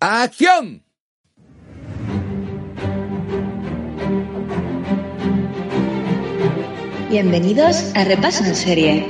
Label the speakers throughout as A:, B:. A: ¡Acción!
B: Bienvenidos a Repaso en Serie.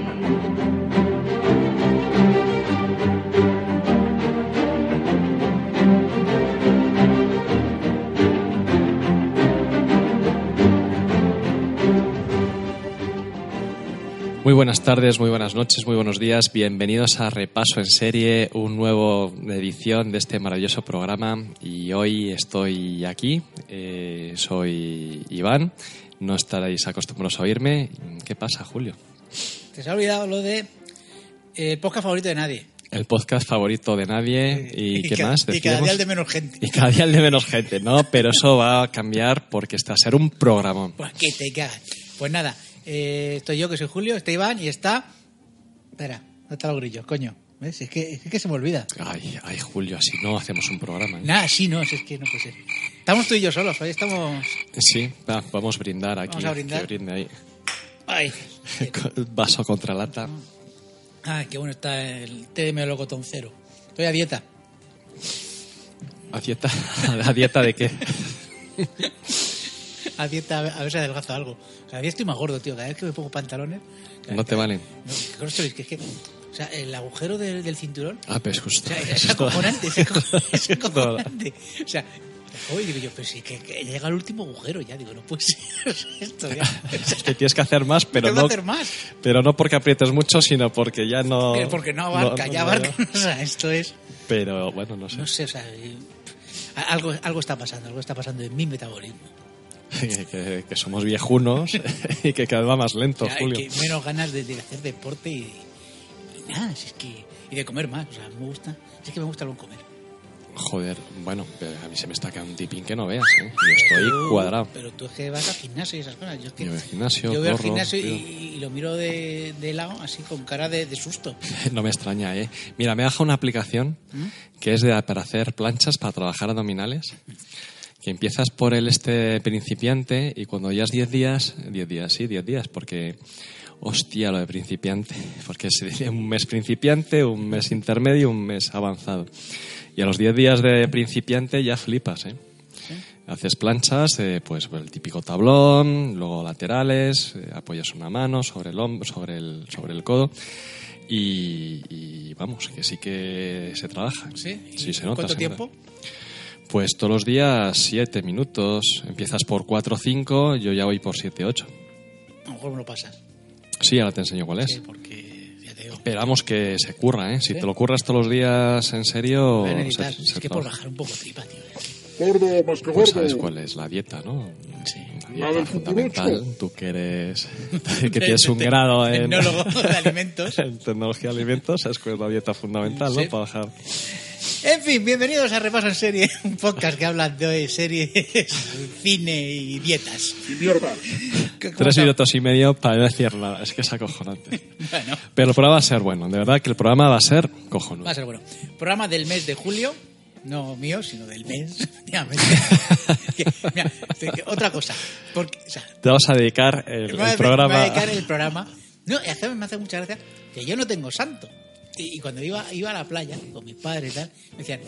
C: Muy buenas tardes, muy buenas noches, muy buenos días. Bienvenidos a Repaso en Serie, un nuevo edición de este maravilloso programa. Y hoy estoy aquí, eh, soy Iván. No estaréis acostumbrados a oírme. ¿Qué pasa, Julio?
D: Te se ha olvidado lo de eh, podcast favorito de nadie.
C: El podcast favorito de nadie y, qué
D: ca-
C: más.
D: Y cada
C: Decíamos-
D: día el de menos gente.
C: Y cada día el de menos gente, ¿no? Pero eso va a cambiar porque está a ser un programón.
D: Pues que te cagas. Pues nada, eh, estoy yo que soy Julio, está Iván y está. Espera, ¿dónde están los grillos? Coño. ¿Ves? Es que, es que se me olvida.
C: Ay, ay, Julio, así no hacemos un programa. ¿eh?
D: Nada, sí, no, si es que no puede ser. Estamos tú y yo solos, hoy estamos.
C: Sí, va, vamos a brindar aquí.
D: Vamos a brindar.
C: Que brinde ahí.
D: ¡Ay!
C: Vaso contra lata.
D: ¡Ay, qué bueno está el té de melocotón cero! Estoy a dieta.
C: ¿A dieta, ¿A dieta de qué?
D: A dieta, a ver si adelgazo algo. Cada día estoy más gordo, tío. Cada vez que me pongo pantalones. cada-
C: No te
D: cada-
C: valen.
D: No, qué grosero es que, es que- O sea, el agujero del- del cinturón
C: Ah, pues
D: O
C: justo.
D: sea,
C: Eso
D: es
C: es todo.
D: acojonante, es aco- es
C: Eso es todo.
D: acojonante. O sea, hoy digo yo, pero sí, que, que llega el último agujero ya, digo, no puede ser esto ya.
C: Es que tienes que hacer más, pero
D: ¿Qué va a
C: no,
D: hacer más?
C: pero no porque aprietes mucho, sino porque ya no.
D: Eh, Porque no abarca,
C: no-
D: ya
C: no-
D: abarca. O sea, esto es,
C: Pero bueno, no sé.
D: no sé, o sea, eh, algo, algo está pasando, algo está pasando en mi metabolismo.
C: que, que somos viejunos y que cada vez va más lento,
D: O sea,
C: Julio.
D: que menos ganas de, de hacer deporte y, y nada, si es que, y de comer más, o sea, me gusta, si es que me gusta algo comer.
C: Joder, bueno, pero a mí se me está quedando un tipín que no veas, ¿eh? Yo estoy
D: Tú-
C: cuadrado.
D: Pero tú es que vas al gimnasio y esas cosas. Yo, es que,
C: Yo voy al gimnasio,
D: yo voy al
C: corro,
D: gimnasio y,
C: cuido.
D: y lo miro de, de lado así con cara de, de susto.
C: No me extraña, ¿eh? Mira, me ha dejado una aplicación
D: ¿Mm?
C: que es de, para hacer planchas, para trabajar abdominales, que empiezas por el este principiante y cuando llevas 10 días, 10 días, sí, 10 días, porque, hostia, lo de principiante, porque se dice un mes principiante, un mes intermedio, un mes avanzado. Y a los 10 días de principiante ya flipas, ¿eh? Haces planchas, eh, pues el típico tablón, luego laterales, eh, apoyas una mano sobre el hombro, sobre el, sobre el codo y, y vamos, que sí que se trabaja.
D: ¿Sí?
C: sí se nota.
D: ¿Cuánto
C: se
D: tiempo?
C: nota. Pues todos los días siete minutos, empiezas por 4 o 5, yo ya voy por 7 8.
D: A lo mejor me lo pasas.
C: Sí, ahora te enseño cuál es.
D: Sí, porque ya te digo.
C: Pero vamos, que se curra, ¿eh? Si
D: ¿Sí?
C: te lo curras todos los días en serio...
D: voy a necesitar.
C: se-
D: es
C: se
D: que por
C: trabaja.
D: bajar un poco tripa, tío.
E: Gordo, más
C: Pues
E: que gordo.
C: sabes cuál es la dieta, ¿no? Sí, la
E: La
C: dieta
E: del
C: fundamental.
E: 28.
C: Tú que eres, que tienes un grado en,
D: Tecnólogo de alimentos.
C: en tecnología de alimentos, sabes cuál es la dieta fundamental, ¿no?
D: Sí.
C: Para bajar.
D: En fin, bienvenidos a Repaso en Serie, un podcast que habla de series, cine y dietas.
E: Y mierda.
D: ¿Cómo
C: Tres
D: está?
C: minutos y medio para no decir nada. Es que es acojonante.
D: Bueno,
C: Pero el programa va a ser bueno. De verdad que el programa va a ser cojonudo.
D: va a ser bueno. Programa del mes de julio. No mío, sino del mes.
C: ¿Eh?
D: efectivamente. Que, mira, que- otra cosa. Porque, o sea,
C: Te vas a dedicar el,
D: me voy a-
C: el programa.
D: me voy a dedicar el programa. No, y hace- me hace mucha gracia que yo no tengo santo. Y, y cuando iba, iba a la playa con mis padres y tal, me decían,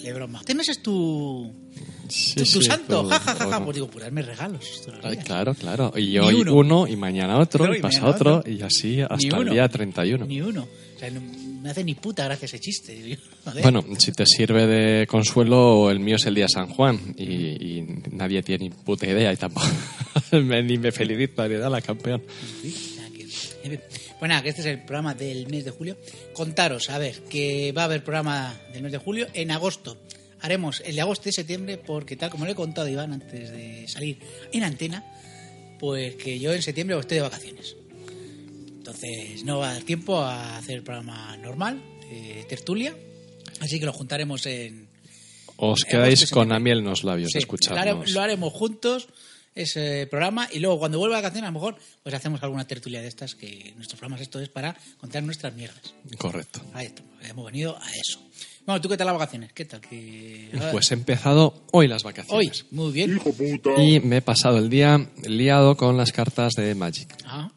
D: le broma, este mes es tu,
C: Sí,
D: tu, tu
C: sí,
D: santo,
C: todo-
D: ja, ja, ja,
C: todo.
D: ja. Pues digo, pues me regalos. todos los
C: Ay,
D: días".
C: claro, claro. Y
D: Ni
C: hoy uno.
D: uno.
C: y mañana otro,
D: Claro,
C: y,
D: y
C: pasa
D: mañana
C: otro,
D: otro.
C: y así
D: Ni
C: hasta el
D: uno.
C: día 31.
D: Ni uno. O sea, no me hace ni puta gracia ese chiste. digo, joder.
C: Bueno, si te sirve de consuelo, el mío es el día San Juan y, y nadie tiene ni puta idea y tampoco me- ni me felicita ni da la campeón.
D: Sí, o sea que- en fin. Pues nada, que este es el programa del mes de julio. Contaros, a ver, que va a haber programa del mes de julio en agosto. Haremos el de agosto y septiembre porque tal como le he contado a Iván antes de salir en antena, pues que yo en septiembre estoy de vacaciones. Entonces no va a dar tiempo a hacer el programa normal, eh, tertulia, así que lo juntaremos en...
C: Os
D: Eh,
C: quedáis
D: hostia,
C: con
D: siempre.
C: la miel en los labios
D: Sí,
C: de
D: lo,
C: escucharnos.
D: haremos, lo haremos juntos ese programa y luego cuando vuelva a canción a lo mejor pues hacemos alguna tertulia de estas que nuestros programas esto es para contar nuestras mierdas.
C: Correcto.
D: Ahí estamos, hemos venido a eso. Bueno, ¿tú qué tal las vacaciones? ¿Qué tal? ¿Qué- ah,
C: Pues he empezado hoy las
D: hoy,
C: vacaciones.
D: muy bien.
E: Hijo puta.
C: Y me he pasado el día liado con las cartas de Magic.
D: Ah,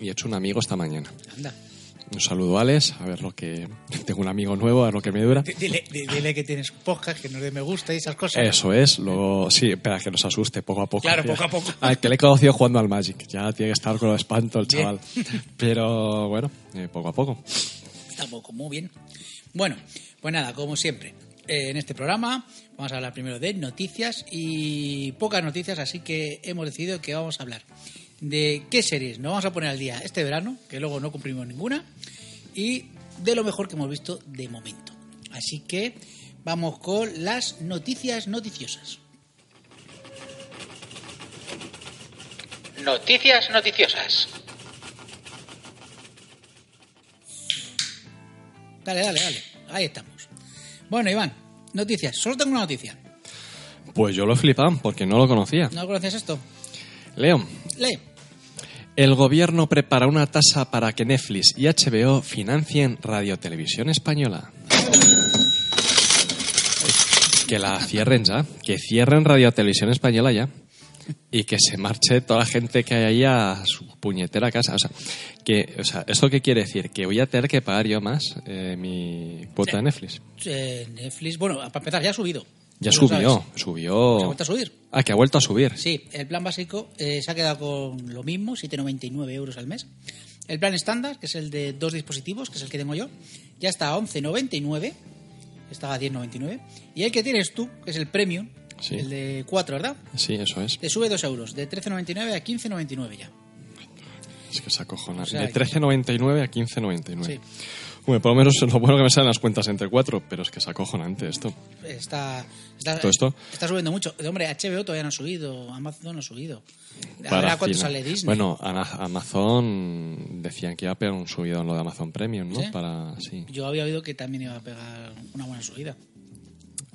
C: Y he hecho un amigo esta mañana.
D: anda.
C: Un saludo, Alex. A ver lo que. Tengo un amigo nuevo, a ver lo que me dura.
D: D- Dile, di- dile que tienes un podcast, que nos dé me gusta y esas cosas.
C: Eso es, luego sí, espera que nos asuste poco a poco.
D: Claro,
C: tío.
D: poco a poco.
C: Al que le he conocido jugando al Magic, ya tiene que estar con lo espanto el
D: Bien.
C: chaval. Pero bueno, eh, poco a poco.
D: Tampoco, muy bien. Bueno, pues nada, como siempre, eh, en este programa vamos a hablar primero de noticias y pocas noticias, así que hemos decidido que vamos a hablar de qué series nos vamos a poner al día este verano, que luego no cumplimos ninguna, y de lo mejor que hemos visto de momento. Así que vamos con las noticias noticiosas. Noticias noticiosas. Dale, dale, dale. Ahí estamos. Bueno, Iván, noticias. Solo tengo una noticia.
C: Pues yo lo flipaba porque no lo conocía.
D: ¿No conoces esto?
C: León,
D: Lee.
C: el gobierno prepara una tasa para que Netflix y HBO financien Radio Televisión Española. Que la cierren ya, que cierren Radio Televisión Española ya. Y que se marche toda la gente que hay ahí a su puñetera casa. O sea, que, o sea, ¿esto qué quiere decir? Que voy a tener que pagar yo más eh, mi cuota de Netflix.
D: Eh, Netflix, bueno, para empezar, ya ha subido.
C: Ya
D: Tú lo sabes.
C: subió,
D: ¿Se ha
C: subió.
D: vuelto a subir?
C: Ah, que ha vuelto a subir.
D: Sí, el plan básico eh, se ha quedado con lo mismo, 7,99 euros al mes. El plan estándar, que es el de dos dispositivos, que es el que tengo yo, ya está a 11,99. Estaba a 10,99. Y el que tienes tú, que es el premium,
C: Sí.
D: el de 4, ¿verdad?
C: Sí, eso es.
D: Te sube 2 euros, de 13,99 a 15,99 ya.
C: Es que se acojona.
D: O sea,
C: de 13.99 a 15.99.
D: Sí.
C: Bueno, por lo menos es lo bueno que me salen las cuentas entre cuatro, pero es que es acojonante esto.
D: está, está,
C: Todo esto.
D: está subiendo mucho. Hombre, HBO todavía no ha subido, Amazon no ha subido. A ver
C: Para
D: a cuánto
C: fina-
D: sale Disney.
C: Bueno, Ana- Amazon decían que iba a pegar un subido en lo de Amazon Premium, ¿no?
D: ¿Sí?
C: Para sí.
D: Yo había oído que también iba a pegar una buena subida.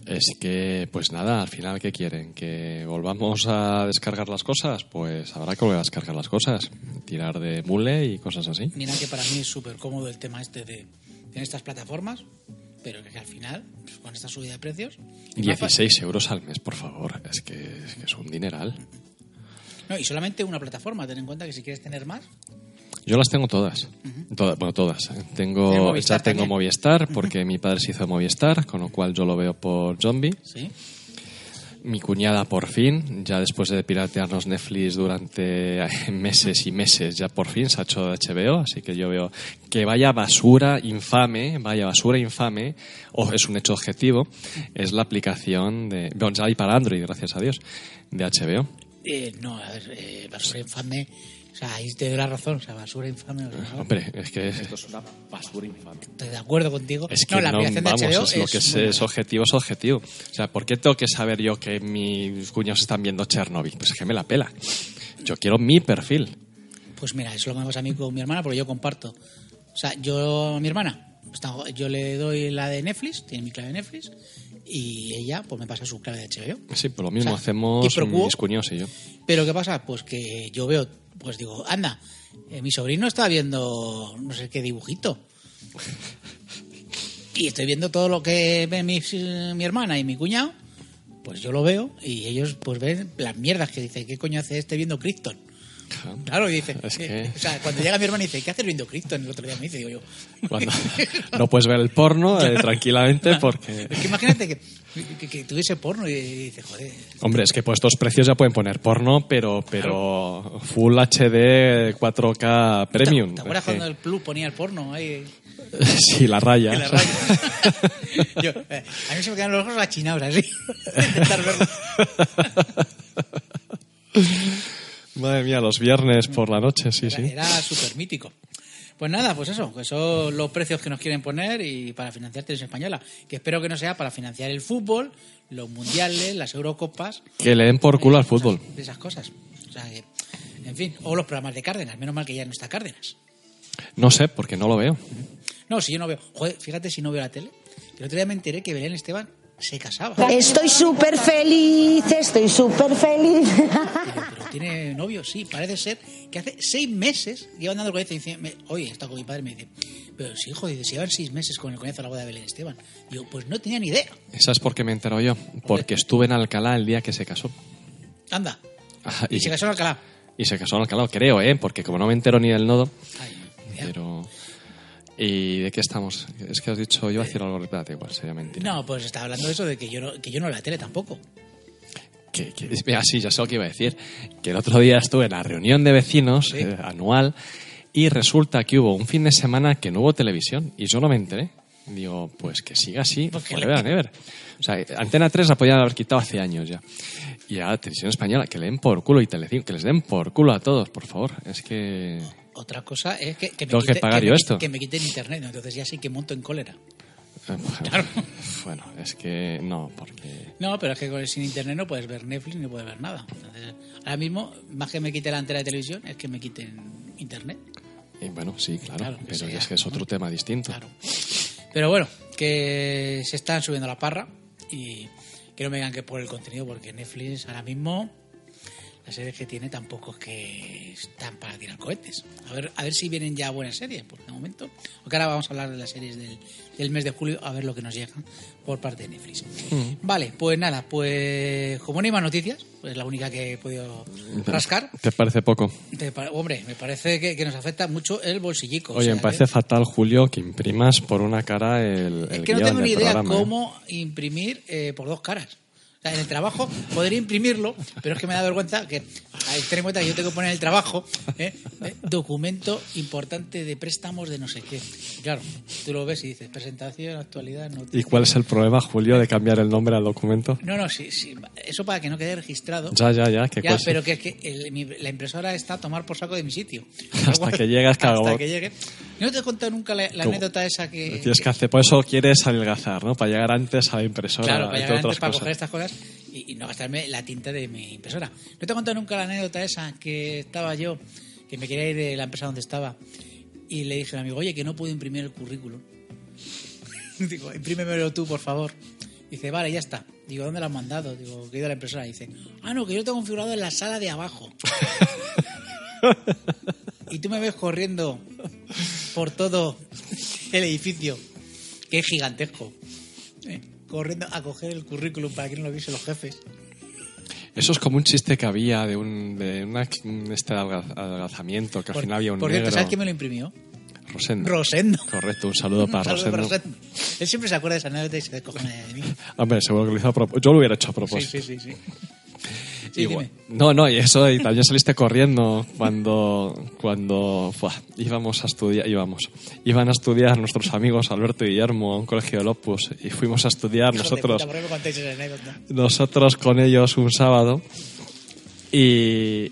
C: Es que pues nada, al final qué quieren que volvamos a descargar las cosas, pues habrá que volver a descargar las cosas, tirar de mule y cosas así.
D: Mira que para mí es súper cómodo el tema este de en estas plataformas, pero que, que al final, pues, con esta subida de precios... es más fácil.
C: 16 euros al mes, por favor. Es que es, que es un dineral.
D: No, y solamente una plataforma. Ten en cuenta que si quieres tener más,
C: Yo las tengo todas. Toda- bueno, todas. ¿eh?
D: Tengo
C: Tengo,
D: Movistar
C: ya tengo
D: también.
C: Movistar porque mi padre se hizo Movistar, con lo cual yo lo veo por zombie.
D: sí.
C: Mi cuñada por fin, ya después de piratearnos Netflix durante meses y meses, ya por fin se ha hecho de HBO, así que yo veo que vaya basura infame, vaya basura infame, o es un hecho objetivo, es la aplicación de... Bueno, ya hay para Android, gracias a Dios, de HBO.
D: Eh, no, a ver, eh, basura infame... O sea, ahí te doy la razón. O sea, basura infame... o sea,
C: Hombre, es que...
D: estoy de acuerdo contigo.
C: Es que
D: no,
C: no,
D: la aplicación
C: vamos,
D: de HBO
C: es lo que es,
D: muy
C: es
D: buena.
C: objetivo, es objetivo. O sea, ¿por qué tengo que saber yo que mis cuñados están viendo Chernobyl? Pues es que me la pela. Yo quiero mi perfil.
D: Pues mira, es lo que me pasa a mí con mi hermana, porque yo comparto. O sea, yo, mi hermana, está- yo le doy la de Netflix, tiene mi clave de Netflix, y ella pues me pasa su clave de HBO.
C: Sí, por lo mismo
D: O sea, quid
C: hacemos
D: pro quo.
C: mis cuñados y yo.
D: Pero ¿qué pasa? Pues que yo veo, pues digo, anda, eh, mi sobrino está viendo no sé qué dibujito. Y estoy viendo todo lo que ve mi, mi hermana y mi cuñado, pues yo lo veo y ellos pues ven las mierdas que dicen, ¿qué coño hace este viendo Krypton? Claro, y dice, eh,
C: Es que-
D: o sea, cuando llega mi hermana y dice, ¿qué haces viendo Krypton? El otro día me dice, digo yo,
C: Cuando no puedes ver el porno eh, tranquilamente porque...
D: es que imagínate que, que- que tuviese porno y dice, joder,
C: Hombre, es que por estos precios ya pueden poner porno, pero, pero Full HD 4K Premium.
D: ¿te acuerdas
C: Es que-
D: cuando el Plus ponía el porno ahí?
C: Sí, la raya.
D: Que la raya. Yo, eh, a mí se me quedan los ojos achinados así. de intentar verlo.
C: Madre mía, los viernes por la noche, sí,
D: Era,
C: sí.
D: era súper mítico. Pues nada, pues eso, que son los precios que nos quieren poner y para financiar Televisión Española, que espero que no sea para financiar el fútbol, los mundiales, las Eurocopas,
C: Que le den por culo al fútbol.
D: de esas cosas. O sea que, en fin, o los programas de Cárdenas, menos mal que ya no está Cárdenas.
C: No sé, porque no lo veo.
D: No, si yo no veo, joder, fíjate si no veo la tele, que el otro día me enteré que Belén Esteban se casaba.
E: Estoy súper feliz, estoy súper feliz.
D: Pero, pero tiene novio, sí, parece ser que hace seis meses lleva andando con el coñazo y dice, me- oye, he estado con mi padre y me dice, pero sí, hijo, dice, si llevan seis meses con el coñazo a la boda de Belén Esteban. Digo, pues no tenía ni idea.
C: ¿Sabes por qué me entero yo? Porque estuve en Alcalá el día que se casó.
D: Anda.
C: Ajá,
D: Y se casó en Alcalá.
C: y se casó en Alcalá, creo, ¿eh? Porque como no me entero ni del nodo,
D: Ay, mira.
C: pero... ¿Y de qué estamos? Es que has dicho yo hacer algo replata igual, sería mentira.
D: No, pues estaba hablando de eso de que yo no, que yo no la tele tampoco.
C: Que, que- mira, sí, ya sé lo que iba a decir. Que el otro día estuve en la reunión de vecinos
D: Sí.
C: eh, anual y resulta que hubo un fin de semana que no hubo televisión y yo no me enteré. Digo, pues que siga así,
D: Pues que
C: forever
D: le-
C: and ever. O sea, Antena 3 la podían haber quitado hace años ya. Y a la televisión española, que le den por culo y Telecinco, que les den por culo a todos, por favor. Es que...
D: Otra cosa es que, que me
C: Tengo que
D: quite-
C: pagar
D: que
C: yo
D: me-
C: esto.
D: que me quiten internet, ¿no? entonces ya sí que monto en cólera.
C: eh, Bueno, es que no, porque...
D: No, pero es que con- sin internet no puedes ver Netflix ni puedes ver nada. Entonces, ahora mismo, más que me quite la antena de televisión, es que me quiten internet.
C: Y bueno, sí, claro,
D: Claro,
C: pero
D: eso
C: ya
D: ya,
C: es que es otro
D: ¿no?
C: tema distinto.
D: Claro. Pero bueno, que se están subiendo la parra y que no me digan que por el contenido, porque Netflix ahora mismo, las series que tiene tampoco es que están para tirar cohetes. A ver, a ver si vienen ya buenas series, por el momento. Aunque ahora vamos a hablar de las series del, del mes de julio, a ver lo que nos llega por parte de Netflix.
C: Mm.
D: Vale, pues nada, pues como no hay más noticias, pues la única que he podido rascar.
C: ¿Te parece poco?
D: te pare- hombre, me parece que, que nos afecta mucho el bolsillico. o
C: Oye,
D: sea ¿eh?
C: me
D: que-
C: parece fatal, Julio, que imprimas por una cara el,
D: es
C: el
D: que no
C: guión
D: tengo ni
C: del
D: idea
C: programa, ¿eh?
D: cómo imprimir eh, por dos caras. O sea, en el trabajo podría imprimirlo, pero es que me da vergüenza que, ay, ten en cuenta que yo tengo que poner en el trabajo ¿eh? Eh, documento importante de préstamos de no sé qué. Y Claro, tú lo ves y dices, presentación, actualidad, no.
C: ¿Y cuál es el problema, Julio, de cambiar el nombre al documento?
D: No, no, sí, sí, eso para que no quede registrado.
C: Ya, ya, ya, que
D: Ya,
C: cosa.
D: pero que es que el- mi- la impresora está a tomar por saco de mi sitio.
C: Hasta que llegas,
D: Hasta
C: cagabón.
D: que llegue. No te he contado nunca la, la
C: Tú-
D: anécdota esa que...
C: Tienes que hacer, por eso quieres adelgazar, ¿no? Para llegar antes a la impresora,
D: Claro, pues para,
C: entre
D: llegar
C: otras
D: antes para
C: cosas.
D: coger estas cosas y, y no gastarme la tinta de mi impresora. No te he contado nunca la anécdota esa que estaba yo, que me quería ir de la empresa donde estaba y le dije a mi amigo, oye, que no puedo imprimir el currículum. Digo, imprímemelo tú, por favor. Dice, vale, ya está. Digo, ¿dónde lo has mandado? Digo, que he ido a la impresora. Dice, ah, no, que yo lo tengo configurado en la sala de abajo. y tú me ves corriendo por todo el edificio, que es gigantesco. ¿eh? corriendo a coger el currículum para que no lo viesen los jefes.
C: Eso es como un chiste que había de un, de una- un este adelgaz- adelgazamiento, que al
D: Por-
C: final había un
D: por
C: negro.
D: cierto, ¿sabes quién me lo imprimió?
C: Rosendo.
D: Rosendo.
C: Correcto, un saludo para
D: Un saludo
C: Rosendo.
D: Rosendo. Él siempre se acuerda de esa anécdota y se descojona de mí.
C: Hombre, seguro que lo hizo a propósito. Yo lo hubiera hecho a
D: Sí,
C: propósito.
D: sí, sí. sí. Sí,
C: Pues Igual-
D: dime.
C: No, no, y eso, y también saliste corriendo cuando, cuando buah, íbamos a estudiar, íbamos, iban a estudiar nuestros amigos Alberto y Guillermo a un colegio del Opus y fuimos a estudiar
D: Hijos de
C: nosotros,
D: puta, ¿por qué me contáis esa anécdota?
C: nosotros con ellos un sábado y,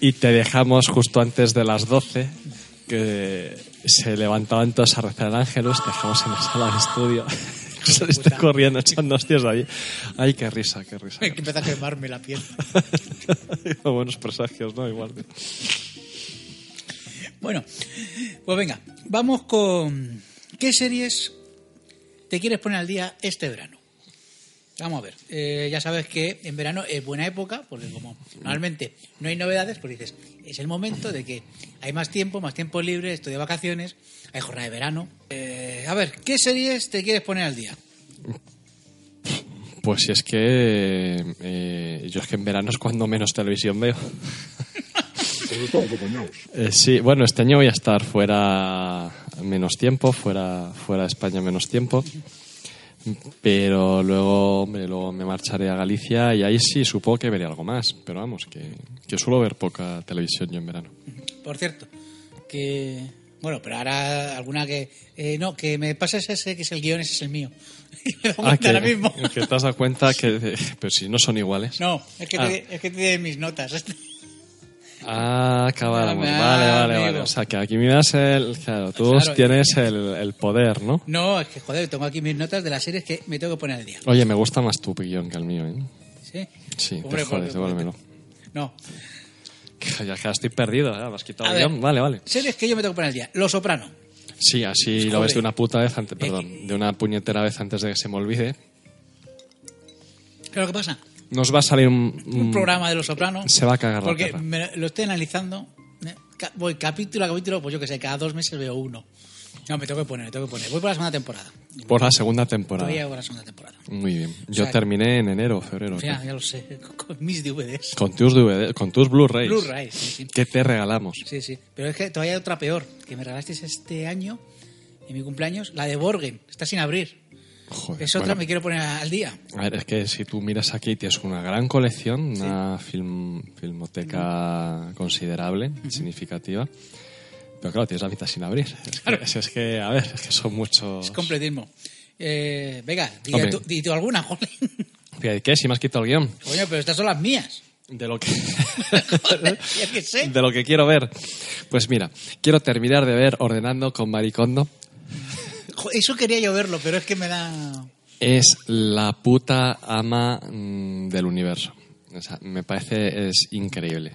C: y te dejamos justo antes de las 12 que se levantaban todos a rezar el ángelus, te dejamos en la sala de estudio. Saliste
D: puta.
C: corriendo echando hostias de ahí. Ay, qué risa, qué risa.
D: Que empieza a quemarme la piel.
C: Digo, buenos presagios, ¿no? Igual.
D: Bueno, pues venga, vamos con. ¿Qué series te quieres poner al día este verano? Vamos a ver, eh, ya sabes que en verano es buena época, porque como normalmente no hay novedades, pues dices, es el momento de que hay más tiempo, más tiempo libre, estoy de vacaciones, hay jornada de verano. Eh, a ver, ¿qué series te quieres poner al día?
C: Pues si es que eh, yo es que en verano es cuando menos televisión veo. Eh, sí, bueno, este año voy a estar fuera menos tiempo, fuera, fuera de España menos tiempo. Pero luego, hombre, luego me marcharé a Galicia y ahí sí supongo que veré algo más. Pero vamos, que, que suelo ver poca televisión yo en verano.
D: Por cierto, que. Bueno, pero ahora alguna que. eh, no, que me pases ese, que es el guión, ese es el mío.
C: Ah, que,
D: ahora mismo.
C: que te has dado cuenta que... Pero si no son iguales.
D: No, es que,
C: Ah.
D: te, es que tiene mis notas.
C: Ah, acabáramos.
D: Ah,
C: vale, vale,
D: amigo.
C: vale. O sea, que aquí miras el. Claro, tú
D: Claro,
C: tienes el, el poder, ¿no?
D: No, es que joder, tengo aquí mis notas de las series que me tengo que poner al día.
C: Oye, me gusta más tu guión que el mío, ¿eh?
D: Sí,
C: Sí,
D: Hombre,
C: te jodes,
D: porque-
C: devuélvemelo.
D: No.
C: Que Ya que estoy perdido, ya, me has quitado
D: A
C: el
D: ver.
C: guión. Vale, vale.
D: Series que yo me tengo que poner al día. Los Soprano.
C: Sí, así
D: Pues
C: lo ves
D: joder. Eh.
C: de una puta vez antes. Perdón, de una puñetera vez antes de que se me olvide.
D: Claro, ¿qué pasa?
C: Nos va a salir un.
D: Un
C: un-
D: programa de Los Soprano.
C: Mm. Se va a cagar la
D: Porque
C: perra.
D: me lo estoy analizando. eh, ca- Voy capítulo a capítulo, pues yo que sé, cada dos meses veo uno. No, me tengo que poner, me tengo que poner. Voy por la segunda temporada.
C: Por la segunda temporada.
D: Voy a por la segunda temporada.
C: Muy bien.
D: O
C: Yo
D: sea,
C: terminé en enero, febrero.
D: Ya,
C: ¿no?
D: ya lo sé. Con mis DVDs.
C: Con tus, DVD con tus Blu-rays.
D: Blu-rays, sí, sí.
C: ¿Qué te regalamos?
D: Sí, sí. Pero es que todavía hay otra peor, que me regalasteis este año, en mi cumpleaños, la de Borgen, está sin abrir.
C: Joder,
D: es otra,
C: bueno.
D: me quiero poner al día.
C: A ver, es que si tú miras aquí tienes una gran colección, una film- filmoteca considerable, significativa. Pero claro, tienes la mitad sin abrir. Es que, es, es que, a ver, es que son muchos...
D: Es completismo. Eh, venga, di
C: Hombre.
D: tú, di tú alguna, joder.
C: Fíjate, ¿Qué? Si me has quitado el guión.
D: Coño, pero estas son las mías.
C: De lo que...
D: Joder, ya que sé.
C: de lo que quiero ver. Pues mira, quiero terminar de ver Ordenando con Maricondo.
D: Jo, Eso quería yo verlo, pero es que me da...
C: Es la puta ama mm, del universo. O sea, me parece es increíble.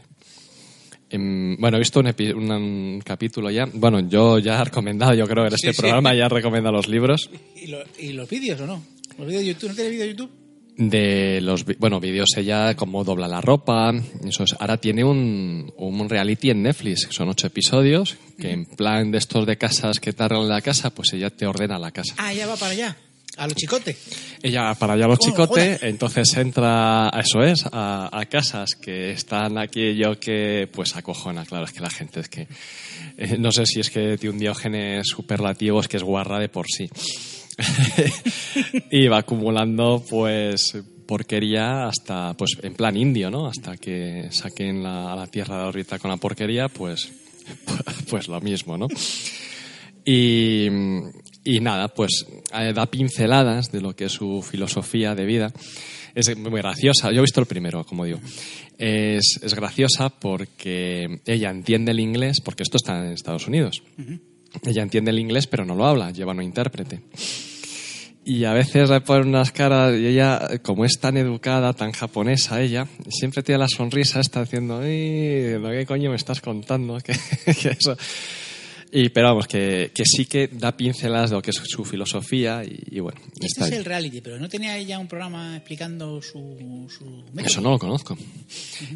C: Em, bueno, he visto un, epi- un- un capítulo ya. Bueno, yo ya he recomendado, yo creo, en este
D: Sí, sí.
C: programa ya recomiendo los libros
D: ¿Y, lo- y los vídeos o no? ¿Los vídeos de YouTube? ¿No tienes vídeos de YouTube?
C: de los vi- bueno vídeos ella como dobla la ropa eso es. ahora tiene un, un reality en Netflix que son ocho episodios que en plan de estos de casas que te arreglan la casa pues ella te ordena la casa
D: Ah, ya va para allá. A los chicotes.
C: Ella para allá los
D: Bueno,
C: chicotes,
D: joder.
C: entonces entra, a eso es, a, a casas que están aquí yo que pues acojona, claro, es que la gente es que, eh, no sé si es que tiene un diógenes superlativo, es que es guarra de por sí. y va acumulando pues porquería hasta, pues en plan indio, ¿no? Hasta que saquen la, a la tierra de órbita con la porquería, pues, pues lo mismo, ¿no? Y, y nada, pues eh, da pinceladas de lo que es su filosofía de vida. Es muy graciosa. Yo he visto el primero, como digo. Es, es graciosa porque ella entiende el inglés, porque esto está en Estados Unidos. Ella entiende el inglés, pero no lo habla, lleva un intérprete. Y a veces le ponen unas caras y ella, como es tan educada, tan japonesa ella, siempre tiene la sonrisa, está haciendo, "Ey, ¿lo que coño me estás contando? Que, que eso. Y, pero vamos, que, que sí que da pinceladas de lo que es su filosofía y, y bueno,
D: Este
C: está
D: es
C: ahí.
D: el reality, pero ¿no tenía ella un programa explicando su, su método?
C: Eso no lo conozco.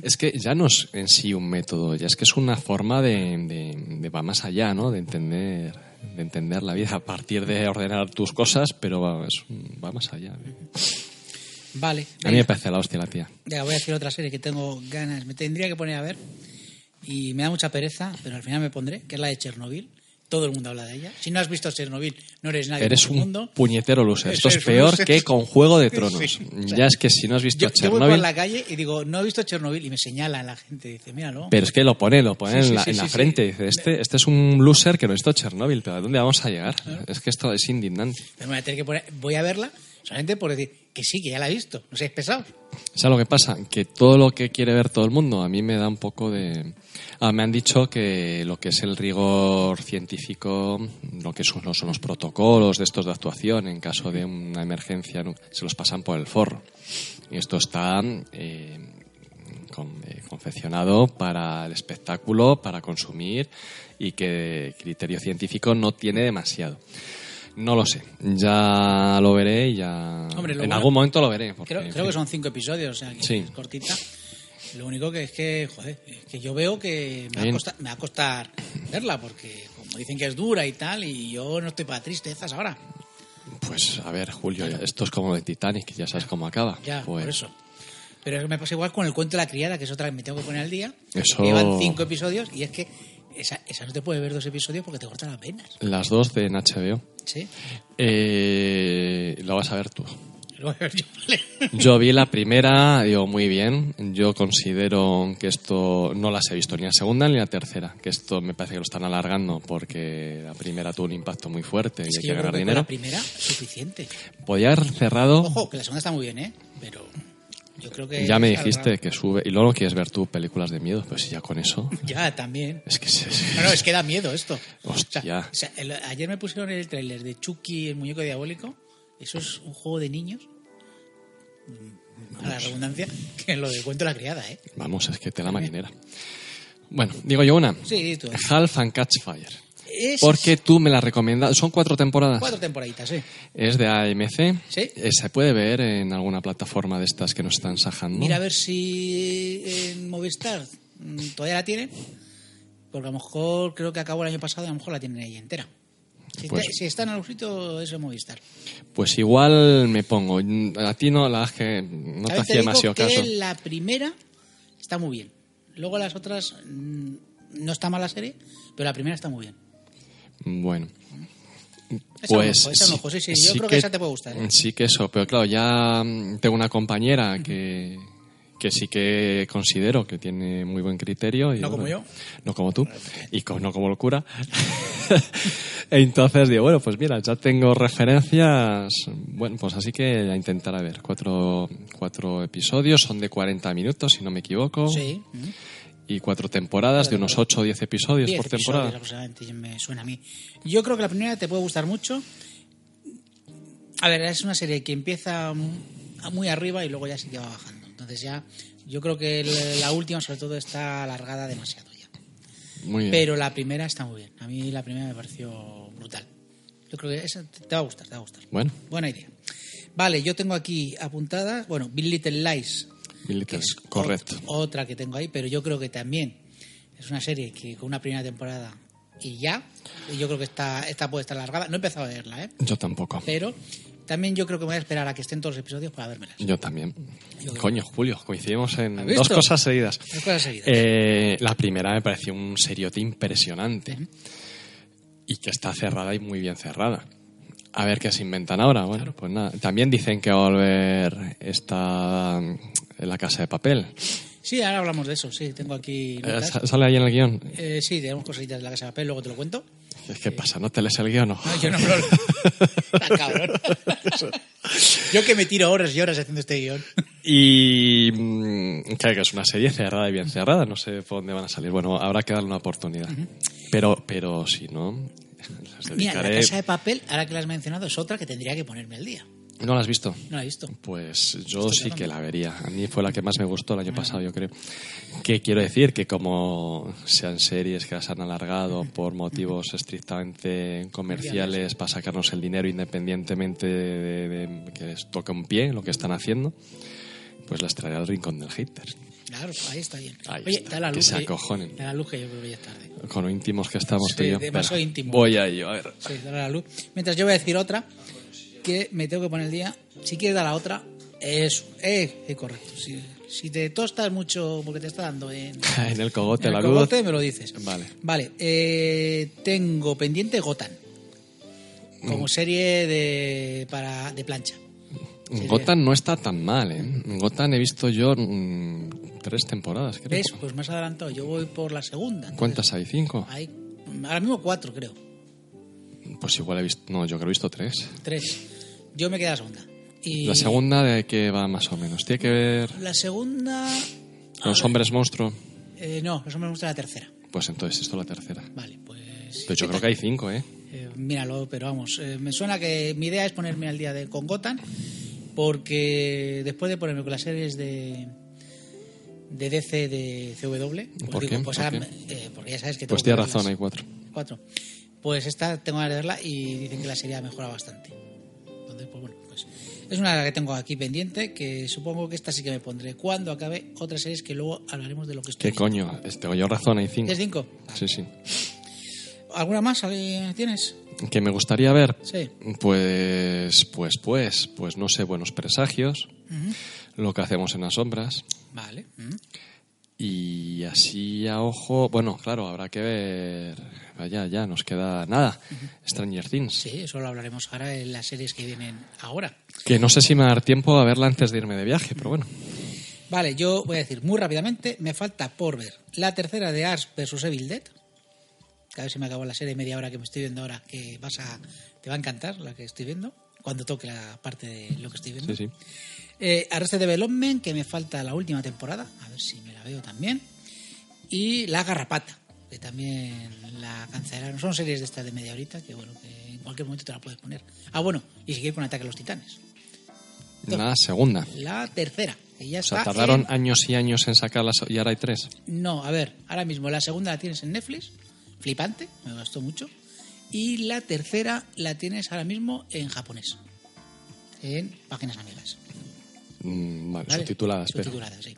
C: Es que ya no es en sí un método, ya es que es una forma de, de, de- va más allá, ¿no? De entender, de entender la vida a partir de ordenar tus cosas, pero va, es un- va más allá.
D: Vale.
C: A mí me
D: venga.
C: parece la hostia la tía.
D: Ya, voy a decir otra serie que tengo ganas. Me tendría que poner a ver. Y me da mucha pereza, pero al final me pondré, que es la de Chernobyl. Todo el mundo habla de ella. Si no has visto Chernobyl, no eres nadie
C: Eres
D: en
C: un
D: el mundo.
C: puñetero loser. Esto es
D: Eres un
C: peor
D: loser.
C: que con Juego de Tronos.
D: Sí. O sea,
C: Ya es que si no has visto
D: Yo, yo voy por
C: Chernobyl,
D: la calle y digo, no he visto Chernobyl. Y me señala la gente. Dice, míralo.
C: pero es que lo pone, lo pone
D: Sí, sí,
C: en la,
D: sí,
C: en la
D: sí, sí.
C: frente. Dice, este, este es un loser que no ha visto Chernobyl, pero ¿a dónde vamos a llegar? Es que esto es indignante.
D: Pero me voy a tener que poner- voy a verla solamente por decir que sí, que ya la he visto. No seáis pesados.
C: ¿Sabes lo que pasa? Que todo lo que quiere ver todo el mundo, a mí me da un poco de... Ah, me han dicho que lo que es el rigor científico, lo que son los, son los protocolos de estos de actuación en caso de una emergencia, nu- se los pasan por el forro. Y esto está eh, con- eh, confeccionado para el espectáculo, para consumir y que criterio científico no tiene demasiado. No lo sé, ya lo veré y ya...
D: Hombre,
C: en
D: lo bueno-
C: algún momento lo veré. porque,
D: Creo,
C: en
D: creo
C: fin.
D: que son cinco episodios, o sea, que
C: Sí.
D: es cortita. Lo único que es que, joder, es que yo veo que me va, a
C: Bien.
D: costar, me va a costar verla, porque como dicen que es dura y tal, y yo no estoy para tristezas ahora.
C: Pues a ver, Julio, esto es como de Titanic, ya sabes cómo acaba.
D: Ya,
C: Pues,
D: por eso. Pero es que me pasa igual con el cuento de la criada, que es otra que me tengo que poner al día.
C: Eso-
D: Llevan cinco episodios y es que esa, esa no te puede ver dos episodios porque te cortan las venas.
C: Las dos de en HBO.
D: Sí.
C: Eh, lo vas a ver tú.
D: Lo voy a ver yo, vale.
C: Yo vi la primera, digo, muy bien. Yo considero que esto no las he visto ni la segunda ni la tercera. Que esto me parece que lo están alargando porque la primera tuvo un impacto muy fuerte y
D: Es
C: hay que,
D: que yo creo
C: ganar
D: que con
C: dinero.
D: la primera suficiente.
C: Podía haber cerrado.
D: Ojo, que la segunda está muy bien, ¿eh? Pero yo creo que...
C: ya me dijiste que sube. Y luego quieres ver tú películas de miedo, pues si ya con eso.
D: Ya, también.
C: Es que se.
D: No, no, es que da miedo esto.
C: Hostia.
D: O sea, o sea, el- ayer me pusieron el tráiler de Chucky, el muñeco diabólico. Eso es un juego de niños. Mm, A la redundancia, que lo de cuento la criada, ¿eh?
C: Vamos, es que te la maquinera. Bueno, digo yo una.
D: Sí, di tú.
C: Half and Catch Fire.
D: Es
C: Porque tú me la recomiendas. Son cuatro temporadas.
D: cuatro temporaditas, ¿eh?
C: Es de AMC.
D: Sí.
C: Eh, se puede ver en alguna plataforma de estas que nos están sajando.
D: Mira a ver si en Movistar mm, todavía la tienen. Porque a lo mejor creo que acabó el año pasado y a lo mejor la tienen ahí entera. Si,
C: Pues-
D: está, si está en algún sitio, es en Movistar.
C: Pues igual me pongo. Mm, A ti no, la verdad es que no te
D: También
C: hacía
D: digo
C: demasiado
D: que
C: caso.
D: La primera está muy bien. Luego las otras mm, no está mal la serie, pero la primera está muy bien.
C: Bueno.
D: Echa un
C: Pues
D: ojo, echa un ojo, sí, sí, yo creo que esa te puede gustar, ¿eh?
C: Sí que eso, pero claro, ya mm, tengo una compañera que, que sí que considero que tiene muy buen criterio. y
D: No como yo.
C: No como tú, y co- no como locura. Entonces digo, bueno, pues mira, ya tengo referencias. Bueno, pues así que a intentar a ver. Cuatro, cuatro episodios, son de 40 minutos, si no me equivoco.
D: Sí. mm.
C: Y cuatro temporadas, de unos 8 o 10 episodios
D: Diez
C: por temporada.
D: episodios aproximadamente, me suena a mí. Yo creo que la primera te puede gustar mucho. A ver, es una serie que empieza mm, muy arriba y luego ya sí que va bajando. Entonces ya, yo creo que el- la última sobre todo está alargada demasiado ya.
C: Muy bien.
D: Pero la primera está muy bien. A mí la primera me pareció brutal. Yo creo que esa te te va a gustar, te va a gustar.
C: Bueno,
D: Buena idea. Vale, yo tengo aquí apuntada, bueno, Big Little Lies,
C: Big Little
D: que es
C: Lies, correcto.
D: ot- otra que tengo ahí, pero yo creo que también es una serie que con una primera temporada y ya, y yo creo que esta, esta puede estar largada. No he empezado a verla, ¿eh?
C: yo tampoco.
D: Pero también yo creo que me voy a esperar a que estén todos los episodios para vérmelas.
C: Yo también.
D: Yo creo.
C: Coño, Julio, coincidimos en
D: ¿Has
C: dos
D: visto?
C: cosas seguidas.
D: Dos cosas seguidas.
C: Eh, la primera me pareció un seriote impresionante y que está cerrada y muy bien cerrada. A ver qué se inventan ahora. Bueno, pues nada. También dicen que va a volver esta mm, la casa de papel.
D: Sí, ahora hablamos de eso, sí, tengo aquí...
C: Eh,
D: notas.
C: sa- sale ahí en el guión.
D: Eh, sí, tenemos cositas de la casa de papel, luego te lo cuento.
C: ¿Qué pasa? ¿No te lees el guión? o?
D: No, yo no me lo Tan cabrón. yo que me tiro horas y horas haciendo este guión.
C: Y mm, claro que es una serie cerrada y bien cerrada, no sé por dónde van a salir. Bueno, habrá que darle una oportunidad. Pero, pero si no, les
D: Mira, la
C: dedicaré.
D: casa de papel, ahora que la has mencionado, es otra que tendría que ponerme al día.
C: ¿No la has visto?
D: No la he visto.
C: Pues yo
D: Estoy
C: sí
D: tratando.
C: que la vería. A mí fue la que más me gustó el año pasado, yo creo. Que quiero decir que como sean series que las han alargado por motivos estrictamente comerciales para sacarnos el dinero independientemente de, de que les toque un pie lo que están haciendo, pues las traeré al rincón del hater.
D: Claro, ahí está bien.
C: Ahí
D: Oye,
C: está,
D: da la
C: que
D: luz.
C: se
D: eh.
C: acojonen.
D: Da la luz que yo creo que ya es tarde.
C: Con lo íntimos que estamos
D: Sí,
C: tú y yo.
D: demasiado
C: Espera,
D: íntimo.
C: Voy a ello, a ver.
D: Sí, da la luz. Mientras yo voy a decir otra que me tengo que poner el día. Si quieres dar la otra, eso. Eh, eh, correcto. Si, si te tostas mucho porque te está dando en,
C: en el cogote
D: en
C: la
D: el
C: luz.
D: cogote, me lo dices.
C: Vale.
D: Vale. eh, tengo pendiente Gotham.
C: Mm.
D: Como serie de, para, de plancha. Sí,
C: Gotham no está tan mal, ¿eh? Gotham he visto yo mm, tres temporadas, creo.
D: ¿Ves? Pues más adelantado. Yo voy por la segunda. entonces,
C: ¿Cuántas hay? ¿Cinco?
D: Hay, ahora mismo cuatro, creo.
C: Pues igual he visto... No, yo creo que he visto tres.
D: Tres. Yo me quedé a la segunda. Y
C: La segunda de qué va más o menos. Tiene que ver
D: La segunda.
C: con
D: Ah.
C: los hombres monstruo.
D: eh, no, los hombres me gusta la tercera.
C: Pues entonces esto es la tercera.
D: Vale, pues.
C: Pero yo creo que hay cinco, ¿eh?
D: eh, míralo, pero vamos. eh, me suena que mi idea es ponerme al día de, con Gotham. Porque después de ponerme con las series de. De DC de CW. Pues
C: ¿Por qué?
D: pues
C: ¿Por
D: ahora
C: qué?
D: me- eh, porque ya sabes que tengo
C: Pues
D: que
C: tienes
D: verlas.
C: razón, hay cuatro.
D: Cuatro. Pues esta tengo ganas de verla y dicen que la serie ha mejorado bastante. Entonces, pues bueno, pues es una que tengo aquí pendiente, que supongo que esta sí que me pondré cuando acabe otras series que luego hablaremos de lo que estoy
C: ¿Qué coño? Tengo yo razón, hay cinco.
D: ¿Es cinco?
C: Sí, sí.
D: ¿Alguna más eh, tienes?
C: ¿Que me gustaría ver?
D: Sí.
C: Pues, pues, pues, pues no sé, buenos presagios,
D: Ujú.
C: lo que hacemos en las sombras.
D: Vale. Mm. Ujú.
C: Y así a ojo, bueno, claro, habrá que ver. Vaya, ya nos queda nada. Stranger Things.
D: Sí, eso lo hablaremos ahora en las series que vienen ahora.
C: Que no sé si me va a dar tiempo a verla antes de irme de viaje, pero bueno.
D: Vale, yo voy a decir muy rápidamente, me falta por ver la tercera de Ars vs Evil Dead. Que a ver si me acabo la serie de media hora que me estoy viendo ahora, que vas a, te va a encantar la que estoy viendo, cuando toque la parte de lo que estoy viendo.
C: Sí, sí.
D: Eh, Arrested Development, que me falta la última temporada, a ver si me la veo también. Y La Garrapata, que también la cancelaron. Son series de estas de media horita, que bueno, que en cualquier momento te la puedes poner. Ah, bueno, y seguir con Ataque a los Titanes.
C: La segunda.
D: La tercera, que ya
C: O sea,
D: está
C: tardaron
D: en-
C: años y años en sacarlas y ahora hay tres.
D: No, a ver, ahora mismo la segunda la tienes en Netflix, flipante, me gustó mucho. Y la tercera la tienes ahora mismo en japonés, en páginas amigas.
C: Mm, vale,
D: ¿vale?
C: subtituladas, pero.
D: Subtituladas, sí.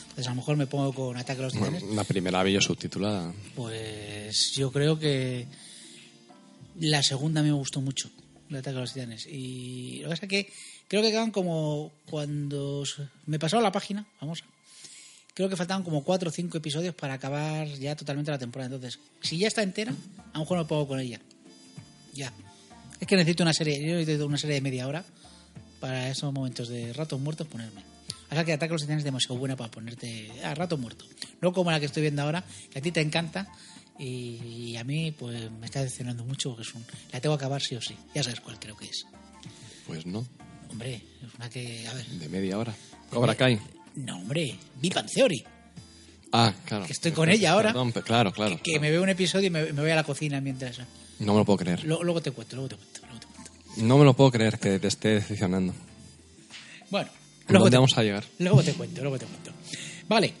D: Entonces a lo mejor me pongo con Ataque a los Titanes.
C: Bueno, la primera vi yo subtitulada.
D: Pues yo creo que la segunda me gustó mucho, el ataque a los titanes. Y lo que pasa es que creo que quedaban como cuando s- me pasaba la página, vamos. Creo que faltaban como cuatro o cinco episodios para acabar ya totalmente la temporada. Entonces, si ya está entera, a lo mejor me pongo con ella. Ya. Es que necesito una serie, yo necesito una serie de media hora para esos momentos de ratos muertos ponerme. O sea que Ataque a los Titanes es demasiado buena para ponerte a rato muerto. No como la que estoy viendo ahora, que a ti te encanta y, y a mí pues me está decepcionando mucho porque es un, la tengo que acabar sí o sí. Ya sabes cuál creo que es.
C: Pues no,
D: Hombre, es una que... A ver.
C: de media hora. Cobra Kai.
D: No, hombre, Vipan Theory.
C: Ah, claro.
D: Que estoy con ella ahora.
C: Perdón, pero claro, claro.
D: Que me veo un episodio y me, me voy a la cocina mientras...
C: No me lo puedo creer.
D: Lo- luego te cuento, luego te cuento, luego te cuento.
C: No me lo puedo creer que te esté decepcionando.
D: Bueno,
C: ¿A
D: luego
C: dónde
D: te,
C: vamos a llegar?
D: luego te cuento, luego te cuento. Vale,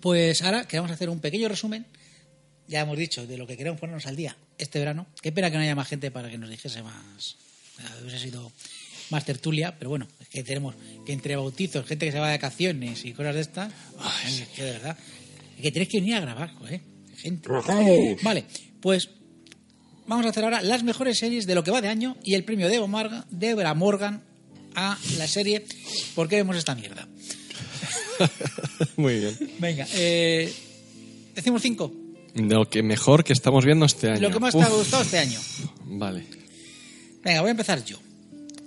D: pues ahora que vamos a hacer un pequeño resumen, ya hemos dicho, de lo que queremos ponernos al día este verano. Qué pena que no haya más gente para que nos dijese más, eh, hubiese sido más tertulia, pero bueno, es que tenemos que entre bautizos, gente que se va de vacaciones y cosas de estas, es que de verdad, es que tenéis que venir a grabar, ¿eh? Gente. Vale, pues Vamos a hacer ahora las mejores series de lo que va de año y el premio de Eva Morgan, Deborah Morgan a la serie ¿Por qué vemos esta mierda?
C: Muy bien.
D: Venga, eh, decimos cinco.
C: Lo que mejor que estamos viendo este año.
D: Lo que más te
C: Uf,
D: ha gustado este año.
C: Vale.
D: Venga, voy a empezar yo.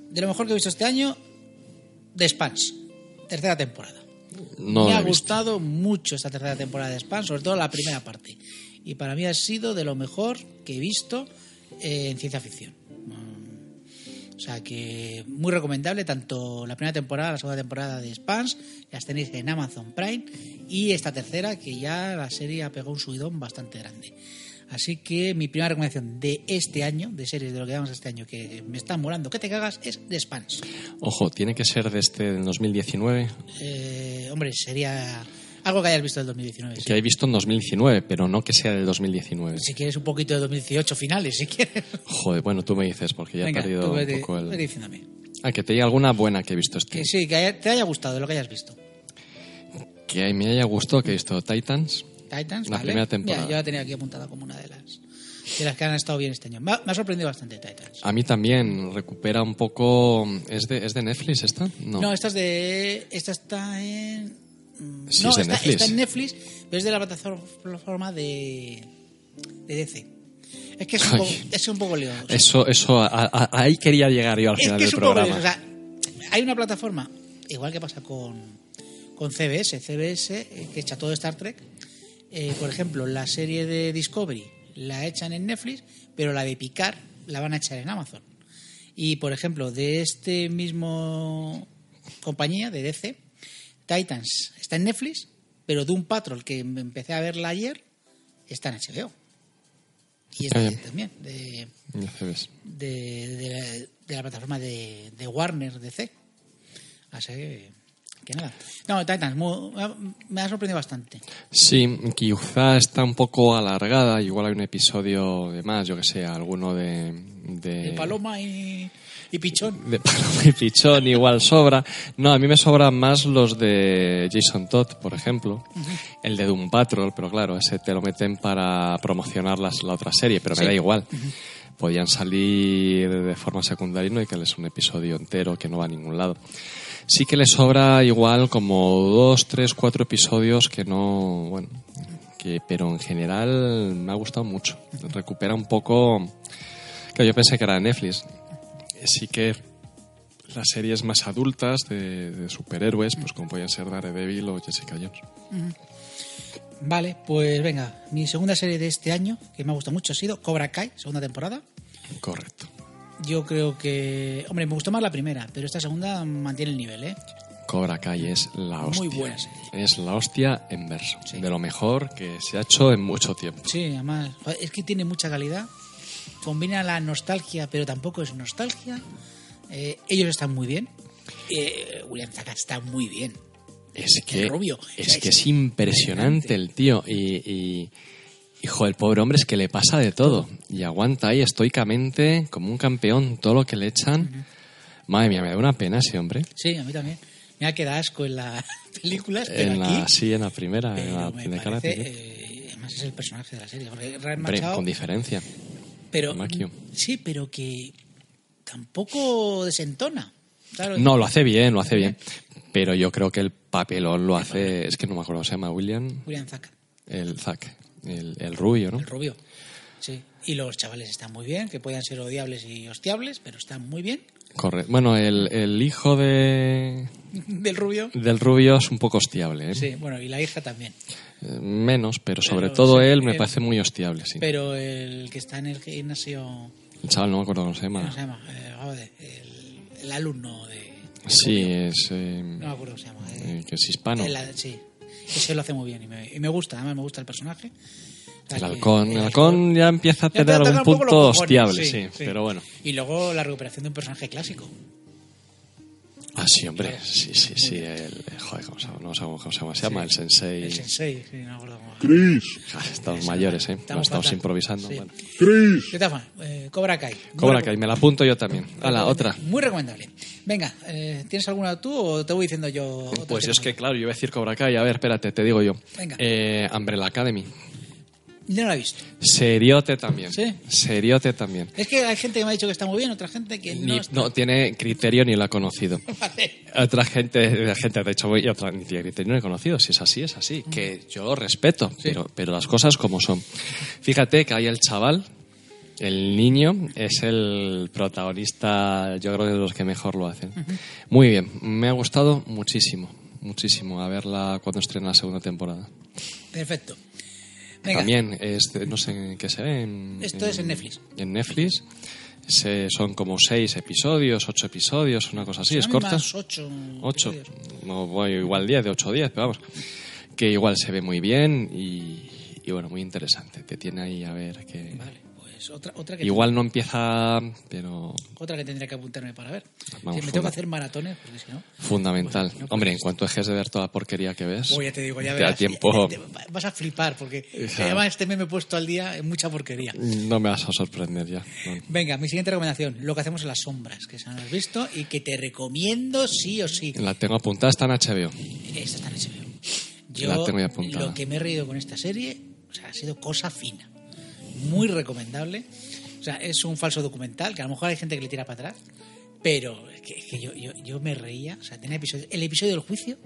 D: De lo mejor que he visto este año, The Spans, tercera temporada.
C: No lo
D: Me ha
C: he visto.
D: gustado mucho esta tercera temporada de Spans, sobre todo la primera parte. Y para mí ha sido de lo mejor que he visto eh, en ciencia ficción. Mm, O sea que muy recomendable tanto la primera temporada, la segunda temporada de Spans, las tenéis en Amazon Prime y esta tercera que ya la serie ha pegado un subidón bastante grande. Así que mi primera recomendación de este año, de series de lo que vamos este año, que me están molando, que te cagas, es The Spans.
C: Ojo, tiene que ser de este del 2019,
D: Eh, hombre, sería algo que hayas visto del 2019. sí.
C: que he visto en 2019, pero no que sea del 2019.
D: Si quieres un poquito de 2018 finales, si quieres.
C: Joder, bueno, tú me dices, porque ya he perdido
D: tú
C: un
D: vete-
C: poco el...
D: vete diciéndome.
C: Ah, que te diga alguna buena que he visto este.
D: Que sí, que haya- te haya gustado lo que hayas visto.
C: Que me haya gustado, que he visto Titans.
D: Titans,
C: La
D: vale.
C: primera temporada.
D: Mira, yo la tenía aquí apuntada como una de las de las que han estado bien este año. Me ha, me ha sorprendido bastante Titans.
C: A mí también recupera un poco... ¿Es de, ¿es de Netflix esta? No.
D: No, esta es de esta está en mm,
C: Sí,
D: no,
C: es de
D: está,
C: Netflix.
D: está en Netflix, pero es de la plataforma plataforma de de DC. Es que es un
C: Ay.
D: poco, es un poco lioso.
C: Eso, eso a- a- ahí quería llegar yo al
D: Es
C: final
D: que es
C: del
D: un poco
C: programa.
D: eso, o sea, hay una plataforma, igual que pasa con, con CBS, CBS eh, que echa todo Star Trek. eh, por ejemplo, la serie de Discovery la echan en Netflix, pero la de Picard la van a echar en Amazon. Y por ejemplo, de este mismo compañía, de DC, Titans está en Netflix, pero Doom Patrol, que em- empecé a verla ayer, está en HBO. Y esta
C: Ah, ya.
D: serie también. de-
C: Ya se ves.
D: de, de la, de la plataforma de, de Warner DC. Así que, que nada. No, Titans, mu- me ha- me ha sorprendido bastante.
C: Sí, quizá está un poco alargada, igual hay un episodio de más, yo que sé, alguno de... De,
D: De Paloma y, y Pichón.
C: de Paloma y Pichón igual sobra. No, a mí me sobran más los de Jason Todd, por ejemplo, el de Doom Patrol, pero claro, ese te lo meten para promocionar las- la otra serie, pero me
D: Sí.
C: da igual. Podían salir de forma secundaria y no hay que es un episodio entero que no va a ningún lado. Sí que le sobra igual como dos, tres, cuatro episodios que no, bueno, que, pero en general me ha gustado mucho. Recupera un poco, claro, yo pensé que era de Netflix. Sí que las series más adultas de, de superhéroes, pues como podían ser Daredevil o Jessica Jones.
D: Vale, pues venga, mi segunda serie de este año, que me ha gustado mucho, ha sido Cobra Kai, segunda temporada.
C: Correcto.
D: Yo creo que. Hombre, me gustó más la primera, pero esta segunda mantiene el nivel, ¿eh?
C: Cobra Kai es la hostia.
D: Muy buena serie.
C: Es la hostia en verso. De lo mejor que se ha hecho en mucho tiempo.
D: Sí, además, joder, es que tiene mucha calidad. Combina la nostalgia, pero tampoco es nostalgia. Eh, ellos están muy bien. Eh, William Zaka está muy bien.
C: Es que,
D: El rubio.
C: Es,
D: Es
C: que es impresionante el tío. Y, y, hijo, el pobre hombre es que le pasa de todo. Y aguanta ahí estoicamente, como un campeón, todo lo que le echan. Madre mía, me da una pena ese hombre.
D: Sí, a mí también. Me ha quedado asco en las películas, pero
C: En la,
D: aquí...
C: sí, en la primera. en la-
D: Pero me
C: de cara a
D: parece,
C: primera.
D: eh, además es el personaje de la serie. Porque Ryan
C: Hombre,
D: Machado,
C: con diferencia.
D: pero,
C: Macchio.
D: sí, pero que tampoco desentona. Claro,
C: No, lo hace bien, lo hace bien. Pero yo creo que el papelón lo hace. Es que no me acuerdo, se llama William.
D: William Zaka,
C: El Zack. El, el rubio, ¿no?
D: el rubio. Sí. Y los chavales están muy bien, que puedan ser odiables y hostiables, pero están muy bien.
C: Correcto. Bueno, el, el hijo de,
D: Del rubio.
C: del rubio es un poco hostiable, ¿eh?
D: Sí, bueno, y la hija también.
C: Eh, Menos, pero sobre
D: Pero
C: todo
D: sí,
C: él me
D: él-
C: parece muy hostiable, sí.
D: Pero el que está en el gimnasio.
C: El chaval no me acuerdo cómo se
D: ¿Cómo
C: llama.
D: se llama? Eh, joder, el, el alumno de. del
C: Sí,
D: rubio.
C: es... eh,
D: No me acuerdo cómo se llama. eh.
C: eh, que es hispano.
D: El a- sí. Ese lo hace muy bien y me, y me gusta, además me gusta el personaje. O sea
C: El
D: que-
C: halcón, el
D: eh,
C: halcón ya empieza a
D: ya te
C: tener
D: tocan
C: algún
D: un poco los
C: punto
D: cojones,
C: hostiable, sí, pero bueno.
D: Y luego la recuperación de un personaje clásico.
C: Ah, sí, hombre, sí, sí, sí, el... Joder, ¿cómo se llama? No sé cómo cómo se llama, se llama el sensei.
D: El sensei, sí, no me acuerdo cómo.
C: Ah, Estamos mayores, ¿eh? No
D: Estamos
C: estamos
D: fatal.
C: improvisando.
D: Sí.
C: bueno.
D: ¿Qué tal, Juan? Eh, Cobra Kai. Muy
C: Cobra
D: reco-
C: Kai, me la apunto yo también. A la otra.
D: Muy recomendable. Venga, eh, ¿tienes alguna tú o te voy diciendo yo? otra
C: Pues yo es que,
D: semana?
C: claro, yo voy a decir Cobra Kai. A ver, espérate, te digo yo.
D: Venga.
C: Eh, Umbrella Academy.
D: Yo no la he visto.
C: Seriote también.
D: ¿Sí?
C: Seriote también.
D: Es que hay gente que me ha dicho que está muy bien, otra gente que no.
C: Ni-
D: está-
C: no tiene criterio ni lo ha conocido.
D: Vale.
C: Otra gente, la gente de hecho, y otra ni tiene criterio ni lo ha conocido. Si es así, es
D: Mm.
C: así. Que yo lo respeto, pero, pero las cosas como son. Fíjate que hay el chaval, el niño, es el protagonista, yo creo, de los que mejor lo hacen. Muy bien, me ha gustado muchísimo, muchísimo. A verla cuando estrena la segunda temporada.
D: Perfecto. Venga.
C: También, es, de- no sé en qué se ve. en-
D: Esto es en Netflix.
C: En Netflix. Se- son como seis episodios, ocho episodios, una cosa así. es
D: Dame
C: corta.
D: más ocho.
C: Ocho.
D: episodios.
C: No, voy igual diez, de ocho a diez, pero vamos. Que igual se ve muy bien y, y bueno, muy interesante. Te tiene ahí a ver que.
D: Vale, pues otra, otra que
C: Igual no empieza, pero
D: Otra que tendría que apuntarme para ver. Sí,
C: Vamos,
D: me tengo
C: funda.
D: que hacer maratones, porque si no.
C: fundamental.
D: Bueno, no, pues-
C: Hombre, en cuanto dejes de ver toda la porquería que ves,
D: Pues ya te digo,
C: te
D: ya
C: da
D: verás.
C: tiempo.
D: ya- ya- vas a flipar, porque
C: Hija.
D: además este meme puesto al día es mucha porquería.
C: No me vas a sorprender ya. no.
D: Venga, mi siguiente recomendación: lo que hacemos en las sombras, que se no has visto y que te recomiendo sí o sí.
C: La tengo apuntada, está en HBO.
D: Esta está en HBO.
C: La
D: Yo
C: tengo ya apuntada.
D: lo que me he reído con esta serie o sea, ha sido cosa fina. Muy recomendable. O sea, es un falso documental que a lo mejor hay gente que le tira para atrás, pero es que, es que yo, yo, yo me reía. O sea, tenía episodios. El episodio del juicio,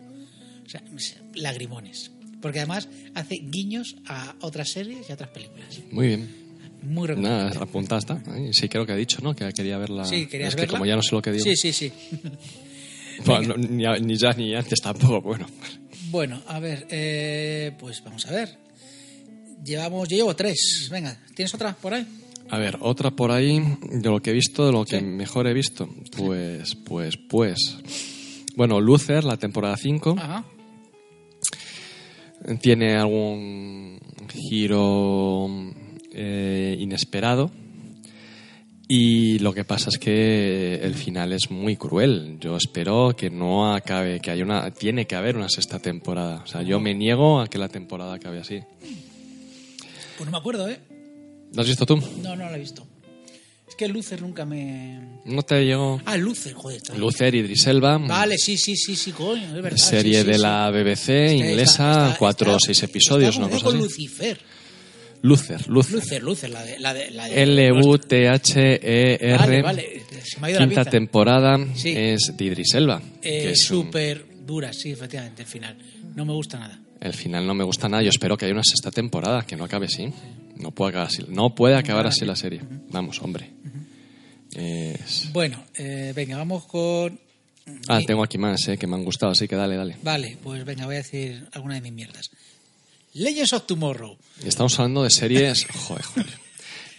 D: o sea, es- lagrimones. Porque además hace guiños a otras series y a otras películas.
C: Muy bien.
D: Muy
C: Nada,
D: recomendable.
C: apuntada está. Ay, Sí, creo que ha dicho, ¿no? Que quería verla.
D: Sí, querías
C: Es que
D: verla?
C: como ya no sé lo que digo.
D: Sí, sí, sí.
C: Bueno, ni, ni ya ni antes tampoco, bueno.
D: Bueno, a ver, eh, pues vamos a ver. Llevamos, yo llevo tres. Venga, ¿tienes otra por ahí?
C: A ver, otra por ahí, de lo que he visto, de lo que
D: Sí.
C: mejor he visto. Pues, pues, pues. Bueno, Luther, la temporada 5,
D: Ajá.
C: tiene algún giro eh, inesperado. Y lo que pasa es que el final es muy cruel. Yo espero que no acabe, que haya una, tiene que haber una sexta temporada. O sea, yo me niego a que la temporada acabe así.
D: Pues no me acuerdo, ¿eh?
C: ¿Lo has visto tú?
D: No, no la he visto. Es que Lucer nunca me.
C: No te llegó.
D: Ah, Lucer, joder. está bien.
C: Lucer y Driselva.
D: Vale, sí, sí, sí, sí, coño, es verdad.
C: serie
D: Ah, sí, sí,
C: de
D: sí.
C: la BBC
D: Está-
C: inglesa,
D: está- está-
C: cuatro o
D: está-
C: seis episodios,
D: está
C: una
D: confundido
C: cosa
D: con
C: así.
D: Lucifer.
C: Lucer, Lucer.
D: Lucer, Lucer, la de. La de, la de
C: L-U-T-H-E-R.
D: Vale, vale, se me ha ido la
C: E Quinta
D: pinza.
C: temporada
D: Sí.
C: es de Idris Elba.
D: Eh,
C: que es un-
D: Súper dura, sí, efectivamente, el final. No me gusta nada.
C: El final no me gusta nada. Yo espero que haya una sexta temporada, que no acabe así. No puede acabar así, no puede acabar así la serie. Vamos, hombre. Es-
D: Bueno, eh, venga, vamos con.
C: Ah,
D: Mi-
C: tengo aquí más, eh, que me han gustado, así que dale, dale.
D: Vale, pues venga, voy a decir alguna de mis mierdas. Legends of Tomorrow,
C: Y Estamos hablando de series... Joder, joder.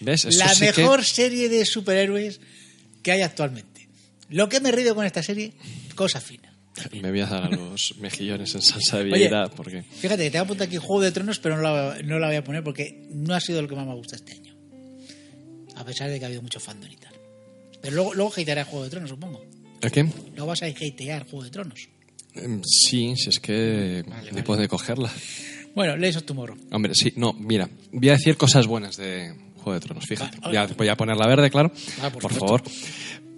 C: ¿Ves? Esto
D: la
C: sí que-
D: mejor serie de superhéroes que hay actualmente. Lo que me he reído con esta serie, cosa fina.
C: Me voy a dar a los mejillones en salsa de
D: Oye.
C: virilidad porque...
D: Fíjate que te apunta aquí Juego de Tronos, pero no la, no la voy a poner porque no ha sido lo que más me gusta este año. A pesar de que ha habido mucho fandom y tal. Pero luego, luego hatearás Juego de Tronos, supongo.
C: ¿El qué?
D: Luego vas a hatear Juego de Tronos.
C: Em, Sí, si es que después de cogerla.
D: Bueno, Legends of Tomorrow.
C: Hombre, sí, no, mira, voy a decir cosas buenas de Juego de Tronos, fíjate.
D: Ah,
C: Voy
D: Vale,
C: a, voy a ponerla verde, claro,
D: Ah,
C: por,
D: por
C: favor.
D: supuesto.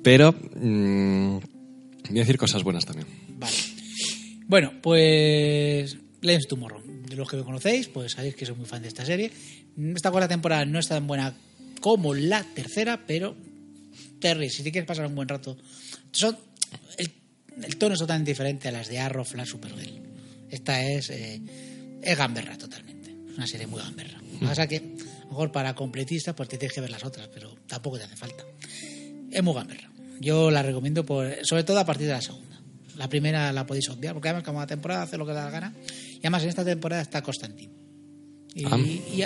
C: Pero mm, voy a decir cosas buenas también.
D: Vale. Bueno, pues Legends of Tomorrow. De los que me conocéis, pues sabéis que soy muy fan de esta serie. Esta cuarta temporada no es tan buena como la tercera, pero Terry, si te quieres pasar un buen rato, son el, el tono es totalmente diferente a las de Arrow, Flash, Supergirl. Esta es eh, es gamberra totalmente. Es una serie muy gamberra. O sea que mejor para completistas, pues te tienes que ver las otras, pero tampoco te hace falta. Es muy gamberra. Yo la recomiendo, por, sobre todo a partir de la segunda. La primera la podéis obviar, porque además, como la temporada hace lo que le da la gana. Y además, en esta temporada está Constantine. Y,
C: Am.
D: y-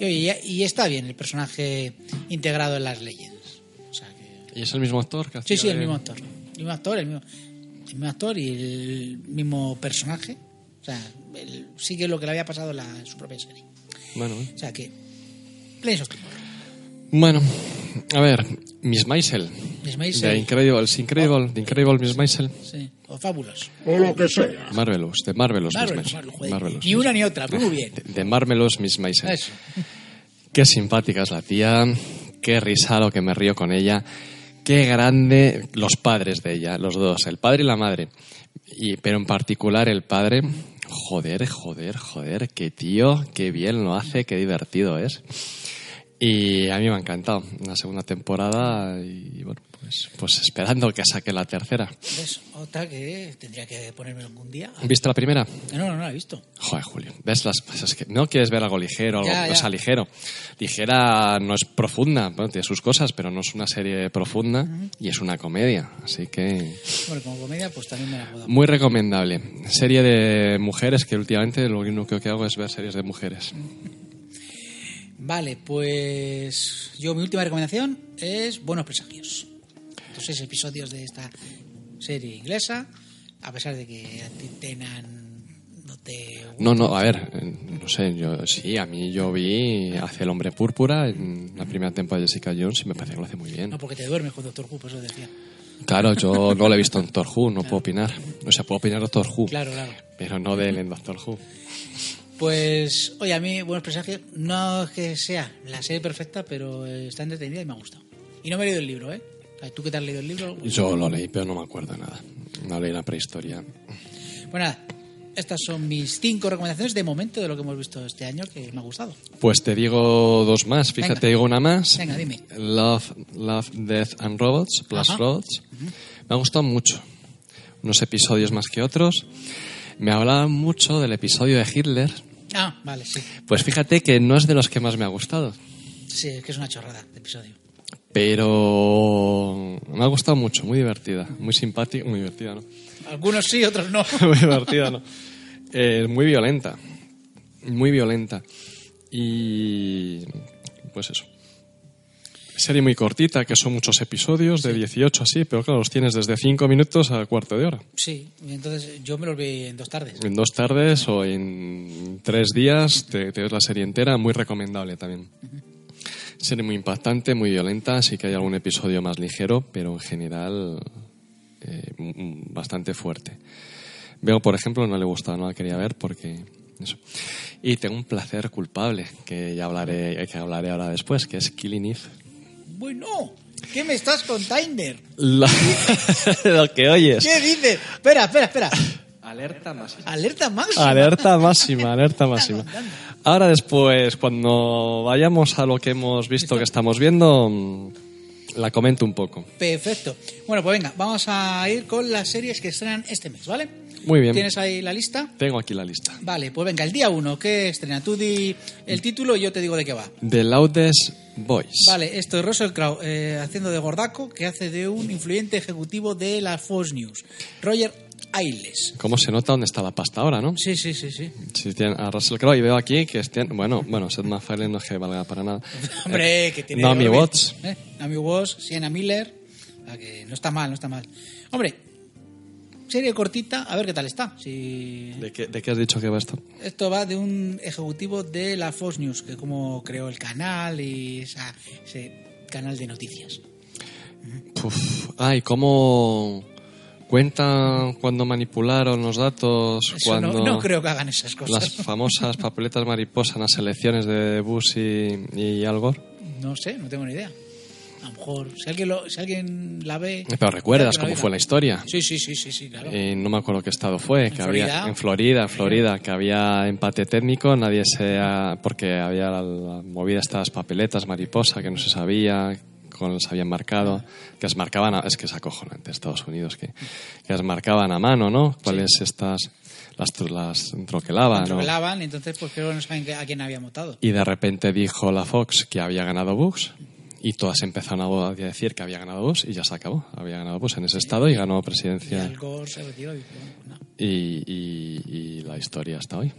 D: y- y- y está bien el personaje integrado en las leyendas. O sea que.
C: ¿Y es el mismo actor que
D: Sí, sí,
C: hacía
D: el
C: de-
D: mismo actor. El mismo actor, el mismo, el mismo actor y el mismo personaje. O sea, él sigue lo que le había pasado en, la, en su propia serie.
C: Bueno, eh.
D: O sea que. Blaze of Glory.
C: Bueno, a ver, Miss Maisel.
D: Miss Maisel. Ah.
C: The Incredible, The Incredible, The Incredible Miss Maisel.
D: Sí. Pues O Fabulous.
C: Marvelous, de Marvelous,
D: Marvelous,
C: Miss Maisel.
D: Marvelous, joder. Ni una ni otra, pero muy bien.
C: De, de Marvelous Miss Maisel.
D: Eso.
C: Qué simpática es la tía, qué risa lo que me río con ella, qué grande los padres de ella, los dos, el padre y la madre. Y, pero en particular el padre, joder, joder, joder, qué tío, qué bien lo hace, qué divertido es. Y a mí me ha encantado la segunda temporada y bueno, pues, pues esperando que saque la tercera.
D: Es otra que tendría que ponerme algún día. Ah,
C: ¿Viste la primera?
D: No, no, no la he visto.
C: Joder, Julio, ves las cosas que no quieres ver algo ligero, algo,
D: Ya, ya.
C: o sea, ligero. Ligera no es profunda, bueno, tiene sus cosas, pero no es una serie profunda y es una comedia, así que
D: Bueno, como comedia, pues también me la puedo.
C: muy recomendable. Serie de mujeres que últimamente lo único que hago es ver series de mujeres.
D: Vale, pues yo mi última recomendación es Buenos Presagios. Los seis episodios de esta serie inglesa, a pesar de que a ti Tenan no te...
C: No, no, a ver, eh, no sé, yo sí, a mí yo vi hacia el hombre púrpura en la primera temporada de Jessica Jones y me parece que lo hace muy bien.
D: No, porque te duermes con Doctor Who, por eso decía.
C: Claro, yo no lo he visto en Doctor Who, no puedo opinar. O sea, puedo opinar de Doctor Who,
D: Claro, claro.
C: pero no de él en Doctor Who.
D: Pues, oye, a mí Buenos Presagios no es que sea la serie perfecta, pero eh, está entretenida y me ha gustado. Y no me he leído el libro, ¿eh? ¿Tú que te has leído el libro?
C: Yo lo leí, pero no me acuerdo de nada. No leí la prehistoria.
D: Bueno, Pues nada, estas son mis cinco recomendaciones de momento de lo que hemos visto este año que me ha gustado.
C: Pues te digo dos más, fíjate,
D: Venga.
C: te digo una más.
D: Venga, dime.
C: Love, Love, Death and Robots, Plus
D: Ajá.
C: Robots. Me ha gustado mucho. Unos episodios más que otros. Me hablaban mucho del episodio de Hitler.
D: Ah, vale, sí.
C: Pues fíjate que no es de los que más me ha gustado.
D: Sí, es que es una chorrada de episodio.
C: Pero me ha gustado mucho, muy divertida, muy simpática, muy divertida, ¿no?
D: Algunos sí, otros no.
C: muy divertida, ¿no? Eh, muy violenta. Muy violenta. Y. Pues eso. Serie muy cortita, que son muchos episodios, de 18 así, pero claro, los tienes desde 5 minutos a cuarto de hora.
D: Sí, y entonces yo me los vi en dos tardes.
C: En dos tardes o en tres días te, te ves la serie entera, muy recomendable también. Serie muy impactante, muy violenta, sí que hay algún episodio más ligero, pero en general eh, m- m- bastante fuerte. Veo, por ejemplo, no le gustaba, no la quería ver porque... Eso. Y tengo un placer culpable que ya hablaré, que hablaré ahora después, que es Killing Eve.
D: Bueno, ¿qué me estás contando?
C: La- Lo que oyes.
D: ¿Qué dices? Espera, espera, espera.
C: Alerta máxima.
D: Alerta máxima.
C: Alerta máxima, alerta máxima. Ahora después, cuando vayamos a lo que hemos visto, que estamos viendo, mm, la comento un poco.
D: Perfecto. Bueno, pues venga, vamos a ir con las series que estrenan este mes, ¿vale?
C: Muy bien.
D: ¿Tienes ahí la lista?
C: Tengo aquí la lista.
D: Vale, pues venga, el día uno, ¿qué estrena? Tú di el título y yo te digo de qué va.
C: The Loudest Voice.
D: Vale, esto es Russell Crowe eh, haciendo de Gordaco, que hace de un influyente ejecutivo de la Fox News, Roger Ailes.
C: ¿Cómo se nota dónde está la pasta ahora, no?
D: Sí, sí, sí, sí.
C: Si tienen a Russell Crowe y veo aquí que estén, bueno, bueno, Seth MacFarlane no es que valga para nada.
D: Hombre, que tiene.
C: Eh, Naomi
D: hombre,
C: Watts.
D: ¿eh? Naomi Watts, Sienna Miller. O sea, que no está mal, no está mal. Hombre, serie cortita, a ver qué tal está. Si...
C: ¿De qué, de qué has dicho que va esto?
D: Esto va de un ejecutivo de la Fox News, que como creó el canal y esa- ese canal de noticias.
C: Puf, ay, cómo cuentan cuando manipularon los datos,
D: Eso
C: cuando...
D: no, no creo que hagan esas cosas.
C: Las famosas papeletas mariposa en las elecciones de Bush y, y Al Gore.
D: No sé, no tengo ni idea. A lo mejor, si alguien, lo- si alguien la ve.
C: Pero recuerdas
D: que la
C: cómo
D: vea.
C: fue la historia.
D: Sí, sí, sí, sí, sí, claro.
C: Eh, no me acuerdo qué estado fue, que había
D: Florida?
C: en Florida, Florida, que había empate técnico, nadie se ha- porque había la, la movida estas papeletas mariposa que no se sabía con los habían marcado, que las marcaban, a- es que es acojonante Estados Unidos, que, que las marcaban a mano, ¿no? ¿Cuáles estas las, tro- las troquelaban? ¿no?
D: Controlaban, entonces pues creo que no saben que- a quién habían votado.
C: Y de repente dijo la Fox que había ganado Bush y todas empezaron a a decir que había ganado Bush y ya se acabó. Había ganado Bush en ese estado y ganó
D: Y
C: presidencia
D: Al Gore se retiró y dijo, pues, no.
C: y, y- y la historia hasta hoy.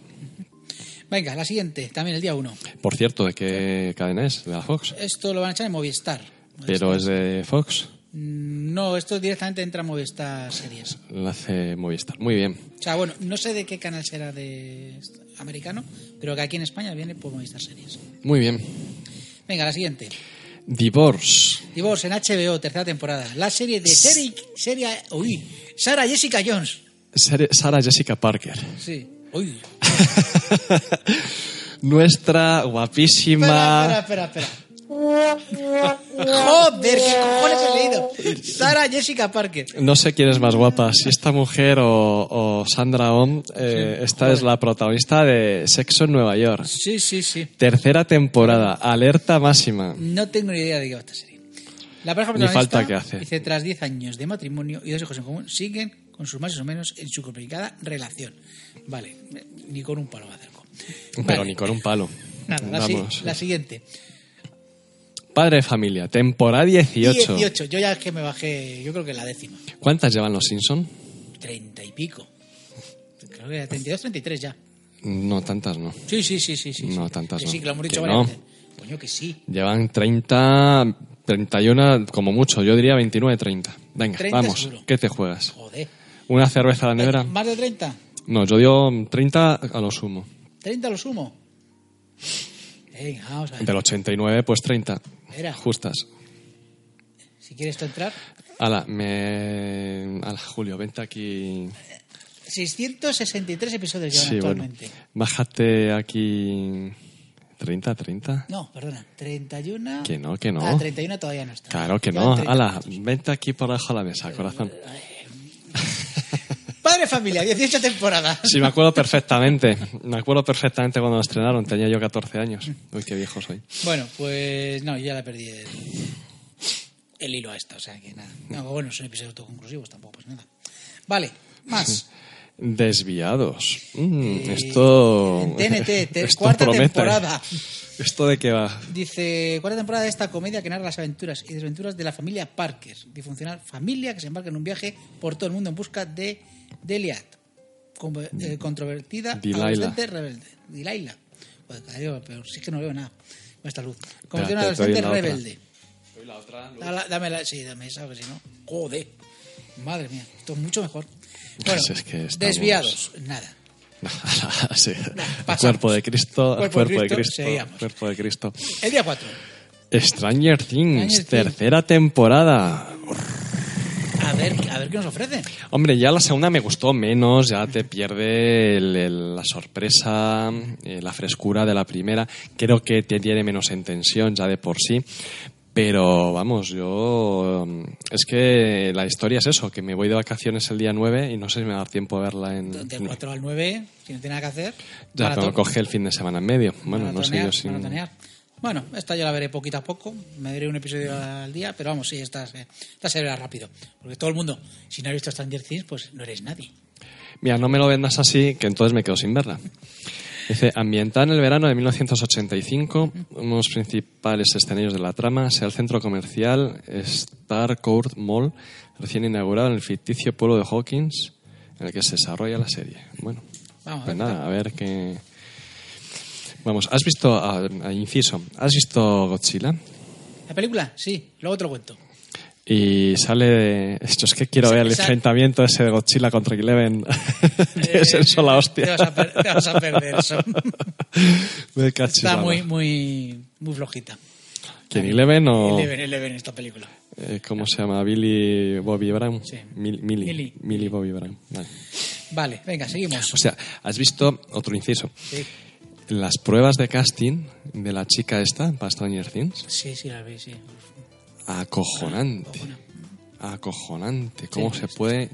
D: Venga, la siguiente, también el día 1.
C: Por cierto, ¿de qué cadena es? ¿De la Fox?
D: Esto lo van a echar en Movistar.
C: Pero es de Fox,
D: Mm, No, esto directamente entra en Movistar Series.
C: la hace Movistar. Muy bien.
D: O sea, bueno, no sé de qué canal será de americano, pero que aquí en España viene por Movistar Series.
C: Muy bien.
D: Venga, la siguiente.
C: Divorce.
D: Divorce en HBO, tercera temporada. La serie de serie, serie uy, Sara Jessica Jones.
C: Sare- Sarah Jessica Parker.
D: Sí. Uy.
C: Nuestra guapísima.
D: Espera, espera, espera, espera. Joder, ¿qué cojones he leído? Sara Jessica Parker.
C: No sé quién es más guapa, si esta mujer o, o Sandra Oh. Eh, esta es la protagonista de Sexo en Nueva York.
D: Sí, sí, sí.
C: Tercera temporada, alerta máxima.
D: No tengo ni idea de qué va esta serie. La pareja
C: Ni
D: protagonista
C: falta que hace.
D: dice, tras 10 años de matrimonio y dos hijos en común, siguen con sus más o menos en su complicada relación. Vale, ni con un palo me acerco.
C: Pero
D: Vale.
C: ni con un palo.
D: Nada, la, si-
C: Vamos.
D: la siguiente.
C: Padre de familia, temporada 18.
D: 18. Yo ya es que me bajé, yo creo que la décima.
C: ¿Cuántas llevan los Simpson?
D: 30 y pico. Creo que era 32, 33 ya.
C: No, tantas no.
D: Sí, sí, sí, sí. sí
C: No,
D: sí.
C: tantas
D: Que
C: no.
D: Sí, que lo hemos
C: Que
D: dicho
C: no.
D: varias veces. Coño, que sí.
C: Llevan 30, 31 como mucho, yo diría 29, 30. Venga,
D: 30
C: vamos,
D: seguro. Eh,
C: ¿qué te juegas?
D: Joder.
C: ¿Una cerveza a la nevera?
D: ¿Más de 30?
C: No, yo digo 30 a lo sumo.
D: 30 lo sumo. Venga, vamos a ver.
C: Del 89, pues 30.
D: Era.
C: Justas.
D: Si quieres tú entrar.
C: Ala, me... Ala, Julio, vente aquí.
D: 663 episodios llevan
C: Sí, bueno.
D: actualmente.
C: Bájate aquí... 30, 30.
D: No, perdona. 31.
C: Que no, que no.
D: Ah, 31 todavía no está.
C: Claro que
D: Llevan
C: no.
D: 30.
C: Ala, vente aquí por debajo de la mesa, corazón.
D: Padre familia, 18 temporadas.
C: Sí, me acuerdo perfectamente. Me acuerdo perfectamente cuando lo estrenaron. Tenía yo 14 años. Uy, qué viejo soy.
D: Bueno, pues no, yo ya la perdí el, el hilo a esta, o sea que nada. No, bueno, son episodios autoconclusivos, tampoco pues nada. Vale, más.
C: Desviados. Mm,
D: Eh,
C: esto.
D: en TNT, te-
C: esto
D: cuarta
C: promete.
D: temporada.
C: ¿Esto de qué va?
D: Dice, cuarta temporada de esta comedia que narra las aventuras y desventuras de la familia Parker, disfuncional familia que se embarca en un viaje por todo el mundo en busca de Deliat, como, eh, controvertida,
C: Mm. Delilah.
D: adolescente rebelde. Delilah. Joder, cada día va peor, si es que no veo nada con esta luz. Como
C: Espérate,
D: una
C: estoy
D: adolescente
C: en la otra.
D: rebelde. Dala- dame la, sí, dame esa, a ver si no. Joder. Madre mía, esto es mucho mejor. Bueno,
C: Pues es que estamos-
D: desviados, nada.
C: Sí.
D: pasamos.
C: Cuerpo de Cristo.
D: Cuerpo de
C: Cuerpo, de
D: Cristo,
C: Cristo.
D: seguíamos.
C: Cuerpo de Cristo.
D: El día 4.
C: Stranger Things,
D: Things.
C: tercera temporada.
D: A ver, a ver qué nos ofrecen.
C: Hombre, ya la segunda me gustó menos, ya te pierde el- el- la sorpresa, eh, la frescura de la primera. Creo que te tiene menos en tensión ya de por sí. Pero vamos, yo. mm, Es que la historia es eso: que me voy de vacaciones el día 9 y no sé si me va a dar tiempo a verla en.
D: Del 4 al 9, si no tiene nada que hacer.
C: Ya, pero
D: maratón-
C: coge el fin de semana en medio. Bueno, no sé
D: maratonear,
C: yo si.
D: maratonear. Bueno, esta yo la veré poquito a poco. Me veré un episodio al día, pero vamos, sí, esta, se- esta se verá rápido. Porque todo el mundo, si no has visto Stranger Things, pues no eres nadie.
C: Mira, no me lo vendas así, que entonces me quedo sin verla. Dice, ambientada en el verano de 1985, unos principales escenarios de la trama sea el centro comercial Star Court Mall, recién inaugurado en el ficticio pueblo de Hawkins, en el que se desarrolla la serie. Bueno,
D: Vamos a
C: pues
D: ver,
C: nada, a ver qué... Vamos, ¿has visto, ah, ah, inciso, ¿has visto Godzilla?
D: ¿La película? Sí, luego te lo cuento.
C: Y sale. Esto es que quiero
D: Sa-
C: ver el
D: sa-
C: enfrentamiento ese de Godzilla contra Eleven. es eso la hostia.
D: Eh, Te vas a, per- te vas a perder eso.
C: Me cacho
D: Está
C: la
D: muy,
C: mar.
D: muy, muy flojita.
C: ¿Quién, Eleven o.
D: Eleven, Eleven, esta película.
C: eh, ¿Cómo se llama? ¿Billy Bobby Brown?
D: Sí.
C: Mil-
D: Millie.
C: Millie. Millie Bobby Brown. Vale.
D: Vale, venga, seguimos.
C: O sea, has visto otro inciso.
D: Sí,
C: Las pruebas de casting de la chica esta para Stranger Things.
D: sí, sí, la vi, sí.
C: Acojonante.
D: Cojona.
C: Eh, Acojonante. ¿Cómo
D: Sí.
C: se puede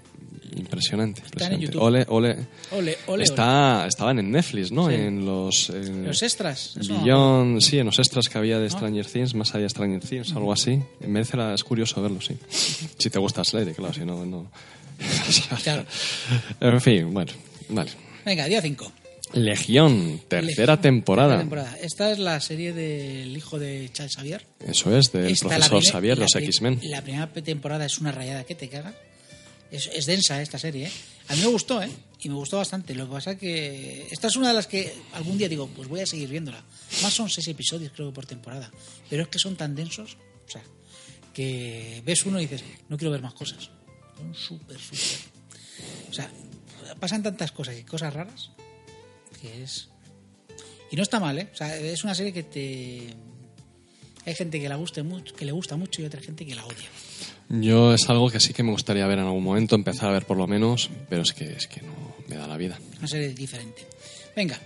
C: Impresionante.
D: Está en
C: impresionante.
D: YouTube.
C: Ole, ole.
D: Ole, ole,
C: Está, Estaban en Netflix, ¿no?
D: Sí.
C: En los... en-
D: Los extras, eso no me
C: Beyond- sí, en los extras que había de Stranger Things, más allá de Stranger Things, algo así. Merece la, es curioso verlo, sí. si te gusta Slade, claro, si no, no.
D: Claro.
C: En fin, bueno, vale.
D: Venga, día 5.
C: Legión, tercera temporada.
D: Esta es la serie del hijo de Charles Xavier.
C: Eso es, del
D: Esta, la
C: profesor
D: primer-
C: Xavier,
D: la
C: los
D: pri-
C: X-Men.
D: La primera temporada es una rayada que te caga. Es, es densa esta serie, ¿eh? A mí me gustó, ¿eh? Y me gustó bastante. Lo que pasa que esta es una de las que algún día digo, pues voy a seguir viéndola. Más son seis episodios, creo, por temporada. Pero es que son tan densos, o sea, que ves uno y dices, no quiero ver más cosas. Son súper, súper. O sea, pasan tantas cosas y cosas raras que es... Y no está mal, ¿eh? O sea, es una serie que te... Hay gente que, la guste mucho, que le gusta mucho y otra gente que la odia.
C: Yo es algo que sí que me gustaría ver en algún momento, empezar a ver por lo menos, pero es que, es que no me da la vida.
D: Una serie diferente. Venga,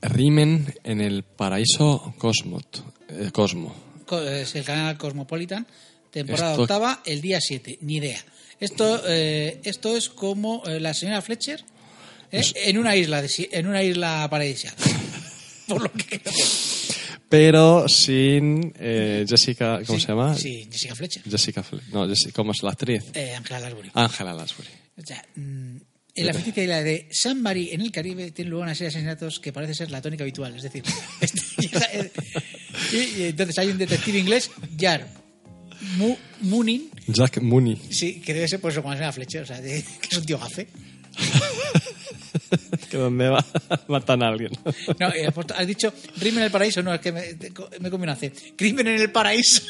C: Rimen en el paraíso Cosmot, eh, Cosmo.
D: co- es el canal Cosmopolitan, temporada
C: Esto-
D: octava, el día 7, ni idea. Esto, eh, esto es como eh, la señora Fletcher eh, en una isla de si- en una isla paradisíaca. Por lo que creo.
C: Pero sin eh, Jessica, ¿cómo
D: Sí,
C: se llama?
D: Sí, Jessica Fletcher.
C: Jessica, Fle- no, Jessica, ¿cómo es la actriz?
D: Eh, Angela Lansbury.
C: Ángela Lansbury.
D: O sea, mm, en la ficticia isla de San Mari, en el Caribe, tiene lugar una serie de asesinatos que parece ser la tónica habitual. Es decir, este- y, y entonces hay un detective inglés, Jar Mu- Moonin,
C: Jack Mooney.
D: sí, que debe ser por eso cuando se la flecha, o sea, de- que es un tío gafe.
C: Que donde va, matan a alguien.
D: No, eh, has puesto- has dicho crimen en el paraíso, no, es que me, te- co- me comí una C. Crimen en el paraíso,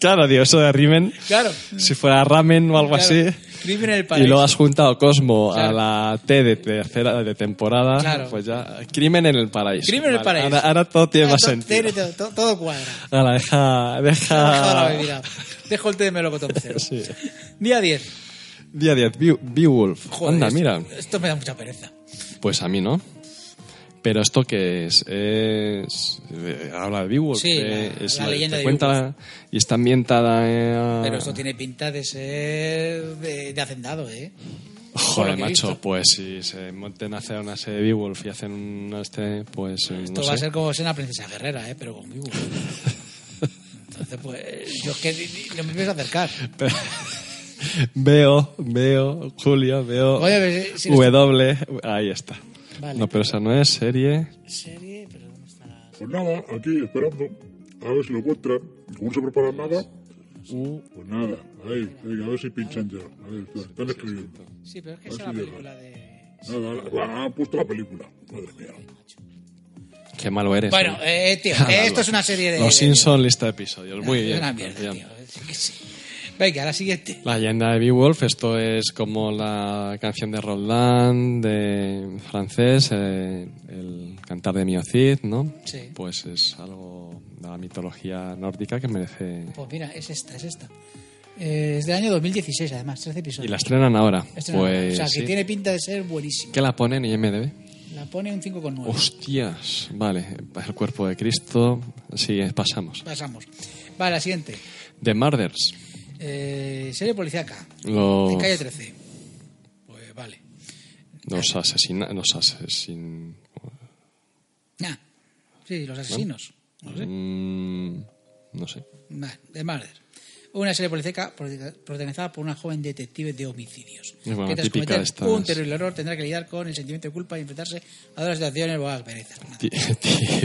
C: claro, digo, eso de Rimen.
D: claro.
C: Si fuera ramen o algo
D: Claro,
C: así.
D: Crimen en el
C: Y
D: paraíso.
C: lo has juntado Cosmo
D: Claro.
C: a la T de tercera de temporada.
D: Claro.
C: Pues ya, Crimen en el paraíso.
D: Crimen en
C: Vale,
D: el paraíso.
C: Ahora, ahora todo tiene
D: Ah,
C: más
D: todo-
C: sentido.
D: todo- todo- todo cuadra.
C: Ahora, deja,
D: Dejado
C: deja.
D: la bebida. Dejo el té de melocotón cero.
C: Ah. Sí.
D: Día 10.
C: Día 10, Be- Beowulf.
D: Joder,
C: Anda,
D: esto-
C: mira.
D: Esto me da mucha pereza.
C: Pues a mí no. Pero esto que es, es eh, habla de Beowulf,
D: Sí,
C: eh,
D: la-
C: es
D: la leyenda
C: te
D: de
C: cuenta
D: Beowulf.
C: y está ambientada. eh, a-
D: Pero esto tiene pinta de ser de, de hacendado, ¿eh? por lo
C: Joder,
D: que he
C: macho,
D: visto.
C: pues si se monten a hacer una serie de Beowulf y hacen un este, pues eh,
D: Esto
C: no
D: va a
C: sé.
D: ser como ser una princesa guerrera, ¿eh? Pero con vivo. Entonces, pues, yo es que ni- ni- no me empiezo a acercar.
C: Veo, veo, Julio, veo
D: Voy a ver si- si lo
C: W, ahí está.
D: Vale.
C: No, pero esa no es serie.
D: Serie, pero ¿dónde está la-
F: Pues nada, aquí esperando. A ver si lo encuentran. Como no se preparan nada, pues nada. Ahí, venga, a ver si pinchan ya. A ver, espera, están escribiendo.
D: Sí, pero es que
F: A
D: es la
F: ver si llega.
D: película de...
F: Nada, nada, bueno, han puesto la película. Madre mía.
C: Qué malo eres.
D: Bueno,
C: hombre.
D: eh, tío,
C: Nada,
D: esto es una serie de...
C: Ah, Los
D: de-
C: Simpson lista de episodios. Muy
D: Es
C: bien.
D: una mierda,
C: bien.
D: tío. Es que sí. Venga, la siguiente.
C: La leyenda de Beowulf, esto es como la canción de Roland de francés, eh, el cantar de Miocid, ¿no?
D: Sí.
C: Pues es algo de la mitología nórdica que merece...
D: Pues mira, es esta, es esta. Eh, es del año 2016, además, 13
C: Y
D: episodios.
C: la estrenan ahora.
D: Esta no,
C: pues
D: o sea,
C: sí.
D: que tiene pinta de ser buenísima.
C: ¿Qué la ponen en IMDB?
D: La pone un 5,9.
C: Hostias, vale, el cuerpo de Cristo, sí, eh, pasamos.
D: Pasamos. Vale, la siguiente.
C: The Murders,
D: Eh, serie policíaca.
C: los,
D: En calle 13. Pues vale.
C: los asesina- los asesin...
D: Nah. Ah, Sí, los asesinos. No sé.
C: Mm, no sé.
D: Nah, de Murder. Una serie policíaca prota- protagonizada por una joven detective de homicidios.
C: Es bueno,
D: que tras
C: típica
D: cometer
C: de estas.
D: un terrible error tendrá que lidiar con el sentimiento de culpa y enfrentarse a dos situaciones boas perezas.
C: Ti-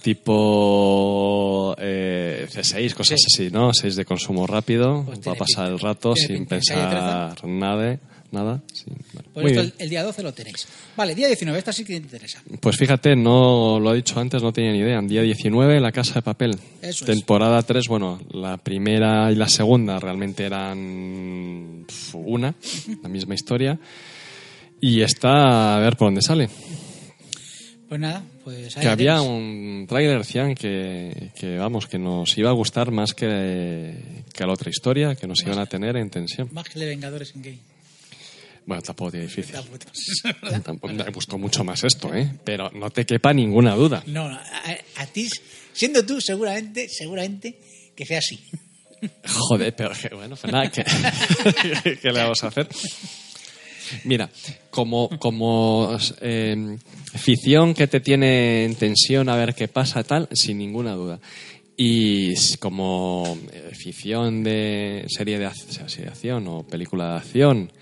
C: tipo tipo eh, C6, cosas
D: Sí.
C: así, ¿no? 6 de consumo rápido,
D: Pues
C: va a
D: tiene
C: pasar
D: pinta.
C: el rato
D: Tiene
C: sin
D: pinta. Calle
C: pensar nada. nada sí, vale.
D: Por
C: Muy
D: esto el,
C: bien.
D: el día 12 lo tenéis. Vale, día 19. Esta sí que te interesa.
C: Pues fíjate, no lo he dicho antes, no tenía ni idea. En día 19, La Casa de Papel.
D: Eso es.
C: Temporada 3, bueno, la primera y la segunda realmente eran pf, una, la misma historia. Y está a ver por dónde sale.
D: Pues nada, pues ahí
C: que
D: la
C: había
D: tenéis.
C: un tráiler decían que, que, vamos que nos iba a gustar más que, que la otra historia que nos iban a tener en tensión
D: Más que el de Vengadores en Game.
C: bueno tampoco tiene difícil Tampoco- me gustó mucho más esto eh pero no te quepa ninguna duda
D: No, no, a, a ti, siendo tú, seguramente, seguramente que sea así.
C: Joder, pero que, bueno, pues nada, ¿qué, qué le vamos a hacer? Mira, como, como eh, ficción que te tiene en tensión a ver qué pasa, tal, sin ninguna duda. Y s- como eh, ficción de serie de, ac- o sea, serie de acción o película de acción,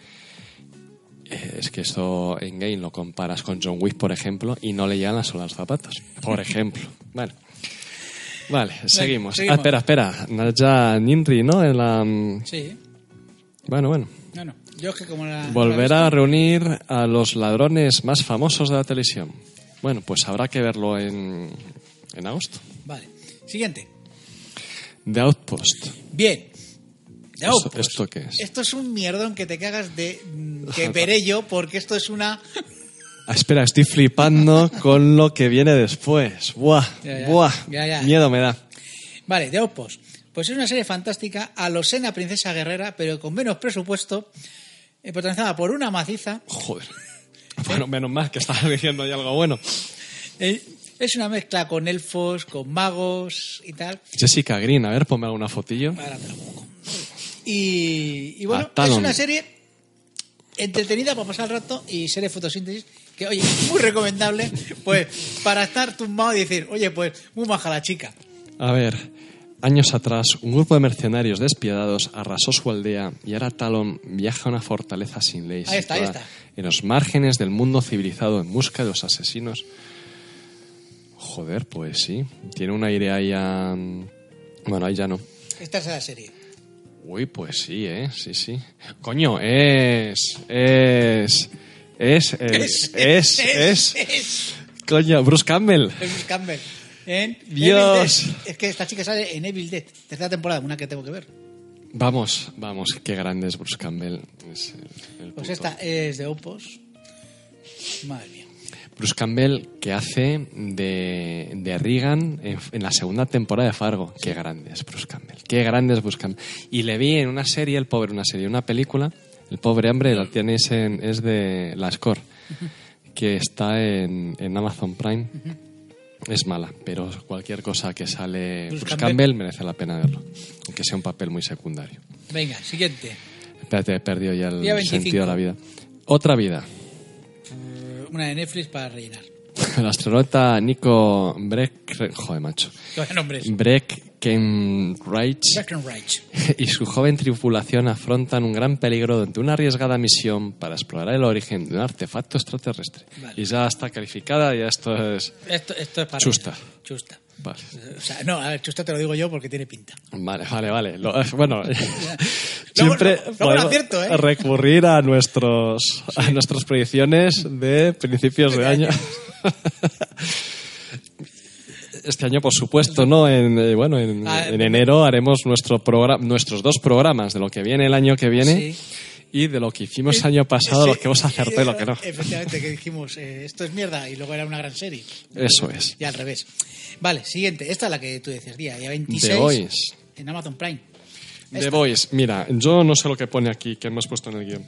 C: eh, es que esto en game lo comparas con John Wick, por ejemplo, y no le llegan las solas zapatos, por ejemplo. Vale. Vale, seguimos.
D: seguimos.
C: Ah, espera, espera. Naja Ninri, ¿no? En la, mm,
D: Sí,
C: Bueno, bueno.
D: no, no. Yo es que como la...
C: Volver
D: la-
C: a reunir a los ladrones más famosos de la televisión. Bueno, pues habrá que verlo en, en agosto.
D: Vale. Siguiente.
C: The Outpost.
D: Bien. The
C: ¿Esto-
D: Outpost.
C: esto qué es?
D: Esto es un mierdón que te cagas de... mm, Que veré yo porque esto es una...
C: Ah, espera, estoy flipando con lo que viene después. Buah,
D: Ya, ya.
C: buah.
D: Ya, ya.
C: Miedo me da.
D: Vale, The Outpost. Pues es una serie fantástica a lo Sena Princesa Guerrera, pero con menos presupuesto, eh, protagonizada por una maciza.
C: Joder. Bueno, menos mal que estaba diciendo ya algo bueno.
D: Eh, es una mezcla con elfos, con magos y tal.
C: Jessica Green, a ver, ponme alguna fotillo.
D: Ahora te lo pongo. Y, y
C: A
D: bueno, es
C: Talon.
D: una serie entretenida para pasar el rato y serie de fotosíntesis que, oye, muy recomendable, pues para estar tumbado y decir, oye, pues muy maja la chica.
C: A ver, años atrás, un grupo de mercenarios despiadados arrasó su aldea y ahora Talon viaja a una fortaleza sin ley
D: Ahí está, ahí
C: situada
D: está.
C: en los márgenes del mundo civilizado en busca de los asesinos. Joder, pues sí, tiene un aire ahí a... Bueno, ahí ya no.
D: Esta es la serie.
C: Uy, pues sí, ¿eh? Sí, sí. Coño, es... Es... Es... Es... Es... es,
D: es.
C: Coño, Bruce Campbell.
D: Lewis Campbell. En Evil
C: Dios.
D: Dead. Es que esta chica sale en Evil Dead, tercera temporada, una que tengo que ver.
C: Vamos, vamos, qué grande es Bruce Campbell. Es el- el
D: Pues
C: puto.
D: esta es de Opus. Madre mía.
C: Bruce Campbell que hace de, de Regan en, en la segunda temporada de Fargo. Qué grande es Bruce Campbell. Qué grande es Bruce Campbell. Y le vi en una serie, el pobre, una serie, una película. El pobre hombre la tienes en- es de La Score, que está en, en Amazon Prime. Es mala, pero cualquier cosa que sale
D: Bruce
C: Bruce,
D: Campbell.
C: Campbell merece la pena verlo, aunque sea un papel muy secundario.
D: Venga, siguiente.
C: Espérate, he perdido ya el
D: Día 25.
C: sentido de la vida. Otra vida.
D: Eh, Una de Netflix para rellenar.
C: El astronauta Nico Breck... Joder, macho.
D: Qué buen nombre es.
C: Mm. Breck Kenwright
D: Breckenridge.
C: y su joven tripulación afrontan un gran peligro durante una arriesgada misión para explorar el origen de un artefacto extraterrestre.
D: Vale.
C: Y ya está calificada, ya esto es...
D: Esto, esto es para.
C: Chusta.
D: Chusta.
C: Vale,
D: O sea, no, a ver, chusta te lo digo yo porque tiene pinta.
C: vale, vale. vale. Lo- bueno, siempre
D: luego lo
C: podemos
D: acierto, ¿eh?
C: recurrir a, nuestros, a nuestras predicciones de principios de año. Este año, por supuesto, ¿no? En, eh, bueno, en,
D: Ah,
C: en enero haremos nuestro programa, nuestros dos programas, de lo que viene el año que viene
D: Sí.
C: y de lo que hicimos el año pasado, lo
D: Sí,
C: que hemos acertado y lo que no.
D: Efectivamente, que dijimos, eh, esto es mierda y luego era una gran serie.
C: Eso es.
D: Y al revés. Vale, siguiente. Esta es la que tú decías, día, día 26.
C: The Voice.
D: En Amazon Prime.
C: The Voice, mira, yo no sé lo que pone aquí, que hemos puesto en el guión.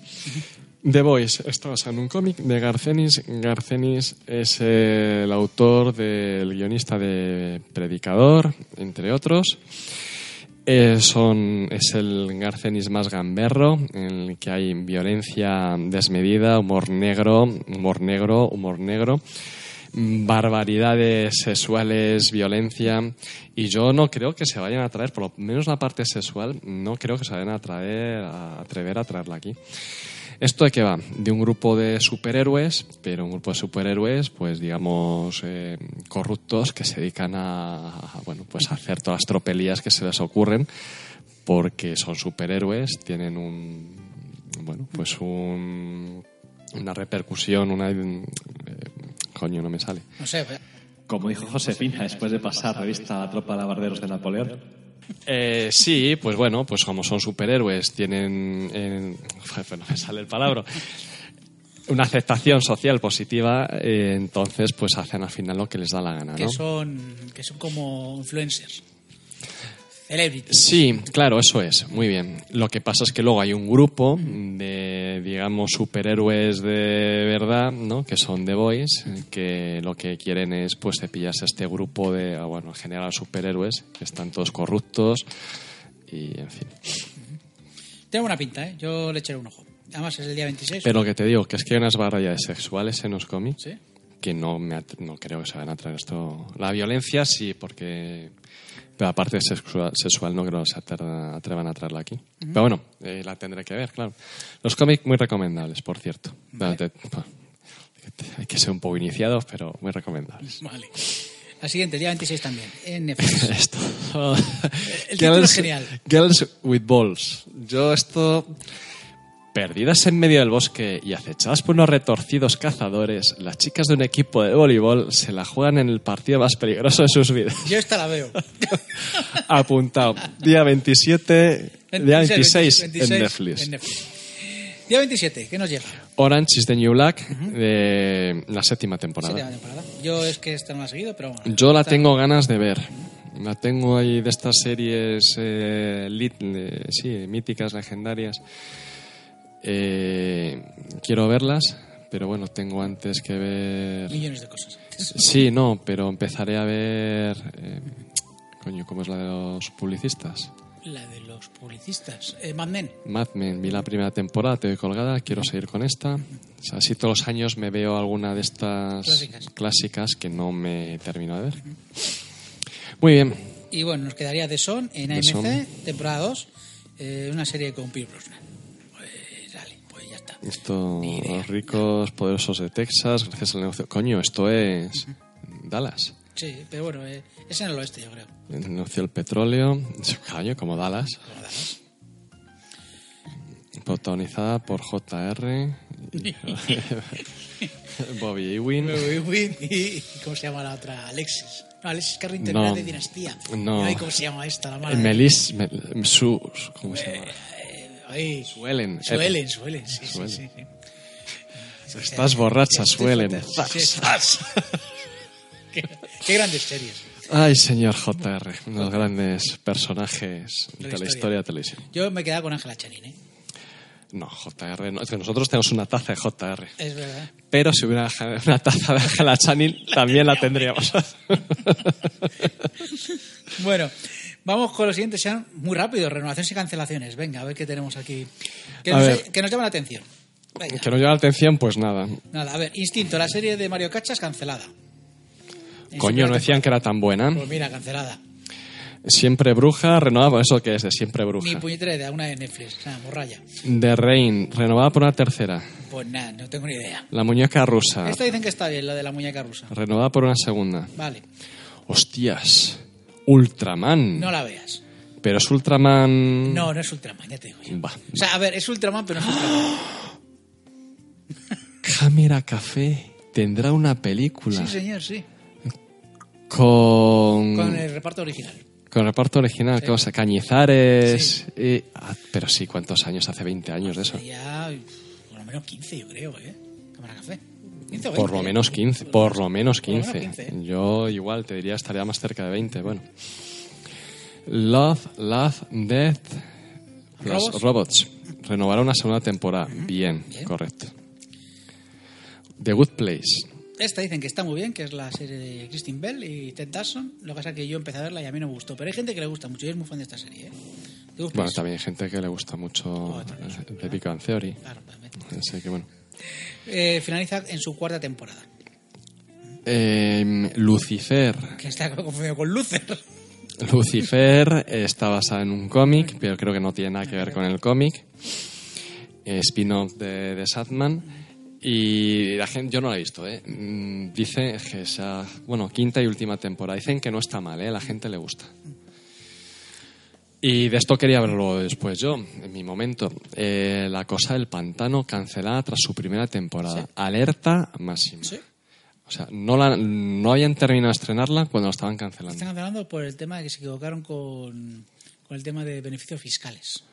C: The Voice está basado en un cómic de Garcenis. Garcenis es eh, el autor del guionista de Predicador, entre otros. Eh, son, es el Garcenis más gamberro, en el que hay violencia desmedida, humor negro, humor negro, humor negro, mm, barbaridades sexuales, violencia. Y yo no creo que se vayan a traer, por lo menos la parte sexual, no creo que se vayan a, traer, a atrever a traerla aquí. ¿Esto de qué va? De un grupo de superhéroes, pero un grupo de superhéroes, pues digamos, eh, corruptos que se dedican a, a, bueno, pues a hacer todas las tropelías que se les ocurren porque son superhéroes, tienen un, bueno, pues un, una repercusión, una... eh, coño, no me sale.
D: No sé,
G: Como dijo Josefina después de pasar revista a la tropa de alabarderos de Napoleón,
C: Eh, sí, pues bueno, pues como son superhéroes, tienen, en- joder, no me sale el palabra, una aceptación social positiva, eh, entonces pues hacen al final lo que les da la gana,
D: que,
C: Ah, ¿no?
D: son, que son como influencers. Celebrities.
C: Sí, claro, eso es, muy bien. Lo que pasa es que luego hay un grupo de, digamos, superhéroes de verdad, ¿no? Que son The Boys, que lo que quieren es, pues, cepillarse a este grupo de, ah, bueno, en general superhéroes, que están todos corruptos y en fin.
D: Tiene buena pinta, ¿eh? Yo le echaré un ojo. Además es el día 26.
C: Pero lo que te digo, que es que hay unas barbaridades sexuales en los cómics
D: ¿Sí?
C: que no, me at- no creo que se vayan a traer esto. La violencia sí, porque. Pero aparte de sexua- sexual, no creo que se atreva- atrevan a traerla aquí. Pero bueno, eh, la tendré que ver, claro. Los cómics muy recomendables, por cierto. Bueno, te- bueno, hay que ser un poco iniciados, pero muy recomendables.
D: Vale. La siguiente, el día 26 también, en Netflix.
C: Esto.
D: El título es genial.
C: Girls with Balls. Yo esto... Perdidas en medio del bosque y acechadas por unos retorcidos cazadores, las chicas de un equipo de voleibol se la juegan en el partido más peligroso de sus vidas.
D: Yo esta la veo.
C: Apuntado. Día 27, día 26,
D: 26
C: en Netflix.
D: en Netflix. Día 27, ¿qué nos llega?
C: Orange is the New Black, de la séptima temporada.
D: Séptima temporada. Yo es que esta no la he seguido, pero bueno.
C: Yo la
D: Esta-
C: tengo ganas de ver. La tengo ahí de estas series eh, lit- eh, sí, míticas, legendarias. Eh, quiero verlas, pero bueno, tengo antes que ver...
D: Millones de cosas.
C: Sí, no, pero empezaré a ver... eh, coño, ¿cómo es la de los publicistas?
D: La de los publicistas. Eh, Mad Men.
C: Mad Men, vi la primera temporada, te doy colgada, quiero seguir con esta. O sea, así todos los años me veo alguna de estas
D: Clásicas.
C: clásicas que no me termino de ver. Muy bien,
D: Y bueno, nos quedaría The Son en
C: The
D: AMC,
C: Son.
D: temporada 2, eh, una serie con Pierce Brosnan. Pues dale, pues ya está.
C: Esto,
D: Ni idea.
C: los ricos poderosos de Texas, gracias al negocio. Coño, esto es Dallas.
D: Sí, pero bueno, eh, es en el oeste, yo creo.
C: El negocio del petróleo, coño, como Dallas. Protagonizada por JR, Bobby Ewing.
D: ¿Y cómo se llama la otra? Alexis. No, Alexis Carrington
C: No.
D: era de Dinastía.
C: No.
D: Ay, ¿Cómo se llama esta? La mala.
C: Melis, Mel- su, su- ¿cómo se llama?
D: Ay,
C: Suelen.
D: Eh, Suelen, suelen, sí, sí,
C: Suelen.
D: sí, sí.
C: Estás borracha,
D: Estoy
C: suelen.
D: fatal. Sí, sí. qué, qué grandes series.
C: Ay, señor JR, unos grandes personajes
D: De la
C: de la historia
D: historia.
C: de televisión.
D: Yo me he quedado con Ángela Chanin, ¿eh?
C: No, JR, no, es que nosotros tenemos una taza de JR.
D: Es verdad.
C: Pero si hubiera una taza de Angela Chanil, también la tendríamos.
D: Bueno, vamos con lo siguiente, sean muy rápido, renovaciones y cancelaciones. Venga, a ver qué tenemos aquí. Que,
C: A
D: nos,
C: ver.
D: que nos llama la atención. Venga.
C: que no llama la atención, pues nada.
D: Nada, a ver, Instinto, la serie de Mario Cachas cancelada.
C: Coño,
D: En su
C: no
D: primera
C: decían que era tan buena.
D: temporada- Pues mira, cancelada.
C: Siempre bruja, renovada por eso que es de siempre
D: Ni
C: bruja.
D: puñetera idea, una de Netflix, o sea, morralla.
C: The Rain, renovada por una tercera.
D: Pues nada, no tengo ni idea.
C: La muñeca rusa,
D: Esta dicen que está bien, la de la muñeca rusa.
C: renovada por una segunda.
D: Vale,
C: Hostias, Ultraman.
D: no la veas.
C: Pero es Ultraman...
D: No, no es Ultraman, ya te digo yo.
C: Va.
D: O sea, a ver, es Ultraman, pero no es Ultraman.
C: Cámara Café tendrá una película
D: Sí, señor, sí.
C: con...
D: Con el reparto original.
C: Con reparto original, ¿qué cosa? Cañizares. y- ah, pero sí, ¿cuántos años? Hace 20 años de eso.
D: Ya, uf, por lo menos 15, yo creo, ¿eh? Cámara Café. 15 o
C: Por
D: 20,
C: lo
D: ya.
C: menos 15. Por lo menos
D: Por lo menos
C: 15.
D: 15,
C: Yo igual te diría estaría más cerca de 20. Bueno. Love, Love, Death. Los
D: Robots.
C: robots. Renovará una segunda temporada. Bien,
D: Bien.
C: correcto. The Good Place.
D: Esta dicen que está muy bien, que es la serie de Christine Bell y Ted Dawson. Lo que pasa es que yo empecé a verla y a mí no me gustó. Pero hay gente que le gusta mucho. Yo es muy fan de esta serie, ¿eh? ¿Te gusta?
C: Bueno, también hay gente que le gusta mucho
D: también
C: eh, The Big Bang Theory.
D: Claro, también.
C: Así que bueno.
D: Eh, finaliza en su cuarta temporada.
C: Em, Lucifer.
D: Que está confundido con Luther.
C: Lucifer eh, está basada en un cómic, pero creo que no tiene nada que ver con el cómic. Eh, Spin-off de, de Satman. Y la gente, yo no la he visto, ¿eh? Mm, Dice que esa, bueno, quinta y última temporada. Dicen que no está mal, ¿eh? La gente le gusta. Y de esto quería hablarlo después yo, en mi momento. Eh, la cosa del pantano cancelada tras su primera temporada. Alerta máxima.
D: Sí.
C: O sea, no, la, no habían terminado de estrenarla cuando la estaban cancelando.
D: Están hablando por el tema de que se equivocaron con, con el tema de beneficios fiscales.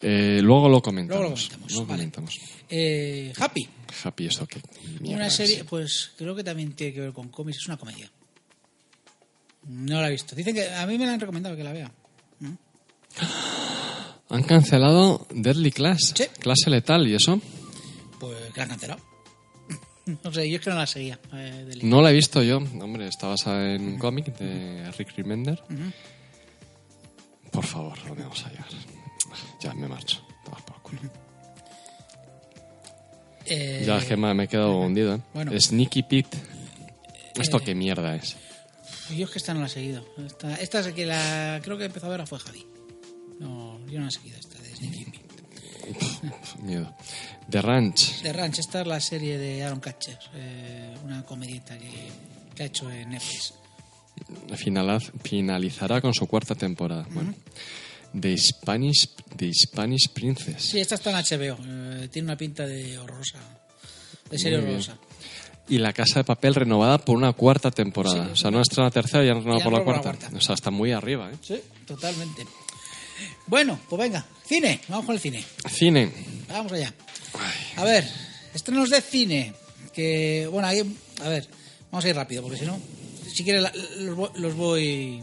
C: Eh, luego lo comentamos.
D: Luego lo comentamos,
C: Luego
D: vale.
C: comentamos.
D: Eh, Happy.
C: Happy esto que mierda
D: una
C: es.
D: serie, pues creo que también tiene que ver con cómics. Es una comedia. No la he visto. Dicen que a mí me la han recomendado que la vea.
C: Han cancelado Deadly Class,
D: Sí.
C: clase letal y eso.
D: Pues que la han cancelado. No sé, yo es que no la seguía. eh, del-
C: No la he visto yo. Hombre, está basada en un cómic de Rick Remender. Por favor, ¿dónde vamos a llegar? Ya me marcho. Tomar por culo.
D: Eh,
C: Ya, Gemma, me he quedado hundido. ¿eh?
D: Bueno. Eh.
C: Sneaky Pete. ¿Esto qué mierda es?
D: Yo es que esta no la he seguido. Esta, esta es que la creo que empezó a verla fue Javi. No, yo no la he seguido esta de Sneaky
C: Mm.
D: Pete.
C: Miedo. The Ranch.
D: The Ranch, esta es la serie de Aaron Catcher, eh, una comedita que, que ha hecho en Netflix.
C: Finalaz- finalizará con su cuarta temporada. Bueno. The Spanish, The Spanish Princess.
D: Sí, esta está en HBO. eh, tiene una pinta de horrorosa. De serie
C: Muy bien.
D: horrorosa.
C: Y La Casa de Papel renovada por una cuarta temporada. o sea, no está en la tercera y han renovado
D: Ya
C: por la
D: han renovado
C: cuarta.
D: por la cuarta.
C: O sea, está muy arriba, ¿eh?
D: Sí, totalmente. Bueno, pues venga, cine, vamos con el cine.
C: Cine.
D: Vamos allá. A ver, estrenos de cine. Que, bueno, ahí, a ver, vamos a ir rápido, porque si no, si quieres, la- los, vo- los voy.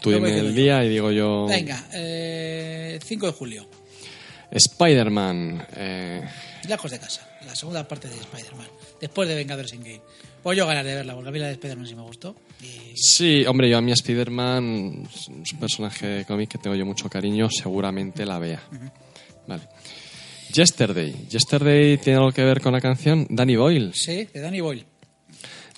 C: Tú
D: los
C: dime
D: voy haciendo
C: el
D: yo.
C: día y digo yo...
D: Venga, eh, 5 de julio,
C: Spider-Man. eh,
D: Lejos de casa, la segunda parte de Spider-Man, después de Vengadores Endgame. Pues yo ganas de verla, porque a mí la de Spider-Man sí me gustó. Y
C: Sí, hombre, yo a mi Spider-Man, es un personaje de cómic que tengo yo mucho cariño, seguramente la vea. Vale. Yesterday. Yesterday tiene algo que ver con la canción Danny Boyle.
D: sí, de Danny Boyle.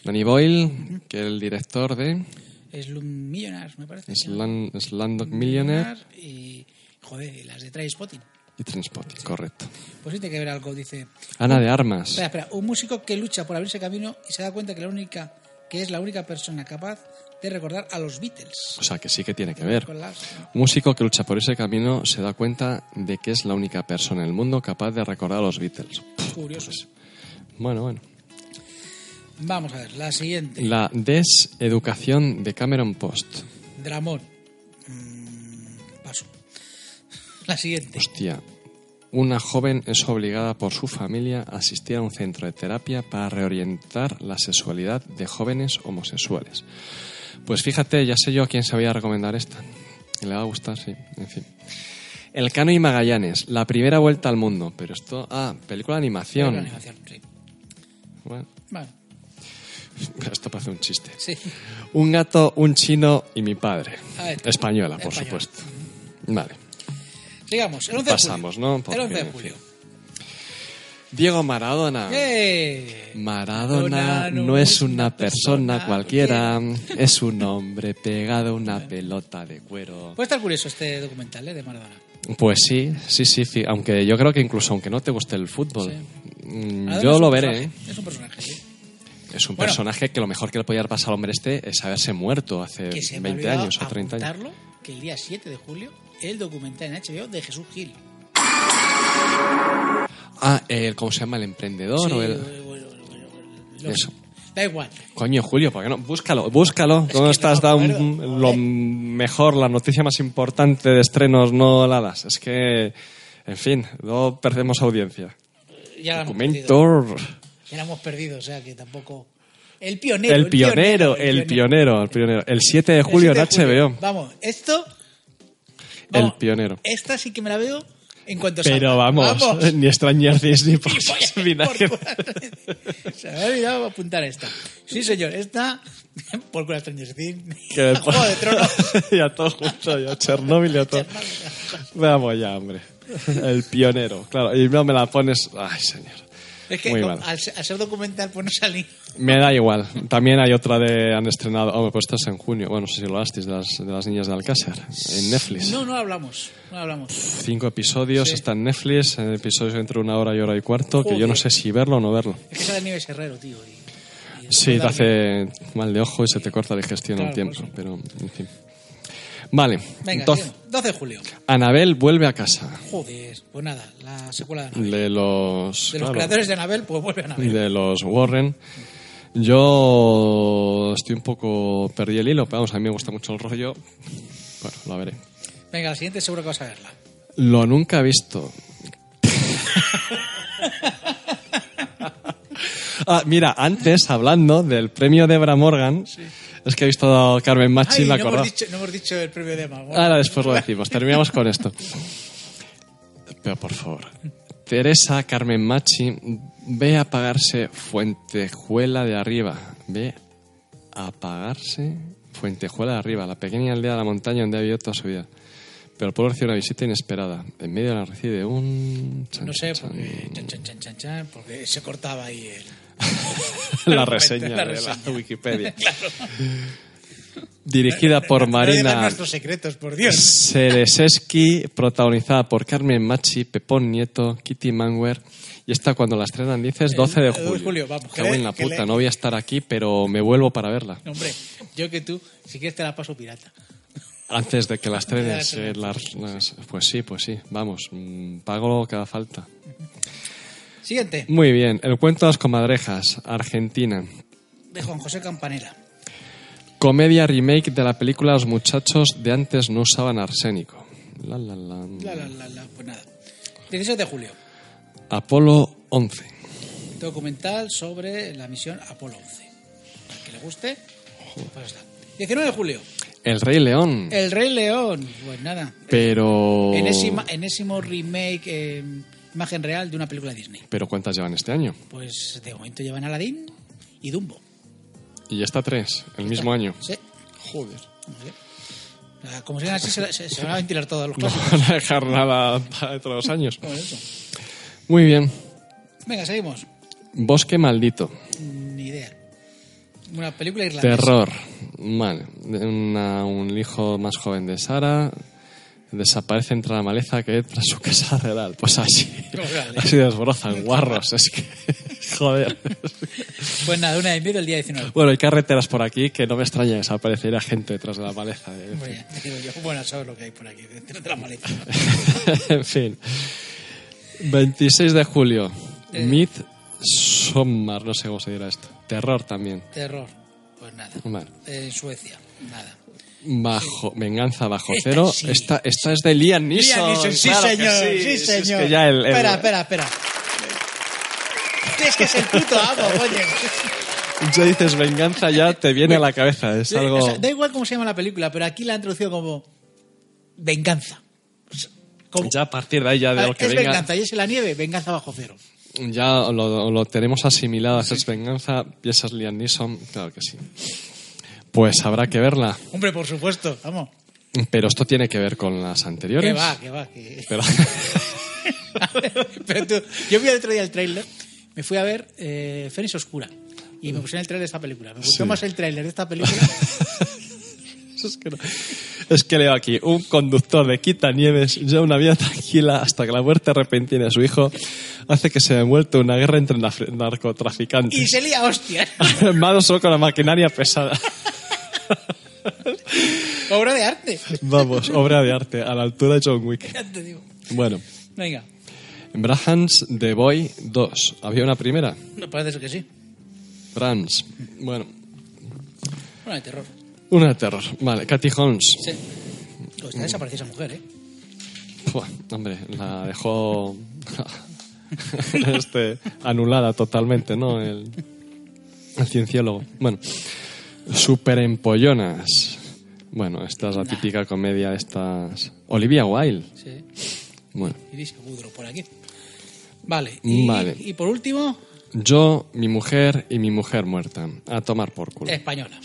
C: Danny Boyle, que es el director de
D: Es un Millionaire, me parece.
C: Slan- Slumdog Millionaire
D: Y, joder, y las de Trainspotting.
C: y Transpotting, correcto.
D: Pues sí, tiene que ver algo, dice.
C: Ana de Armas.
D: Espera, espera, un músico que lucha por abrirse camino y se da cuenta que la única que es la única persona capaz de recordar a los Beatles.
C: O sea, que sí que tiene Pues que ver.
D: Con las-
C: Un músico que lucha por ese camino se da cuenta de que es la única persona en el mundo capaz de recordar a los Beatles.
D: Curioso.
C: Bueno, bueno.
D: Vamos a ver, la siguiente.
C: La deseducación de Cameron Post.
D: Dramón. Mm, paso. La siguiente.
C: Hostia. Una joven es obligada por su familia a asistir a un centro de terapia para reorientar la sexualidad de jóvenes homosexuales. Pues fíjate, ya sé yo a quién se voy a recomendar esta. Y Le va a gustar, sí. En fin. Elcano y Magallanes, la primera vuelta al mundo. Pero esto. Ah, película de animación.
D: La animación, sí.
C: Bueno,
D: Bueno,
C: esto parece un chiste.
D: sí.
C: Un gato, un chino y mi padre.
D: Ah, esto.
C: Española, por
D: Española.
C: supuesto. Vale.
D: Sigamos. El 11
C: Pasamos,
D: de julio.
C: ¿no? Por
D: El 11 de
C: fin.
D: julio.
C: Diego Maradona.
D: ¡Eh!
C: Maradona no es una persona cualquiera, es un hombre pegado a una pelota de cuero.
D: Puede estar curioso este documental ¿eh? de Maradona.
C: Pues sí, sí, sí, sí, aunque yo creo que incluso aunque no te guste el fútbol, mm,
D: Maradona es
C: yo
D: un
C: lo veré. ¿eh?
D: personaje, Es un personaje, sí.
C: Es un
D: Bueno.
C: personaje que lo mejor que le podía haber pasado al hombre este es haberse muerto hace
D: que se me
C: 20
D: olvidaba
C: Eh, años o 30 años.
D: apuntarlo, que el día 7 de julio el documental en HBO de Jesús Gil.
C: Ah, el, ¿cómo se llama? ¿El emprendedor?
D: Sí,
C: o
D: bueno,
C: el...
D: bueno, bueno, bueno, lo-
C: Eso.
D: Da igual.
C: Coño, Julio, ¿por qué no? Búscalo, búscalo.
D: Es
C: ¿Cómo
D: que
C: estás?
D: no
C: Da
D: me
C: un-
D: acuerdo,
C: lo
D: joder.
C: mejor, la noticia más importante de estrenos, no la das. Es que, en fin, no perdemos audiencia.
D: Ya lo hemos perdido.
C: Documentor.
D: Ya lo hemos perdido, o sea que tampoco. El pionero.
C: El pionero, el pionero, el pionero. El 7 de
D: El
C: julio en
D: 7 de
C: HBO.
D: Vamos, esto.
C: El pionero.
D: Esta sí que me la veo en cuanto salga.
C: Pero vamos, ni extrañarcis ni por
D: Vaya, por
C: vinagre.
D: culo. Se me ha olvidado apuntar esta. Sí, señor, esta. Por culo a Stranger Things.
C: Que
D: a
C: después-
D: Juego de Tronos.
C: y a todo junto, y a Chernóbil y a todo. Vamos ya, hombre. El pionero, claro. Y no me la pones. Ay, señor.
D: Es que
C: Muy
D: como-
C: mal.
D: al, se- al ser documental, pues no salí.
C: Me da igual. También hay otra de. Han estrenado. Hombre, pues estás en junio. Bueno, no sé si lo hasteis, de las, de las niñas de Alcácer. En Netflix.
D: No, no hablamos. No hablamos.
C: Cinco episodios.
D: Sí.
C: Está en Netflix. eh, Episodios entre una hora y hora y cuarto. Que yo
D: Joder.
C: no sé si verlo o no verlo.
D: Es que sale Nieves Herrero, tío. y- y-
C: Sí, te
D: da-
C: hace mal de ojo y se te corta la digestión
D: Claro,
C: un tiempo.
D: por eso.
C: Pero, en fin. Vale.
D: Venga,
C: entonces,
D: tío, 12 de julio.
C: Anabel vuelve a casa.
D: Joder, pues nada, la secuela de Anabel.
C: De los.
D: De los
C: claro,
D: creadores de Anabel, pues vuelve a Anabel.
C: de los Warren. Yo estoy un poco. Perdí el hilo, pero vamos, a mí me gusta mucho el rollo. Bueno, lo veré.
D: Venga, la siguiente seguro que vas a verla.
C: Lo nunca visto. Ah, mira, antes, hablando del premio de Bra Morgan, es que he visto a Carmen Machi, me
D: Ay,
C: Ah.
D: no,
C: he acordado.
D: hemos dicho, no hemos dicho el premio de Mago.
C: Ahora después lo decimos, terminamos con esto. Pero por favor, Teresa Carmen Machi, ve a apagarse Fuentejuela de arriba. Ve a apagarse Fuentejuela de arriba, la pequeña aldea de la montaña donde ha vivido toda su vida. Pero Polo recibe una visita inesperada. En medio de la recibe un... chan,
D: No sé,
C: chan,
D: porque,
C: chan.
D: chan, chan, chan, chan, chan, porque se cortaba ahí el...
C: la reseña
D: La
C: de la
D: reseña.
C: Wikipedia. Dirigida por
D: No digas
C: Marina
D: nuestros secretos, por Dios.
C: Sereseski, protagonizada por Carmen Machi, Pepón Nieto, Kitty Manwer. Y esta cuando la estrenan dices 12 de
D: El 12 de
C: julio.
D: julio, vamos, que
C: Cago en
D: le-
C: la
D: que le-
C: puta, no voy a estar aquí, pero me vuelvo para verla.
D: Hombre, yo que tú, si quieres te la paso pirata.
C: Antes de que la estrenes.
D: Ya,
C: eh, las- las- pues sí, pues sí, vamos, mm, pago lo que haga falta.
D: Siguiente,
C: Muy bien, el cuento de las comadrejas, Argentina.
D: de Juan José Campanella.
C: Comedia remake de la película Los muchachos de antes no usaban arsénico. La, la, la.
D: La, la, la, la, pues nada. 16 de julio,
C: Apolo 11.
D: documental sobre la misión Apolo 11. Al que le guste, pues está. 19 de julio,
C: El Rey León.
D: El Rey León. Pues nada,
C: Pero.
D: enésima- enésimo remake, eh, imagen real de una película Disney.
C: Pero ¿cuántas llevan este año?
D: Pues de momento llevan Aladdin y Dumbo.
C: Y esta tres, el mismo año.
D: Sí.
C: Joder.
D: no sé. O sea, Como sigan así, se, la- se- se van a ventilar todos los
C: No
D: clásicos.
C: van a dejar nada para dentro de los años.
D: Por eso.
C: Muy bien.
D: Venga, seguimos.
C: Bosque maldito.
D: Ni idea. Una película irlandesa.
C: Terror. Vale. Una- un hijo más joven de Sara desaparece entre la maleza que hay tras su casa real. Pues así.
D: Órale.
C: Así desbrozan, guarros. Es que. Joder.
D: Pues nada, una de miedo el día 19.
C: Bueno, hay carreteras por aquí que no me extraña desaparecer a gente detrás de la maleza. eh.
D: Hombre, ya te digo yo. Bueno, sabes lo que hay por aquí, dentro de la maleta.
C: en fin. 26 de julio.
D: Eh.
C: Mid Sommar, no sé cómo se dirá esto. Terror también.
D: Terror. Pues nada.
C: Vale.
D: En Suecia, nada.
C: Bajo, venganza bajo
D: Esta
C: cero.
D: sí.
C: Esta, esta es de Liam Neeson.
D: Liam Neeson, sí,
C: claro que
D: señor, sí,
C: Si es
D: señor.
C: que ya el- el-
D: Espera, espera, espera. Es que es el puto amo, coño.
C: Ya dices venganza, ya te viene a la cabeza. Es algo.
D: O sea, da igual cómo se llama la película, pero aquí la han traducido como venganza. O sea, como-
C: Ya a partir de ahí, ya de lo que
D: Ah, es
C: venga.
D: venganza y es en la nieve, venganza bajo cero.
C: Ya lo, lo tenemos asimilado a es venganza, piezas Liam Neeson, claro que sí. Pues habrá que verla.
D: Hombre, por supuesto, vamos.
C: Pero esto tiene que ver con las anteriores.
D: Que va, que va. que-
C: Pero-
D: Pero tú- yo vi el otro día el tráiler, me fui a ver eh, Fénix Oscura y me pusieron el tráiler de esta película. Me gustó
C: Sí.
D: más el tráiler de esta película.
C: es, que no- es que leo aquí, un conductor de quitanieves lleva una vida tranquila hasta que la muerte repentina de su hijo hace que se haya envuelto una guerra entre naf- narcotraficantes.
D: y se lía hostia.
C: Armado solo con la maquinaria pesada.
D: Obra de arte.
C: Vamos, obra de arte, a la altura de John Wick.
D: Ya te digo.
C: Bueno,
D: Venga,
C: Brahams The Boy 2. ¿Había una primera?
D: me parece que sí.
C: Brahms. Bueno,
D: Bueno, de terror.
C: una de terror. Vale, Katy Holmes.
D: Sí. Pues está desaparecida esa mujer, ¿eh?
C: Buah, hombre, la dejó este, anulada totalmente, ¿no? El, el cienciólogo. Bueno, super empollonas. Bueno, esta es la típica comedia de estas. Olivia Wilde.
D: Sí.
C: Bueno,
D: Y dice Woodrow por aquí. Vale. Y,
C: Vale.
D: y por último,
C: yo, mi mujer y mi mujer muerta. A tomar por culo.
D: española.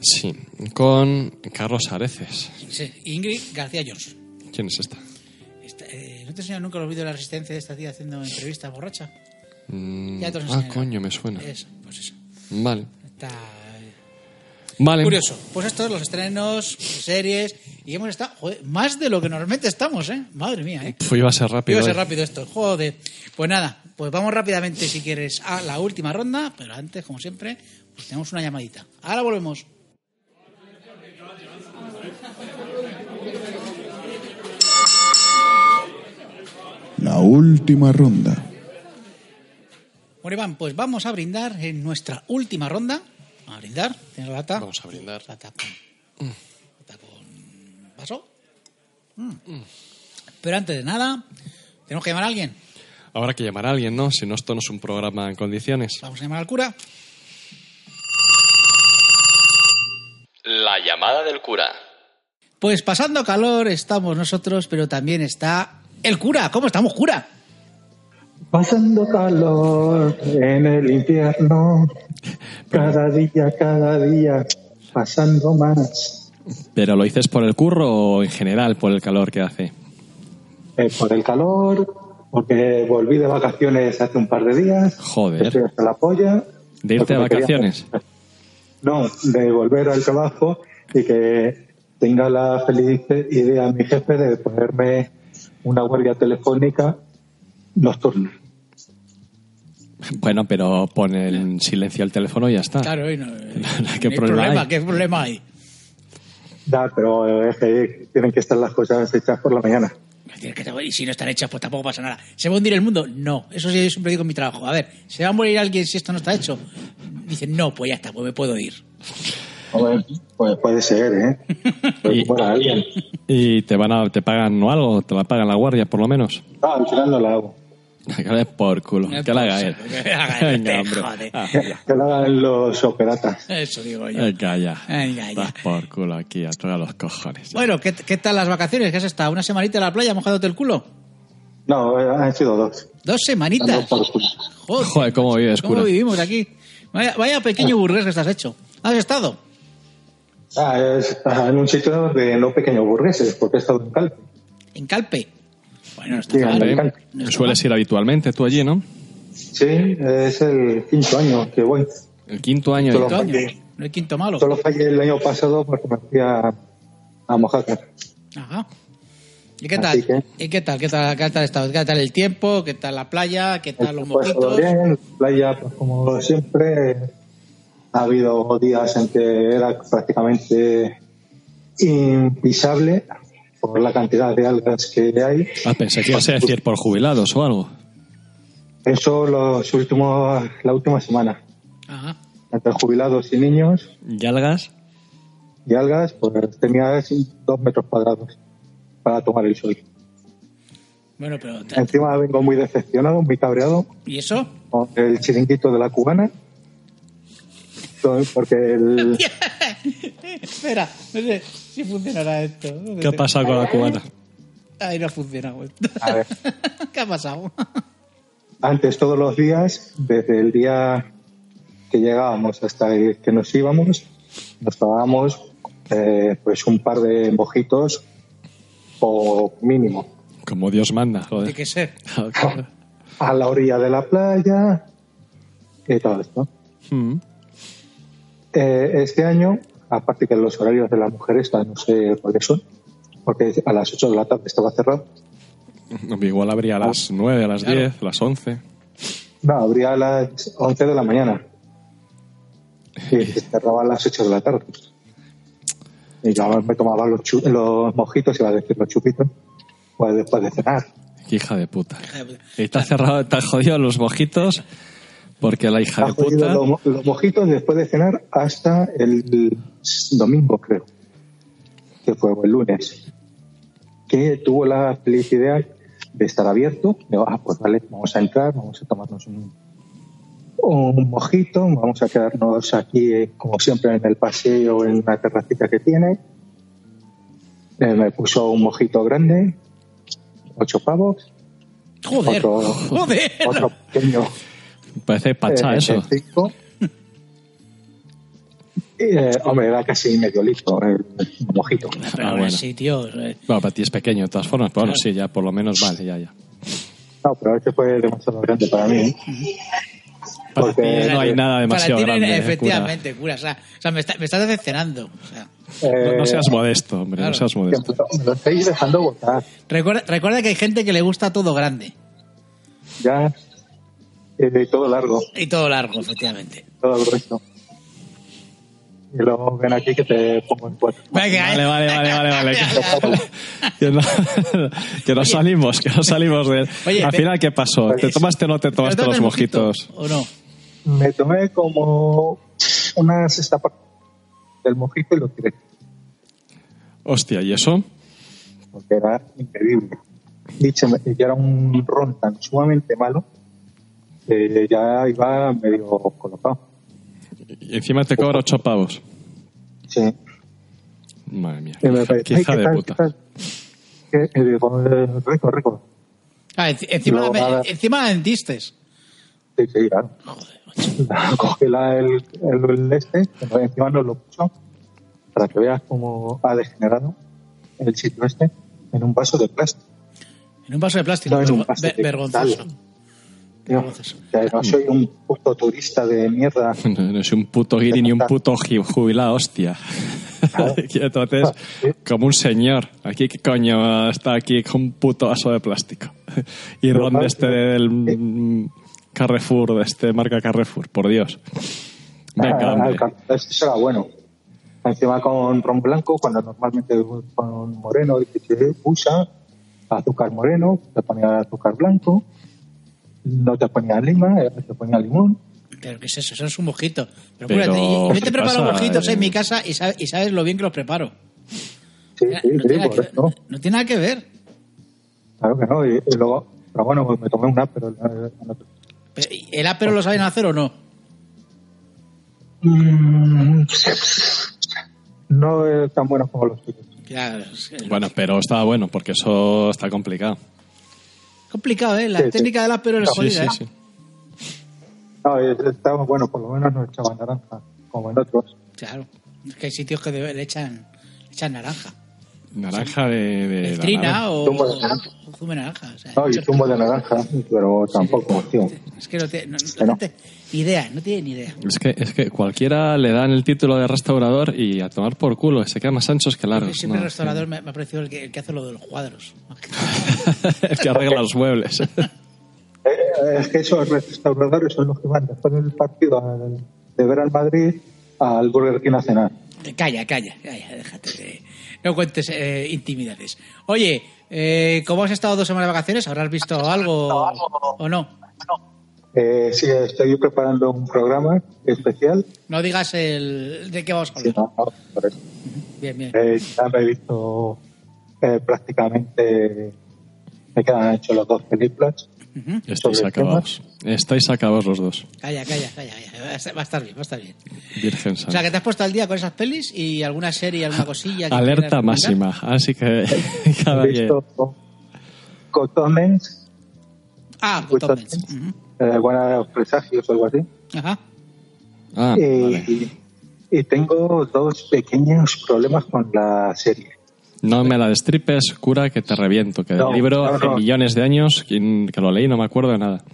C: Sí, con Carlos Areces.
D: Sí. Ingrid García Jones.
C: ¿Quién es esta?
D: Esta- eh, ¿No te enseñan nunca los vídeos de la resistencia de esta tía haciendo entrevistas borracha?
C: Mm,
D: Ya te los
C: ah,
D: enseñaré.
C: coño, me suena.
D: Esa, pues esa.
C: Vale.
D: Está eh,
C: Vale.
D: curioso. Pues estos los estrenos, series. Y hemos estado, joder, más de lo que normalmente estamos, ¿eh? Madre mía, ¿eh?
C: Fui, iba a ser rápido.
D: Iba a ser
C: hoy.
D: rápido esto, joder. Pues nada, pues vamos rápidamente si quieres a la última ronda, pero antes, como siempre, pues tenemos una llamadita. Ahora volvemos.
H: La última ronda.
D: Bueno, Iván, pues vamos a brindar en nuestra última ronda. Vamos a brindar. ¿Tienes la lata?
C: Vamos a brindar.
D: Lata con, lata con vaso. Mm. Pero antes de nada, tenemos que llamar a alguien.
C: Habrá que llamar a alguien, ¿no? Si no, esto no es un programa en condiciones.
D: Vamos a llamar al cura.
I: La llamada del cura.
D: Pues pasando calor estamos nosotros, pero también está el cura. ¿Cómo estamos, cura?
J: Pasando calor en el infierno, cada día, cada día, pasando más.
C: ¿Pero lo dices por el curro o en general por el calor que hace?
J: Eh, por el calor, porque volví de vacaciones hace un par de días.
C: Joder.
J: Estoy hasta la polla.
C: ¿De irte
J: porque
C: de
J: me quería-
C: vacaciones?
J: No, de volver al trabajo y que tenga la feliz idea mi jefe de ponerme una guardia telefónica nocturna.
C: Bueno, pero pon en silencio el teléfono y ya está.
D: Claro, y no,
C: Ah. ¿Qué
D: no hay
C: problema hay?
D: ¿Qué problema hay?
J: Ya, pero eh, es que tienen que estar las cosas hechas por la mañana.
D: Tienes que saber, Y si no están hechas, pues tampoco pasa nada. ¿Se va a hundir el mundo? No. Eso sí, yo siempre digo en mi trabajo. A ver, ¿se va a morir alguien si esto no está hecho? Dicen, no, pues ya está, pues me puedo ir.
J: Hombre, pues puede ser, ¿eh?
C: Y-
J: Pues para alguien.
C: ¿Y te van a, te pagan o algo? ¿Te la pagan la guardia por lo menos?
J: Ah, al final no la hago.
C: Que le den por culo.
D: Eh,
C: Que la haga
D: por
C: él.
D: saco, que la haga él, te
C: hombre.
D: jode.
C: Ah,
J: Que lo hagan los operatas.
D: Eso digo yo.
C: Venga, ya.
D: Venga, ya.
C: Estás por culo aquí, a todos los cojones.
D: Bueno, ¿qué, qué tal las vacaciones? ¿Qué has estado? ¿Una semanita en la playa mojándote el culo?
J: No, eh, han sido dos.
D: ¿Dos semanitas? Joder,
C: Joder, cómo vives,
D: ¿cómo
C: cura.
D: vivimos aquí? Vaya, vaya pequeño burgués que estás hecho. ¿Has estado?
J: Ah, es ah, en un sitio de no pequeños burgueses, porque he estado en Calpe.
D: ¿En Calpe? Bueno, este no está
J: Sí, en
D: mal.
J: Calpe.
C: Bien. Sueles ir habitualmente tú allí, ¿no?
J: Sí, es el quinto año que voy.
C: El quinto año.
J: Solo-
C: ya.
D: Coño,
J: Calpe.
D: No hay quinto malo.
J: Solo fallé el año pasado porque me fui a, a Mojácar.
D: Ajá. ¿Y qué
J: Así
D: tal?
J: que-
D: ¿Y qué tal? ¿Qué tal, qué tal, estado? ¿Qué tal el tiempo? ¿Qué tal la playa? ¿Qué tal los
J: Pues todo
D: mojitos?
J: bien, playa, pues como siempre, ha habido días en que era prácticamente impisable por la cantidad de algas que hay.
C: Ah, pensé que ibas a decir por jubilados o algo.
J: Eso los últimos, la última semana.
D: Ajá.
J: Entre jubilados y niños
C: ¿Yalgas?
J: y algas, pues tenías dos metros cuadrados para tomar el sol.
D: Bueno, pero... te-
J: Encima vengo muy decepcionado, muy cabreado
D: ¿Y eso?
J: con el chiringuito de la cubana. Porque el,
D: Espera, no sé si funcionará esto.
C: ¿Qué ha pasado con la cubana?
D: Ay, no ha funcionado esto.
J: A ver.
D: ¿Qué ha pasado?
C: Pues-
J: antes todos los días, desde el día que llegábamos hasta el que nos íbamos, nos tomábamos eh, pues un par de mojitos o mínimo
C: Como Dios manda,
D: Tiene
C: joder.
D: que ser.
J: a la orilla de la playa y todo esto.
C: Mm.
J: Eh, este año, aparte que los horarios de las mujeres, ya no sé cuáles son, porque a las 8 de la tarde estaba cerrado,
C: Igual habría a las nueve, a las diez, a las once.
J: no, abría a las 11 de la mañana y se cerraba a las 8 de la tarde. Y yo me tomaba los, chu- los mojitos, iba a decir los chupitos, pues después de cenar.
C: Qué hija de puta. Y te has cerrado, te has jodido los mojitos porque la hija de
J: Ha jodido
C: puta...
J: los, mo- los mojitos después de cenar hasta el domingo, creo, que fue o el lunes, que tuvo la feliz idea de estar abierto. Digo, ah, pues vale, vamos a entrar, vamos a tomarnos un, un mojito, vamos a quedarnos aquí, eh, como siempre, en el paseo, en una terracita que tiene. Eh, me puso un mojito grande, ocho pavos,
D: Joder,
J: Otro-
D: joder.
J: otro pequeño
C: Parece pachá
J: eh,
C: eso.
J: el cinco. Eh, hombre, era casi medio listo el mojito.
D: Pero
C: Ah, bueno.
D: sí, tío. eh,
C: Bueno, para ti es pequeño de todas formas, pero bueno, sí, ya por lo menos vale, ya, ya.
J: No, pero este fue demasiado grande para mí. ¿eh?
C: Para ti
J: Porque
C: Eh, no hay nada demasiado
D: para ti no hay-
C: grande. eh, cura.
D: Efectivamente, cura. O sea, o sea, me, está- me estás decepcionando. O sea,
C: No,
J: eh,
C: no seas pues. modesto, hombre, no
D: Claro.
C: seas
J: que
C: modesto.
J: me lo- me lo estáis dejando votar.
D: recuerda, recuerda que hay gente que le gusta todo grande
J: Ya. eh, de todo largo,
D: y todo largo, efectivamente.
J: todo el resto. Y luego ven aquí que te pongo en cuatro.
D: Venga,
C: Vale,
D: eh.
C: vale, vale, vale, vale. que- Que no, que no salimos, que no salimos de...
D: Oye,
C: Al
D: pe-
C: final, ¿qué pasó? ¿Te tomaste o no te
D: ¿Pero
C: tomaste
D: te
C: los
D: haces mojito
C: mojitos?
D: ¿O no?
J: Me tomé como una sexta parte del mojito y lo tiré,
C: Hostia, ¿y eso?
J: porque era increíble. Y, se me- y era un ron tan sumamente malo que ya iba medio colocado.
C: Y encima te cobra ocho pavos.
J: Sí.
C: Madre mía.
J: Y me
C: hija-
J: parece,
C: qué
J: "Ay,
C: hija
J: ¿qué
C: de
J: tal,
C: puta.
J: qué tal?". Que- y digo, "Eh, rico, rico.
D: Ah, enci- encima,
J: No,
D: la,
J: nada.
D: me- encima la dentiste.
J: Sí, sí, claro. Cogí la, el, el, el este, que encima nos lo puso. para que veas cómo ha degenerado el sitio este en un vaso de plástico.
D: En un vaso de plástico.
J: No, en un
D: vergo-
J: vaso de
D: ver- vergonzoso.
J: metal. Yo, que no soy un puto turista de mierda.
C: No, no soy un puto guiri ni un puto ji- jubilado, hostia. Aquí entonces,
J: Ah,
C: como un señor. Aquí, ¿qué coño está aquí con un puto vaso de plástico? Y
J: Pero,
C: ronde
J: claro,
C: este del mm, Carrefour, de este marca Carrefour, por Dios. Venga,
J: Ah,
C: hombre.
J: alcanzar. Eso era bueno. Encima con ron blanco, cuando normalmente con moreno, dice que usa azúcar moreno, te ponía azúcar blanco, no te ponía lima, eh, te ponía limón.
D: Pero ¿qué es eso? Eso es un mojito. Pero,
C: Pero,
D: apúrate, y- y yo
C: ¿qué
D: te preparo
C: pasa?
D: mojitos
C: Eh.
D: en mi casa y sabe- y sabes lo bien que los preparo.
J: Sí,
D: Ya,
J: sí,
D: Eh, no,
J: sí,
D: tiene nada
J: por
D: que,
J: eso.
D: no tiene nada que ver.
J: Claro que no. Y, y luego, pero bueno, pues me tomé una, pero eh, no-
D: Pero, ¿y ¿El ápero lo saben hacer o no?
J: Mm, no es tan bueno como los tuyos.
D: Ya, es que-
C: Bueno, pero está bueno, porque eso está complicado.
D: complicado, ¿eh? La
J: Sí, sí.
D: técnica del ápero es
C: Sí,
D: jodida,
C: sí,
D: ¿eh?
C: sí.
J: No, eh, estaba bueno, por lo menos no echaban naranja, como en otros.
D: Claro. Es que hay sitios que de- le echan, le echan naranja.
C: Naranja de... de Eh, la naranja.
D: Trina o,
J: Zumo de
D: o
J: naranja.
D: zumo de naranja. o sea,
J: No, y
D: muchos-
J: zumo de naranja, pero tampoco, tío.
D: Es que no tiene no- la
J: Bueno.
D: gente ni idea, no tiene ni idea.
C: Es que, es que cualquiera le dan el título de restaurador y a tomar por culo, se quedan más anchos que Ah. largos.
D: Siempre
C: ¿no?
D: el restaurador me, me ha parecido el que, el que hace lo de los cuadros.
C: el que arregla los muebles.
J: Eh, eh, es que esos restauradores son los que van después del partido al- de ver al Madrid al Burger King a cenar.
D: Calla, calla, calla, déjate. de- no cuentes eh, intimidades. Oye, eh, ¿cómo has estado dos semanas de vacaciones? ¿Habrás visto algo o no?
J: Eh, sí, estoy preparando un programa especial.
D: No digas el de qué vamos a
J: Sí,
D: hablar.
J: no, no, por eso.
D: Bien, bien.
J: Eh, ya me he visto eh, prácticamente. Me quedan hechos las dos películas.
D: Ujú.
C: Estáis
J: Sobre
C: acabados. Estáis acabados los dos.
D: Calla, calla, calla, calla. Va a estar- Va a estar bien, va a estar bien.
C: Virgen
D: O sea,
C: Santa.
D: que te has puesto al día con esas pelis y alguna serie, alguna cosilla. que
C: Alerta
D: quieras recomendar.
C: máxima. Así que cada
J: He
C: día.
J: visto Cotones,
D: Ah,
J: Good
D: Tom Hanks.
J: Omens,
D: Ujú.
J: eh, Buenos Presagios o algo así.
D: Ajá.
C: Ah,
J: Eh,
C: vale.
J: y, y tengo dos pequeños problemas con la serie.
C: No me la destripes, cura, que te reviento. Que del
J: No,
C: libro
J: no,
C: hace
J: no.
C: millones de años quien- que lo leí no me acuerdo de nada.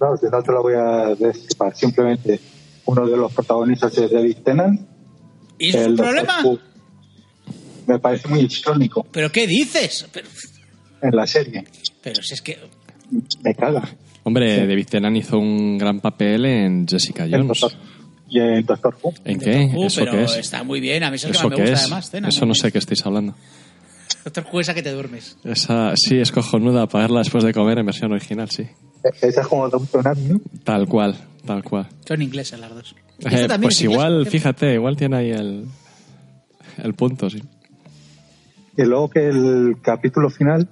J: No, si no te lo voy a destripar. Simplemente uno de los protagonistas es David Tennant.
D: ¿Y es un
J: Doctor
D: problema?
J: Who. Me parece muy histrónico
D: ¿Pero qué dices? Pero,
J: en la serie.
D: pero si es que.
J: Me caga.
C: Hombre, David Tennant hizo un gran papel en Jessica
J: El
C: Jones.
J: Doctor- y el Doctor Who.
C: ¿En qué?
D: Uh,
C: ¿Eso
D: pero
C: qué es?
D: está muy bien. A mí es el que
C: ¿Eso
D: más me
C: qué
D: gusta,
C: es?
D: además. ¿eh? Cena,
C: Eso no sé qué estáis hablando.
D: Doctor Who, esa que te duermes.
C: Esa sí es cojonuda para verla después de comer en versión original, sí.
J: E- Esa es como Doctor Who, ¿no?
C: Tal cual, tal cual.
D: Son inglesas las dos.
C: Eh,
D: Esta también
C: pues
D: es inglesa,
C: igual,
D: ¿eh?
C: fíjate, igual tiene ahí el, el punto, sí.
J: Y luego que el capítulo final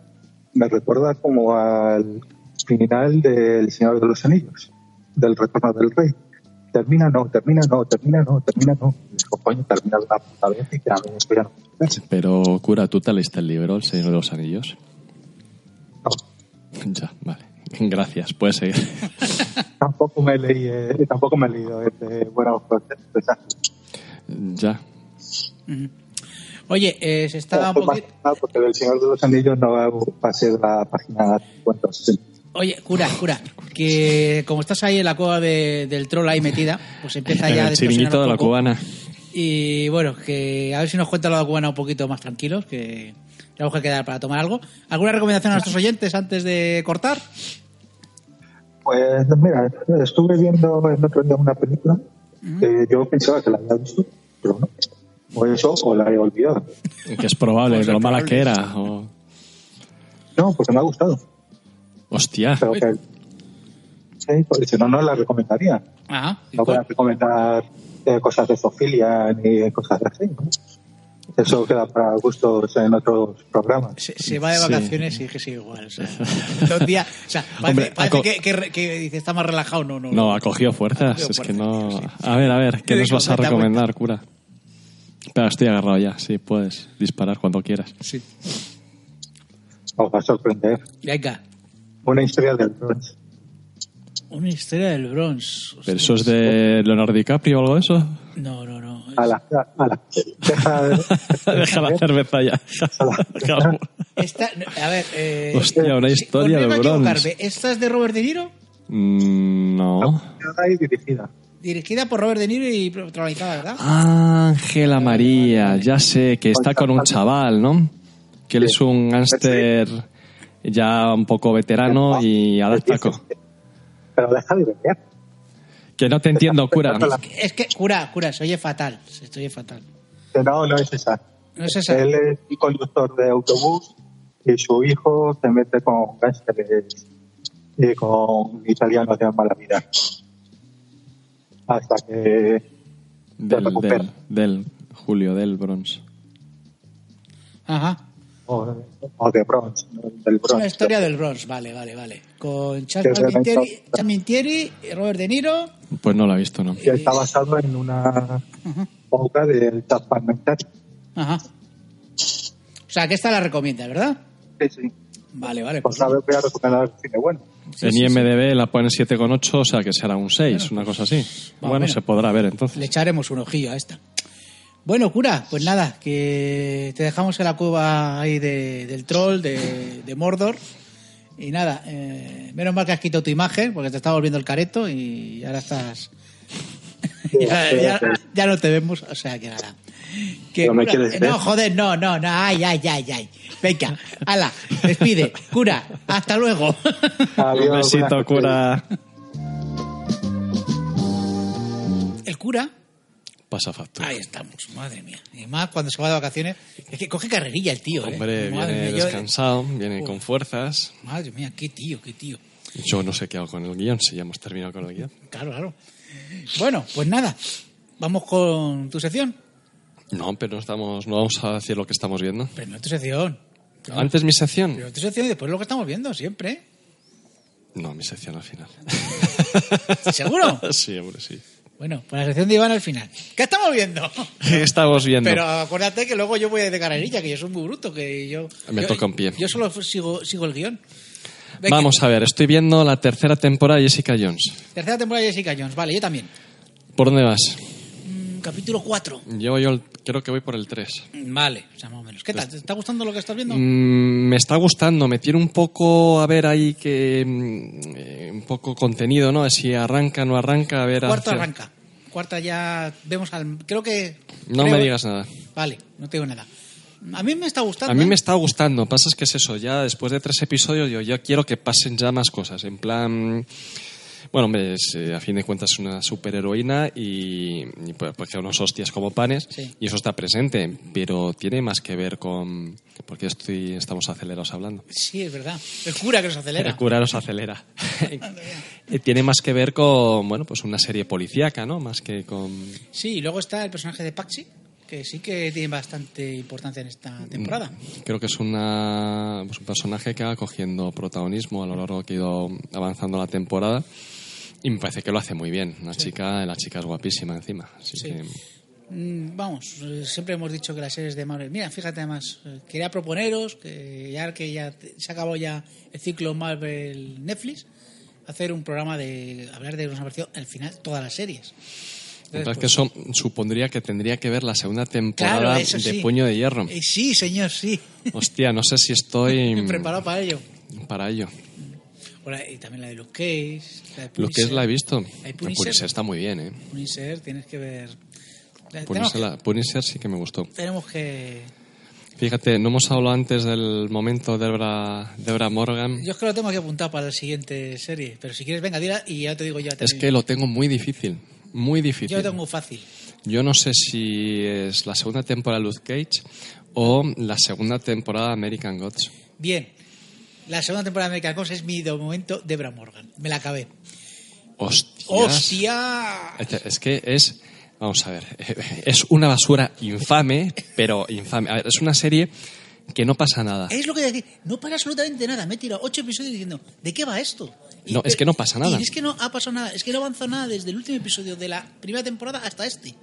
J: me recuerda como al final del Señor de los Anillos, del Retorno del Rey. Termina, no, termina, no, termina, no, termina, no. Y dijo, coño, termina de una puta vez y que a mí esto ya no me interesa.
C: Pero, cura, ¿tú te leíste el libro, El Señor de los Anillos?
J: No,
C: Ya, vale. Gracias, puedes seguir.
J: tampoco me leí, eh, tampoco me he leído este Buenos Presagios.
C: ya.
D: Oye, eh, se está un
J: Fue más
D: poquito.
J: que nada porque del Señor de los Anillos no pasé de la página 50 o 60.
D: Oye, cura, cura, que como estás ahí en la cueva de- del troll ahí metida, pues empieza ya a
C: el chiringuito
D: distorsionar
C: de
D: un
C: la
D: poco.
C: cubana.
D: Y bueno, que a ver si nos cuenta la cubana un poquito más tranquilos, que tenemos que quedar para tomar algo. ¿Alguna recomendación a nuestros oyentes antes de cortar?
J: Pues mira, estuve viendo el otro día una película que yo pensaba que la había visto, pero no. O eso, o la he olvidado.
C: Que es probable, de lo mala que era. o-
J: No, porque me ha gustado.
C: Hostia.
J: Pero que, sí, porque si no, no la recomendaría.
D: Ajá.
J: No voy a recomendar eh, cosas de zoofilia ni cosas así. ¿no? Eso queda para gustos en otros programas.
D: Se, se va de
C: Sí.
D: vacaciones y que sigue igual. O sea, dos días. O sea, parece,
C: Hombre,
D: parece
C: aco-
D: que, que re- que dice está más relajado. No, no.
C: No, ha cogido fuerzas.
D: Acogió
C: Es que no.
D: fuerzas,
C: A ver, a ver, ¿qué
D: Sí,
C: nos vas a
D: cuenta,
C: recomendar, cura? Pero estoy agarrado ya, sí, puedes disparar cuando quieras.
D: Sí.
J: Os va a sorprender.
D: Venga.
J: Una historia del bronce.
D: Una historia del Bronx.
C: ¿Pero eso es de Leonardo DiCaprio o algo de eso?
D: No, no, no.
J: A la, a la, deja,
C: Deja la cerveza ya. Cabrón.
D: Esta, no, a ver, eh,
C: Hostia, una
D: si-
C: historia
D: volviendo
C: del
D: a
C: Bronx.
D: equivocarme, ¿Esta es de Robert De Niro?
C: Mm, No.
J: y dirigida.
D: Dirigida por Robert De Niro y protagonizada, ¿verdad?
C: Ángela María, ya sé que está con un chaval, ¿no? Que él es un gángster ya un poco veterano y ahora está co-
J: Pero deja de beber.
C: Que no te entiendo, cura.
D: Es que, cura, cura, se oye fatal. Se oye fatal.
J: No, no es esa.
D: No es esa.
J: Él es un conductor de autobús y su hijo se mete con gánsteres y eh, con italianos de mala vida. Hasta que
C: Del, del, del, Julio, del Bronx.
D: Ajá.
J: o, o de Bronx, ¿no? del
D: Es una
J: Bronx.
D: historia del Bronx, vale, vale, vale. Con
J: Que
D: Charles
J: se
D: Mintieri,
J: reencuentra.
D: Robert De Niro.
C: Pues no la he visto, ¿no?
J: que está basado en una
D: Ajá.
J: obra del Chapman Mental.
D: Ajá. O sea, que esta la recomiendas, ¿verdad?
J: Sí, sí.
D: Vale, vale.
J: Pues a ver, voy a recomendar cine bueno.
C: en IMDB la ponen 7,8, o sea que será un 6, una cosa así.
D: Va,
C: bueno,
D: bueno.
C: se podrá ver
D: Le
C: entonces.
D: echaremos un ojillo a esta. Bueno, cura, pues nada, que te dejamos en la cueva ahí de- del troll, de, de Mordor. Y nada, eh, menos mal que has quitado tu imagen, porque te estaba volviendo el careto y ahora estás... ya, ya- ya no te vemos, o sea que nada. Que,
J: Pero me
D: cura,
J: quieres
D: eh,
J: ver.
D: no, joder, no, no, no, ay, ay, ay, ay. Venga, ala, despide, cura, hasta luego.
J: Adiós,
C: Un besito,
J: buenas
C: cura.
D: el cura
C: Pasa factura.
D: Ahí estamos, madre mía. Y más cuando se va de vacaciones. Es que coge carrerilla el tío, ¿eh?
C: Hombre,
D: Madre
C: viene
D: mía, yo-
C: descansado, viene
D: Uf.
C: con fuerzas.
D: Madre mía, qué tío, qué tío.
C: Yo no sé qué hago con el guión, si ya hemos terminado con el guión.
D: Claro, claro. Bueno, pues nada. Vamos con tu sección.
C: No, pero no, estamos, no vamos a decir lo que estamos viendo.
D: Primero tu sección. Ah.
C: ¿Antes mi sección?
D: Primero tu sección y después lo que estamos viendo, siempre. ¿eh?
C: No, mi sección al final.
D: ¿Seguro?
C: sí, hombre, sí.
D: Bueno, pues la sección de Iván al final. ¿Qué estamos viendo?
C: ¿Qué estamos viendo?
D: Pero acuérdate que luego yo voy de carrerilla, que yo soy muy bruto, que yo...
C: Me
D: yo-
C: toca un pie.
D: Yo solo sigo, sigo el guión. Venga,
C: Vamos a ver, estoy viendo la tercera temporada de Jessica Jones.
D: Tercera temporada de Jessica Jones. Vale, yo también.
C: ¿Por dónde vas?
D: Mm, capítulo 4.
C: Yo, yo el- creo que voy por el 3.
D: Vale, o sea, más o menos.
C: Pues
D: ¿Qué tal? ¿Te está gustando lo que estás viendo?
C: Mm, me está gustando, me tiene un poco a ver ahí que mm, eh, un poco contenido, ¿no? Si arranca, no arranca, a ver.
D: Cuarta
C: hacia-
D: arranca. Cuarta ya vemos al... Creo que...
C: No
D: creo-
C: me digas nada.
D: Vale, no te digo nada. A mí me está gustando.
C: A mí me
D: ¿eh?
C: está gustando, pasa es que es eso, ya después de tres episodios yo ya quiero que pasen ya más cosas, en plan... Bueno, hombre, es, eh, a fin de cuentas es una superheroína y, y pues, pues, que unos hostias como panes
D: Sí.
C: y eso está presente, pero tiene más que ver con... porque estoy, estamos acelerados hablando.
D: Sí, es verdad. El cura que nos acelera.
C: El cura nos acelera. Eh, tiene más que ver con, bueno, pues una serie policíaca, ¿no? Más que con...
D: Sí, y luego está el personaje de Paxi, que sí que tiene bastante importancia en esta
C: Mm.
D: temporada.
C: Creo que es una, pues un personaje que va cogiendo protagonismo a lo largo que ha ido avanzando la temporada. Y me parece que lo hace muy bien. La, chica, la chica es guapísima encima. así
D: Sí.
C: que-
D: Mm, Vamos, eh, siempre hemos dicho que las series de Marvel. Mira, fíjate además, eh, quería proponeros que ya que ya te- se acabó ya el ciclo Marvel Netflix, hacer un programa de hablar de nos ha parecido al final todas las series.
C: Me
D: Entonces,
C: parece que
D: pues,
C: eso supondría que tendría que ver la segunda temporada
D: Claro,
C: de
D: eso sí.
C: Puño de Hierro.
D: eh, sí, señor, sí.
C: Hostia, no sé si estoy mm,
D: Preparado para ello.
C: para ello.
D: O la- y también la de Luke Cage. La de
C: Lo que es
D: Punisher.
C: la he visto.
D: Hay
C: Punisher.
D: Punisher.
C: está muy bien, ¿eh?
D: Punisher, tienes que ver. Eh, Tenemos
C: Punisher,
D: que,
C: la- Punisher sí que me gustó.
D: tenemos que-
C: Fíjate, no hemos hablado antes del momento de Debra, Debra Morgan.
D: Yo es que lo tengo que apuntar para la siguiente serie. Pero si quieres, venga, dila y ya te digo yo.
C: Es
D: también.
C: que lo tengo muy difícil. Muy difícil.
D: Yo lo tengo muy fácil.
C: Yo no sé si es la segunda temporada de Luke Cage o la segunda temporada de American Gods.
D: Bien. La segunda temporada de American Gods es mi de momento Debra Morgan. Me la acabé.
C: Hostias. Este,
D: ¡Hostia!
C: Es que es. Vamos a ver. Es una basura infame, pero infame. A ver, es una serie que no pasa nada.
D: Es lo que decir. No para absolutamente nada. Me he tirado ocho episodios diciendo, ¿de qué va esto?
C: No, es que no pasa nada.
D: y es que no ha pasado nada. Es que no avanzó nada desde el último episodio de la primera temporada hasta este.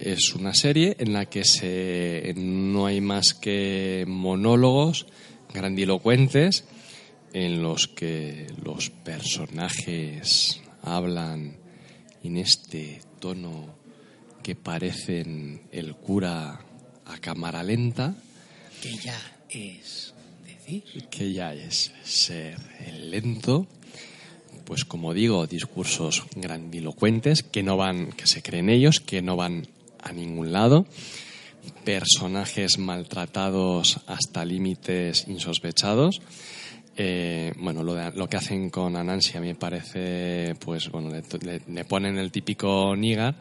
C: Es una serie en la que se, no hay más que monólogos grandilocuentes en los que los personajes hablan en este tono que parecen el cura a cámara lenta,
D: Que ya es decir.
C: que ya es ser el lento, pues como digo, discursos grandilocuentes que no van, que se creen ellos, que no van a ningún lado, personajes maltratados hasta límites insospechados. Eh, bueno, lo, de- lo que hacen con Anansi a mí me parece, pues bueno, le, le- le ponen el típico nigar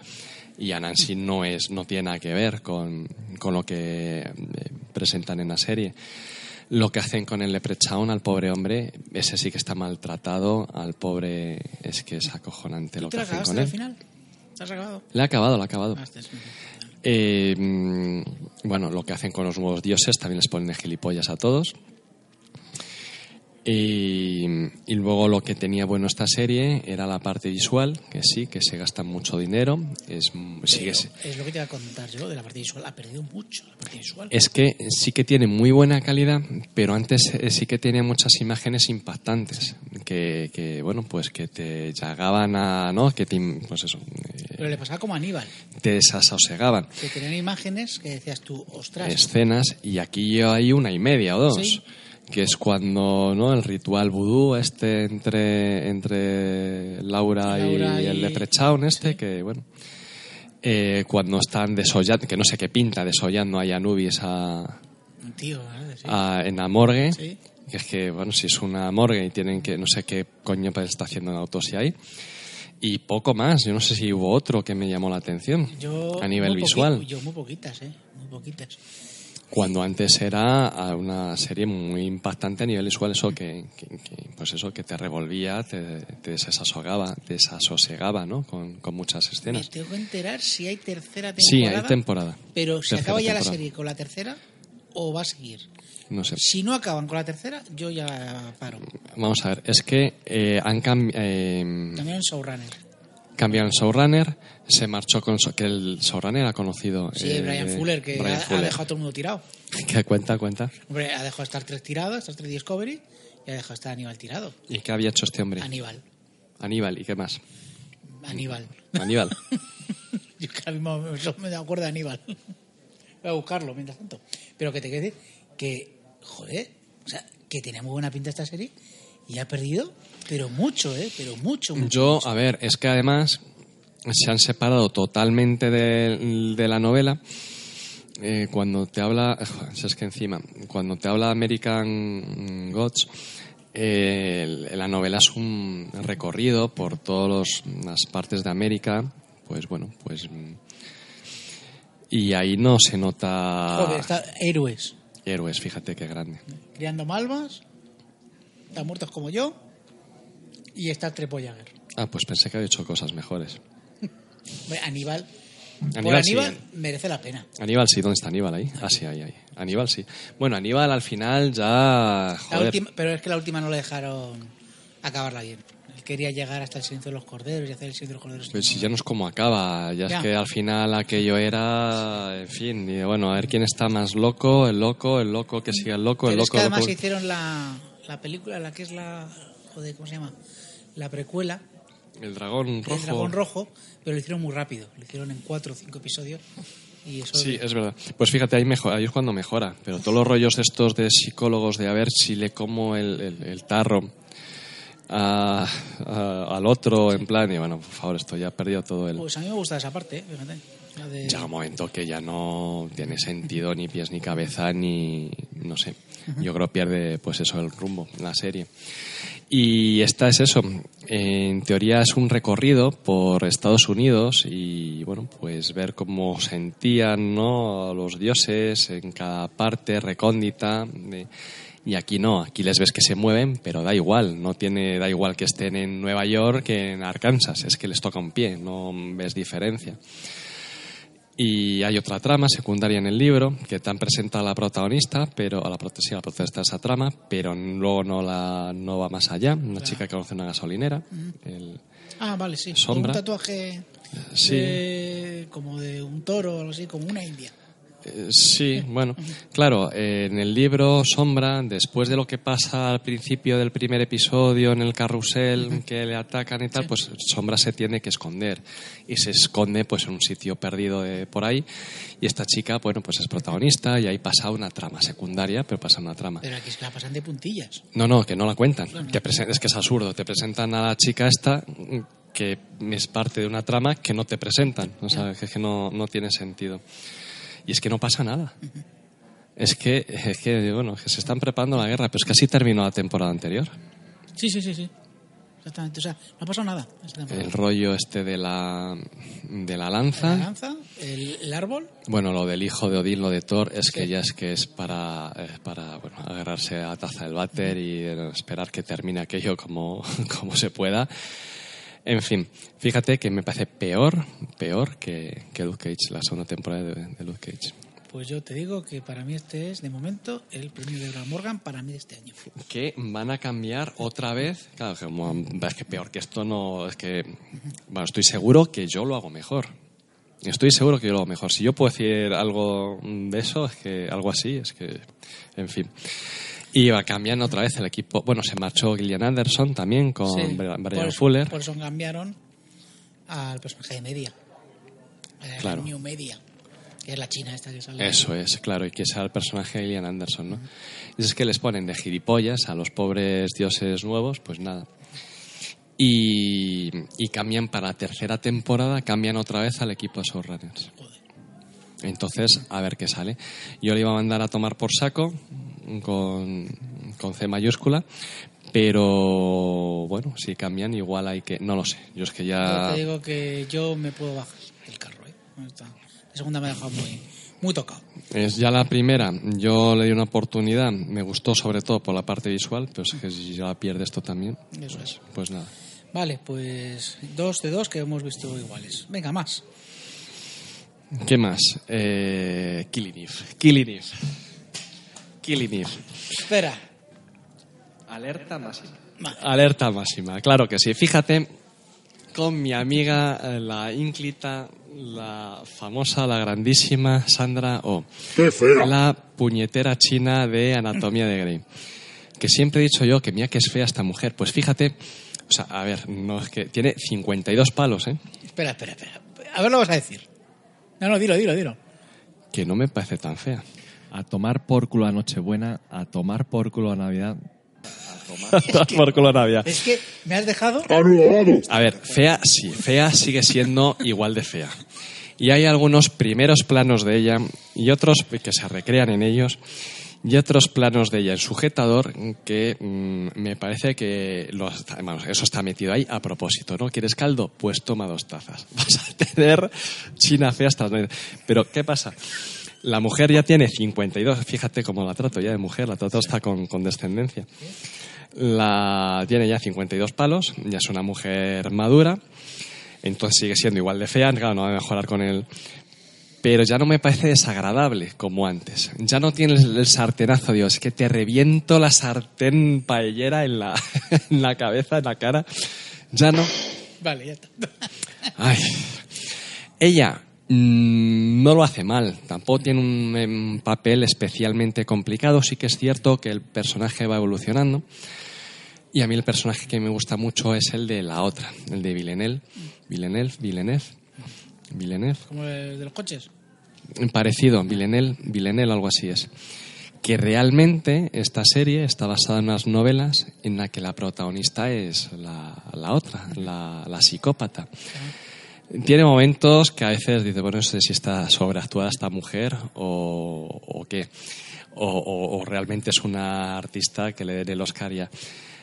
C: y Anansi no es, no tiene nada que ver con, con lo que eh, presentan en la serie lo que hacen con el leprechaun al pobre hombre, ese sí que está maltratado, al pobre es que es acojonante lo que
D: ¿Te la
C: hacen
D: acabaste
C: con
D: al
C: él.
D: final? ¿Te has acabado?
C: Le ha acabado, le ha acabado.
D: Ah, este es-
C: Eh, mm, bueno, lo que hacen con los nuevos dioses también les ponen de gilipollas a todos. Y, y luego lo que tenía bueno esta serie era la parte visual, que sí, que se gasta mucho dinero. Es, sigue,
D: Pero Es lo que te iba a contar yo de la parte visual. Ha perdido mucho la parte visual.
C: Es que sí que tiene muy buena calidad, pero antes eh, sí que tenía muchas imágenes impactantes que, que, bueno, pues que te llagaban a, ¿no? Que te, im- pues eso, eh,
D: Pero le pasaba como a Aníbal,
C: te desasosegaban.
D: que tenían imágenes que decías tú, ostras,
C: Escenas y aquí hay una y media o dos.
D: Sí.
C: Que es cuando, ¿no? El ritual vudú este entre, entre Laura,
D: Laura
C: y,
D: y-
C: el leprechaun este, que, bueno... eh, cuando están desollando, que no sé qué pinta desollando ahí a Anubis a,
D: un tío, ¿eh? Sí.
C: a- en la morgue.
D: Sí.
C: Que es que, bueno, si es una morgue y tienen que, no sé qué coño pues, está haciendo la autopsia ahí. Y poco más, yo no sé si hubo otro que me llamó la atención
D: Yo,
C: a nivel
D: muy poqui-
C: visual.
D: yo muy poquitas, ¿eh? Muy poquitas.
C: Cuando antes era a una serie muy impactante a nivel visual, eso que, que- que, pues eso que te revolvía, te, te desasosegaba, te desasosegaba, ¿no? Con, con muchas
D: Me
C: escenas.
D: tengo que enterar si hay tercera
C: Sí,
D: temporada.
C: hay temporada.
D: Pero si
C: Tercera
D: acaba ya la
C: temporada.
D: serie con la tercera o va a seguir.
C: No sé.
D: Si no acaban con la tercera, yo ya paro.
C: Vamos a ver, es que eh, han cambiado.
D: También en Showrunner.
C: cambiaron el showrunner, se marchó con so- que el showrunner era conocido.
D: Sí,
C: eh,
D: Brian Fuller, que
C: Brian
D: ha, ha
C: Fuller.
D: dejado a todo el mundo tirado.
C: Que cuenta, cuenta.
D: Hombre, ha dejado estar tres tirado, estar tres Discovery y ha dejado estar Aníbal tirado.
C: ¿Y qué había hecho este hombre?
D: Aníbal.
C: Aníbal, ¿y qué más?
D: Aníbal.
C: Aníbal.
D: Yo que ahora mismo solo me acuerdo de Aníbal. Voy a buscarlo mientras tanto. Pero que te quede que, joder, o sea, que tenía muy buena pinta esta serie y ha perdido, pero mucho, ¿eh? Pero mucho, mucho.
C: Yo, a ver, es que además se han separado totalmente de, de la novela. Eh, cuando te habla, joder, si es que encima, cuando te habla American Gods, eh, el- la novela es un recorrido por todas las partes de América, pues bueno, pues... mm, Y ahí no se nota
D: Joder, está héroes.
C: héroes, fíjate qué grande.
D: Criando malvas, están muertos como yo y está Trepo Jagger.
C: Ah, pues pensé que había hecho cosas mejores.
D: Hombre, Aníbal. Por
C: Aníbal sí,
D: Aníbal
C: eh.
D: merece la pena.
C: Aníbal sí, ¿dónde está Aníbal ahí? Ah, sí, ahí, ahí. Aníbal sí. Bueno, Aníbal al final ya.
D: La
C: Joder.
D: última- pero es que la última no le dejaron acabarla bien. Él quería llegar hasta el silencio de los corderos y hacer el silencio de los corderos.
C: Pues si
D: No.
C: ya no es como acaba, ya,
D: Ya.
C: es que al final aquello era. En fin, y bueno, a ver quién está más loco, el loco, el loco que sigue el loco, el
D: Pero es
C: loco,
D: que
C: el
D: además
C: loco.
D: hicieron la, la película, la que es la. Joder, ¿cómo se llama? La precuela,
C: El dragón rojo.
D: El Dragón Rojo, pero lo hicieron muy rápido. Lo hicieron en cuatro o cinco episodios. Y eso.
C: Sí, es verdad. Pues fíjate, ahí, mejor, ahí es cuando mejora. Pero todos los rollos estos de psicólogos, de a ver si le como el, el- el tarro a- a- al otro, en plan, y bueno, por favor, esto ya ha perdido todo el...
D: Pues a mí me gusta esa parte, ¿eh? fíjate. La de-
C: Llega un momento que ya no tiene sentido ni pies ni cabeza ni no sé. Yo creo que pierde pues eso el rumbo la serie. Y esta es eso. En teoría es un recorrido por Estados Unidos y bueno, pues ver cómo sentían, ¿no? a los dioses en cada parte recóndita de- y aquí no, aquí les ves que se mueven, pero da igual, no tiene da igual que estén en Nueva York que en Arkansas, es que les toca un pie, no ves diferencia. Y hay otra trama secundaria en el libro que tan presenta a la protagonista, pero a la prota- sí, a la protagonista de esa trama, pero luego no la no va más allá. Una chica que conoce una gasolinera. el-
D: Ah, vale, sí.
C: Sombra.
D: Con un tatuaje.
C: sí,
D: de- como de un toro o algo así, como una india.
C: Eh, Sí, bueno, claro, eh, en el libro Sombra, después de lo que pasa al principio del primer episodio, en el carrusel, que le atacan y tal, pues Sombra se tiene que esconder y se esconde pues en un sitio perdido de- por ahí y esta chica, bueno, pues es protagonista y ahí pasa una trama secundaria, pero pasa una trama.
D: Pero aquí es que la pasan de puntillas.
C: No, no, que no la cuentan. Te presen- es que es absurdo. Te presentan a la chica esta mm, que es parte de una trama que no te presentan. O sea, que es que no, no tiene sentido. Y es que no pasa nada. Es que, es que, bueno, que se están preparando la guerra, pero es que así terminó la temporada anterior.
D: Sí, sí, sí, sí. Exactamente. O sea, no ha pasado nada. esta temporada.
C: El rollo este de la, de la
D: La
C: lanza.
D: lanza, el, el árbol.
C: Bueno, lo del hijo de Odín, lo de Thor, es que ya es que es para, es para bueno, agarrarse a la taza del váter y eh, esperar que termine aquello como, como se pueda. En fin, fíjate que me parece peor, peor que, que Luke Cage, la segunda temporada de, de Luke Cage.
D: Pues yo te digo que para mí este es, de momento, el premio de Graham Morgan para mí de este año.
C: Que van a cambiar otra vez. Claro, que, como- es que peor que esto no. Es que. Bueno, estoy seguro que yo lo hago mejor. Estoy seguro que yo lo hago mejor. Si yo puedo decir algo de eso, es que algo así, es que. En fin. Y va cambiando otra vez el equipo. Bueno, se marchó Gillian Anderson también con
D: Sí,
C: Bra-
D: por
C: Brian
D: eso-
C: Fuller.
D: Por eso cambiaron al personaje de Media. A la
C: Claro.
D: New Media. Que es la china esta que sale.
C: Eso es, claro, y que sea el personaje de Gillian Anderson, ¿no? Y Es que les ponen de gilipollas a los pobres dioses nuevos, pues nada. Y, y cambian para la tercera temporada, cambian otra vez al equipo de showrunners. Entonces, a ver qué sale. Yo le iba a mandar a tomar por saco con, con C mayúscula, pero bueno, si cambian igual hay que... No lo sé, yo es que
D: Yo
C: ya...
D: te digo que yo me puedo bajar del carro, ¿eh? Ahí está. La segunda me ha dejado muy, muy tocado.
C: Es ya la primera. Yo le di una oportunidad. Me gustó sobre todo por la parte visual, pero es que si ya pierdes esto también,
D: Eso es.
C: pues nada.
D: Vale, pues dos de dos que hemos visto iguales. Venga, más.
C: ¿Qué más? Eh, Killing Eve. Killing Eve. Killing Eve.
D: Espera.
G: Alerta máxima.
C: Alerta máxima, claro que sí. Fíjate, con mi amiga, eh, la ínclita, la famosa, la grandísima Sandra Oh.
F: ¡Qué fea!
C: La puñetera china de Anatomía de Grey. Que siempre he dicho yo que mira que es fea esta mujer. Pues fíjate, o sea, a ver, no es que tiene 52 palos, ¿eh?
D: Espera, espera, espera. A ver lo vas a decir. No, no, dilo, dilo, dilo.
C: Que no me parece tan fea.
G: A tomar por culo a Nochebuena, a tomar por culo a Navidad.
C: Por culo Navidad.
D: Es que me has dejado...
F: ¡Anulado!
C: A ver, fea sí, fea sigue siendo igual de fea. Y hay algunos primeros planos de ella y otros que se recrean en ellos y otros planos de ella en sujetador que mm, me parece que lo está- vamos, eso está metido ahí a propósito, ¿no? ¿Quieres caldo? Pues toma dos tazas. Vas a tener china fea hasta las nueve. Pero, ¿qué pasa? La mujer ya tiene 52, fíjate cómo la trato ya de mujer, la trato hasta con, con descendencia. La tiene ya 52 palos, ya es una mujer madura, entonces sigue siendo igual de fea, claro, no va a mejorar con él. Pero ya no me parece desagradable como antes. Ya no tienes el sartenazo, Dios, que te reviento la sartén paellera en la, en la cabeza, en la cara. Ya no.
D: Vale, ya está.
C: Ay. Ella mm, no lo hace mal, tampoco tiene un em, papel especialmente complicado, sí que es cierto que el personaje va evolucionando. Y a mí el personaje que me gusta mucho es el de la otra, el de Villeneuve, Villeneuve, Villeneuve, Villeneuve
D: Como el de los coches.
C: parecido, Villeneuve, Villeneuve, algo así es. Que realmente esta serie está basada en unas novelas en la que la protagonista es la, la otra, la, la psicópata. Tiene momentos que a veces dice, bueno, no sé si está sobreactuada esta mujer o, o qué. O, o- o realmente es una artista que le den el Oscar ya.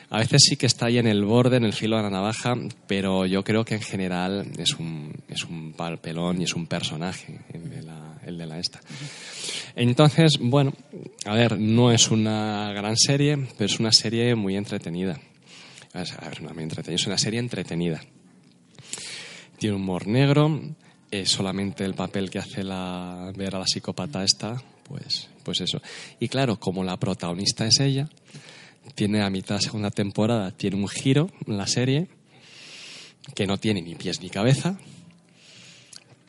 C: A veces sí que está ahí en el borde, en el filo de la navaja, pero yo creo que en general es un, es un papelón y es un personaje, el de la, el de la esta. Entonces, bueno, a ver, no es una gran serie, pero es una serie muy entretenida. A ver, a ver, no muy entretenida, es una serie entretenida. Tiene humor negro, eh, solamente el papel que hace la, ver a la psicópata esta, pues, pues eso. Y claro, como la protagonista es ella, tiene a mitad de segunda temporada, tiene un giro en la serie que no tiene ni pies ni cabeza,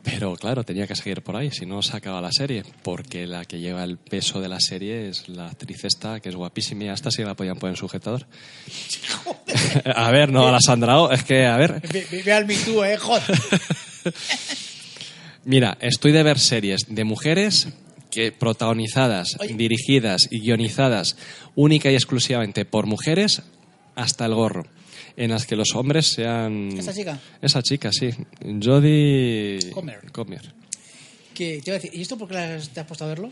C: Pero claro, tenía que seguir por ahí, si no se acaba la serie, porque la que lleva el peso de la serie es la actriz esta, que es guapísima, y hasta si la podían poner en sujetador. a ver, no, a la Sandrao, es que, a ver.
D: Ve- ve- Ve al Me Too, eh, joder.
C: Mira, estoy de ver series de mujeres que protagonizadas,
D: Oye.
C: dirigidas y guionizadas única y exclusivamente por mujeres hasta el gorro, en las que los hombres sean...
D: ¿Esa chica?
C: Esa chica, sí. Jodie...
D: Comer. Que te iba a decir, ¿y esto por qué la has- te has puesto a verlo?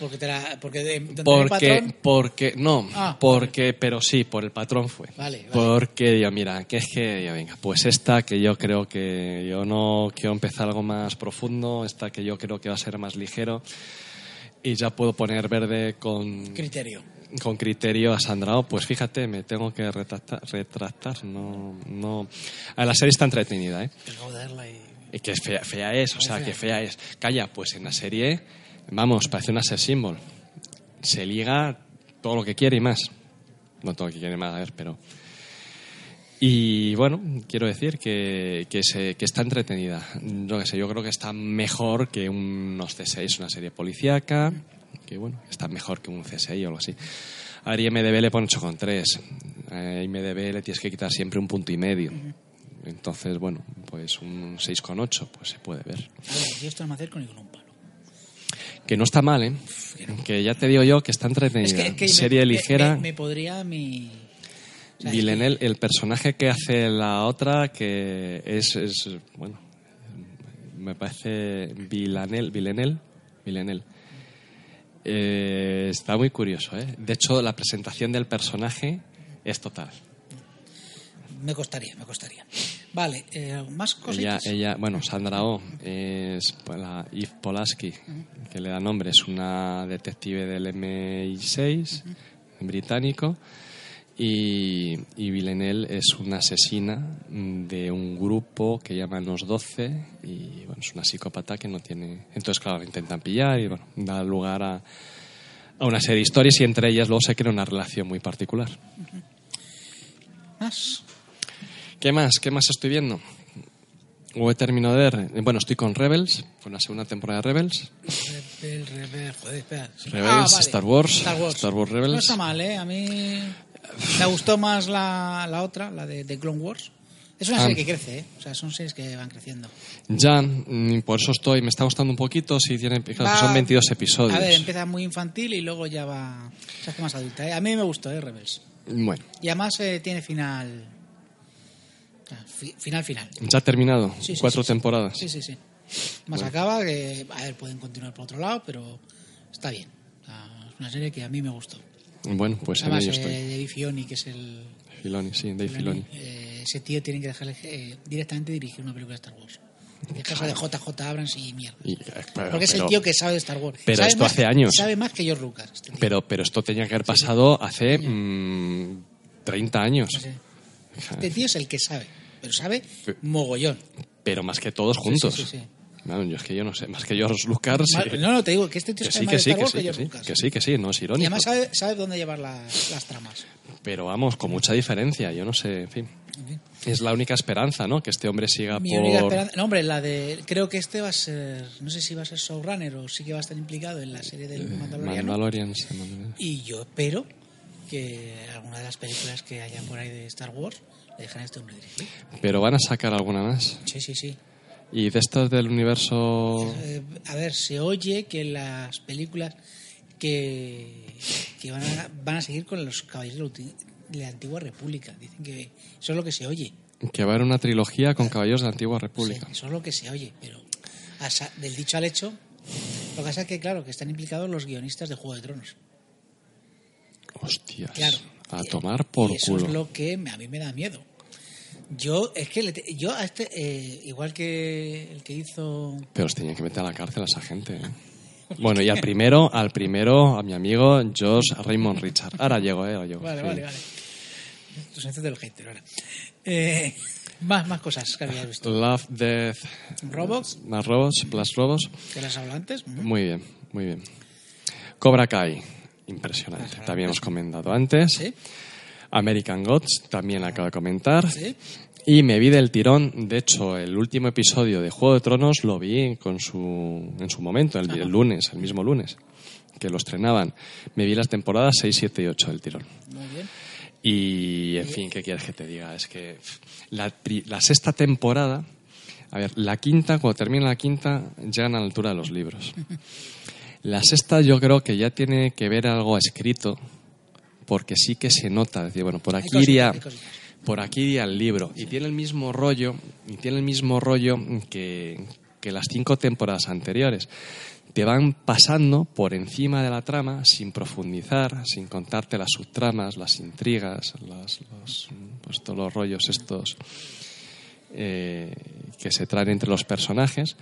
D: Porque te la. Porque de, donde hay
C: Porque,
D: patrón.
C: porque, no,
D: Ah.
C: porque, pero sí, por el patrón fue.
D: Vale, vale.
C: Porque yo, mira, que es que, yo, venga, pues esta que yo creo que yo no quiero empezar algo más profundo, esta que yo creo que va a ser más ligero y ya puedo poner verde con,
D: Criterio.
C: con criterio a Sandrao, pues fíjate, me tengo que retractar, retractar, no, no. A la serie está entretenida, ¿eh?
D: Pero acabo de darla y.
C: Y que es fea, fea es, o sea,
D: fea.
C: que fea es. Calla, pues en la serie, vamos, parece una sex symbol. Se liga todo lo que quiere y más. No todo lo que quiere más, a ver, pero... Y bueno, quiero decir que, que, se, que está entretenida. Yo qué sé, yo creo que está mejor que un C6, una serie policíaca, que bueno, está mejor que un CSI o algo así. A ver, IMDB le pone 8,3. A Eh, IMDB le tienes que quitar siempre un punto y medio. Entonces, bueno, pues un 6,8 pues se puede ver.
D: A ver, yo esto no me acerco ni con un palo.
C: Que no está mal, ¿eh? Que ya te digo yo que está entretenida.
D: me-
C: Serie
D: me-
C: ligera.
D: Me, me podría mi. o sea,
C: Villeneuve, el personaje que hace la otra, que es, es, bueno, me parece Villanel, Villanel, Villanel. Eh, está muy curioso, ¿eh? De hecho, la presentación del personaje es total.
D: Me costaría, me costaría. Vale, eh, más
C: Ella,
D: cositas.
C: ella, bueno, Sandra O es la Yves Polaski, que le da nombre, es una detective del MI6 británico. Y, y Villeneuve es una asesina mm, de un grupo que llaman los 12 y bueno, es una psicópata que no tiene... Entonces, claro, la intentan pillar y bueno, da lugar a, a una serie de historias y entre ellas luego se crea una relación muy particular.
D: Más.
C: ¿Qué más? ¿Qué más estoy viendo? O he terminado de ver. eh, Bueno, estoy con Rebels, con la segunda temporada de Rebels.
D: Rebel, Rebel, joder, espera. Ah,
C: Rebels, Star Wars, Star Wars Rebels.
D: No está mal, ¿eh? A mí me gustó más la, la otra, la de, de Clone Wars. Es una
C: Ah.
D: serie que crece, ¿eh? O sea, son series que van creciendo.
C: Ya, mm, por eso estoy. Me está gustando un poquito. Si tienen, claro,
D: Va-
C: son 22 episodios.
D: A ver, empieza muy infantil y luego ya va... Se hace más adulta, ¿eh? A mí me gustó, ¿eh? Rebels.
C: Bueno,
D: Y además eh, tiene final... ah, fi- final, final.
C: ya ha terminado.
D: Sí, sí,
C: Cuatro
D: sí, sí.
C: temporadas.
D: Sí, sí, sí. Más acaba que... A ver, pueden continuar por otro lado, pero está bien. O sea, es una serie que a mí me gustó.
C: Bueno, pues en
D: Además,
C: ello
D: eh,
C: estoy.
D: Dave Filoni, que es el...
C: Filoni, sí, Dave Filoni.
D: eh, ese tío tiene que dejarle eh, directamente dirigir una película de Star Wars. Dejarse de JJ Abrams y mierda.
C: Y, eh, pero-
D: Porque es el
C: pero-
D: tío que sabe de Star Wars.
C: pero
D: Sabe
C: esto
D: más-
C: hace años.
D: Sabe más que George Lucas. este tío.
C: Pero, pero esto tenía que haber pasado hace mm, 30 años.
D: Sí. Este tío es el que sabe. Pero sabe
C: Pe-
D: mogollón.
C: Pero más que todos juntos.
D: sí, sí.
C: Vamos, yo es que yo no sé. Más que George Lucas.
D: Ma-
C: Pues sí.
D: No, no, te digo que este tío
C: Que
D: sabe
C: sí,
D: más
C: que
D: de
C: sí,
D: Star
C: que
D: Wars
C: sí,
D: que
C: que
D: George
C: sí,
D: Lucas.
C: que sí, que sí, no es
D: Y
C: irónico.
D: además sabe, sabe dónde llevar las, las tramas.
C: Pero vamos, con mucha diferencia, yo no sé, en fin. Es la única esperanza, ¿no? Que este hombre siga
D: Mi
C: por...
D: única esperanza. No, hombre, la de. Creo que este va a ser. No sé si va a ser showrunner o sí que va a estar implicado en la serie
C: Eh,
D: del Mandaloriano.
C: Mandalorian, sí, Mandalorian.
D: Y yo espero que alguna de las películas que haya por ahí de Star Wars le dejen a este hombre dirigir.
C: Pero van a sacar alguna más.
D: Sí, sí, sí.
C: Y de estas del universo...
D: Eh, a ver, se oye que las películas que, que van, a, van a seguir con los caballeros de la ulti- de la antigua república. Dicen que eso es lo que se oye.
C: Que va a haber una trilogía con caballos de la antigua república.
D: Sí, eso es lo que se oye, pero a sa- del dicho al hecho, lo que pasa es que, claro, que están implicados los guionistas de Juego de Tronos.
C: Hostias.
D: Claro.
C: A tomar por
D: y eso
C: culo.
D: es lo que me- a mí me da miedo. Yo, es que le te- yo a este, eh, igual que el que hizo.
C: Pero os tenían que meter a la cárcel a esa gente, ¿eh? Bueno, y al primero, al primero, a mi amigo Josh Raymond Richard. Ahora llego, ¿eh? Ahora llego.
D: Vale,
C: Sí.
D: vale, vale. Tus ancestros de los haters, ahora. Eh, más, más cosas que habías visto.
C: Love, Death...
D: Robots,
C: Más robots, plus robots.
D: que las hablado antes. Mm. ujú.
C: Muy bien, muy bien. Cobra Kai, impresionante. También hemos comentado antes.
D: Sí.
C: American Gods, también acabo de comentar. Y me vi del tirón, de hecho, el último episodio de Juego de Tronos lo vi con su, en su momento, el, el lunes, el mismo lunes, que lo estrenaban. Me vi las temporadas 6, 7 y 8 del tirón.
D: Muy bien.
C: Y, en fin, ¿qué quieres que te diga? Es que pff, la, pri- la sexta temporada, a ver, la quinta, cuando termina la quinta, llegan a la altura de los libros. La sexta yo creo que ya tiene que ver algo escrito, porque sí que se nota. Es decir, bueno, por aquí
D: cositas,
C: iría...
D: hay cositas.
C: Por aquí iría el libro. Y tiene el mismo rollo, y tiene el mismo rollo que, que las cinco temporadas anteriores. Te van pasando por encima de la trama sin profundizar, sin contarte las subtramas, las intrigas, las- los, pues, todos los rollos estos eh, que se traen entre los personajes.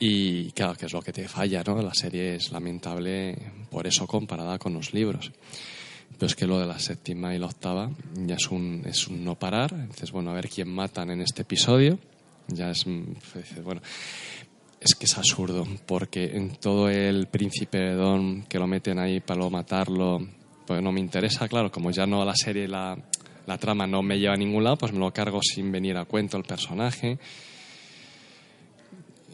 C: Y claro, que es lo que te falla, ¿no? La serie es lamentable por eso comparada con los libros. Pero es que lo de la séptima y la octava ya es un, es un no parar. Entonces, bueno, a ver quién matan en este episodio. Ya es. mm, dices, Bueno, es que es absurdo, porque en todo el príncipe Don que lo meten ahí para lo matarlo, pues no me interesa, claro, como ya no la serie, la, la trama no me lleva a ningún lado, pues me lo cargo sin venir a cuento el personaje.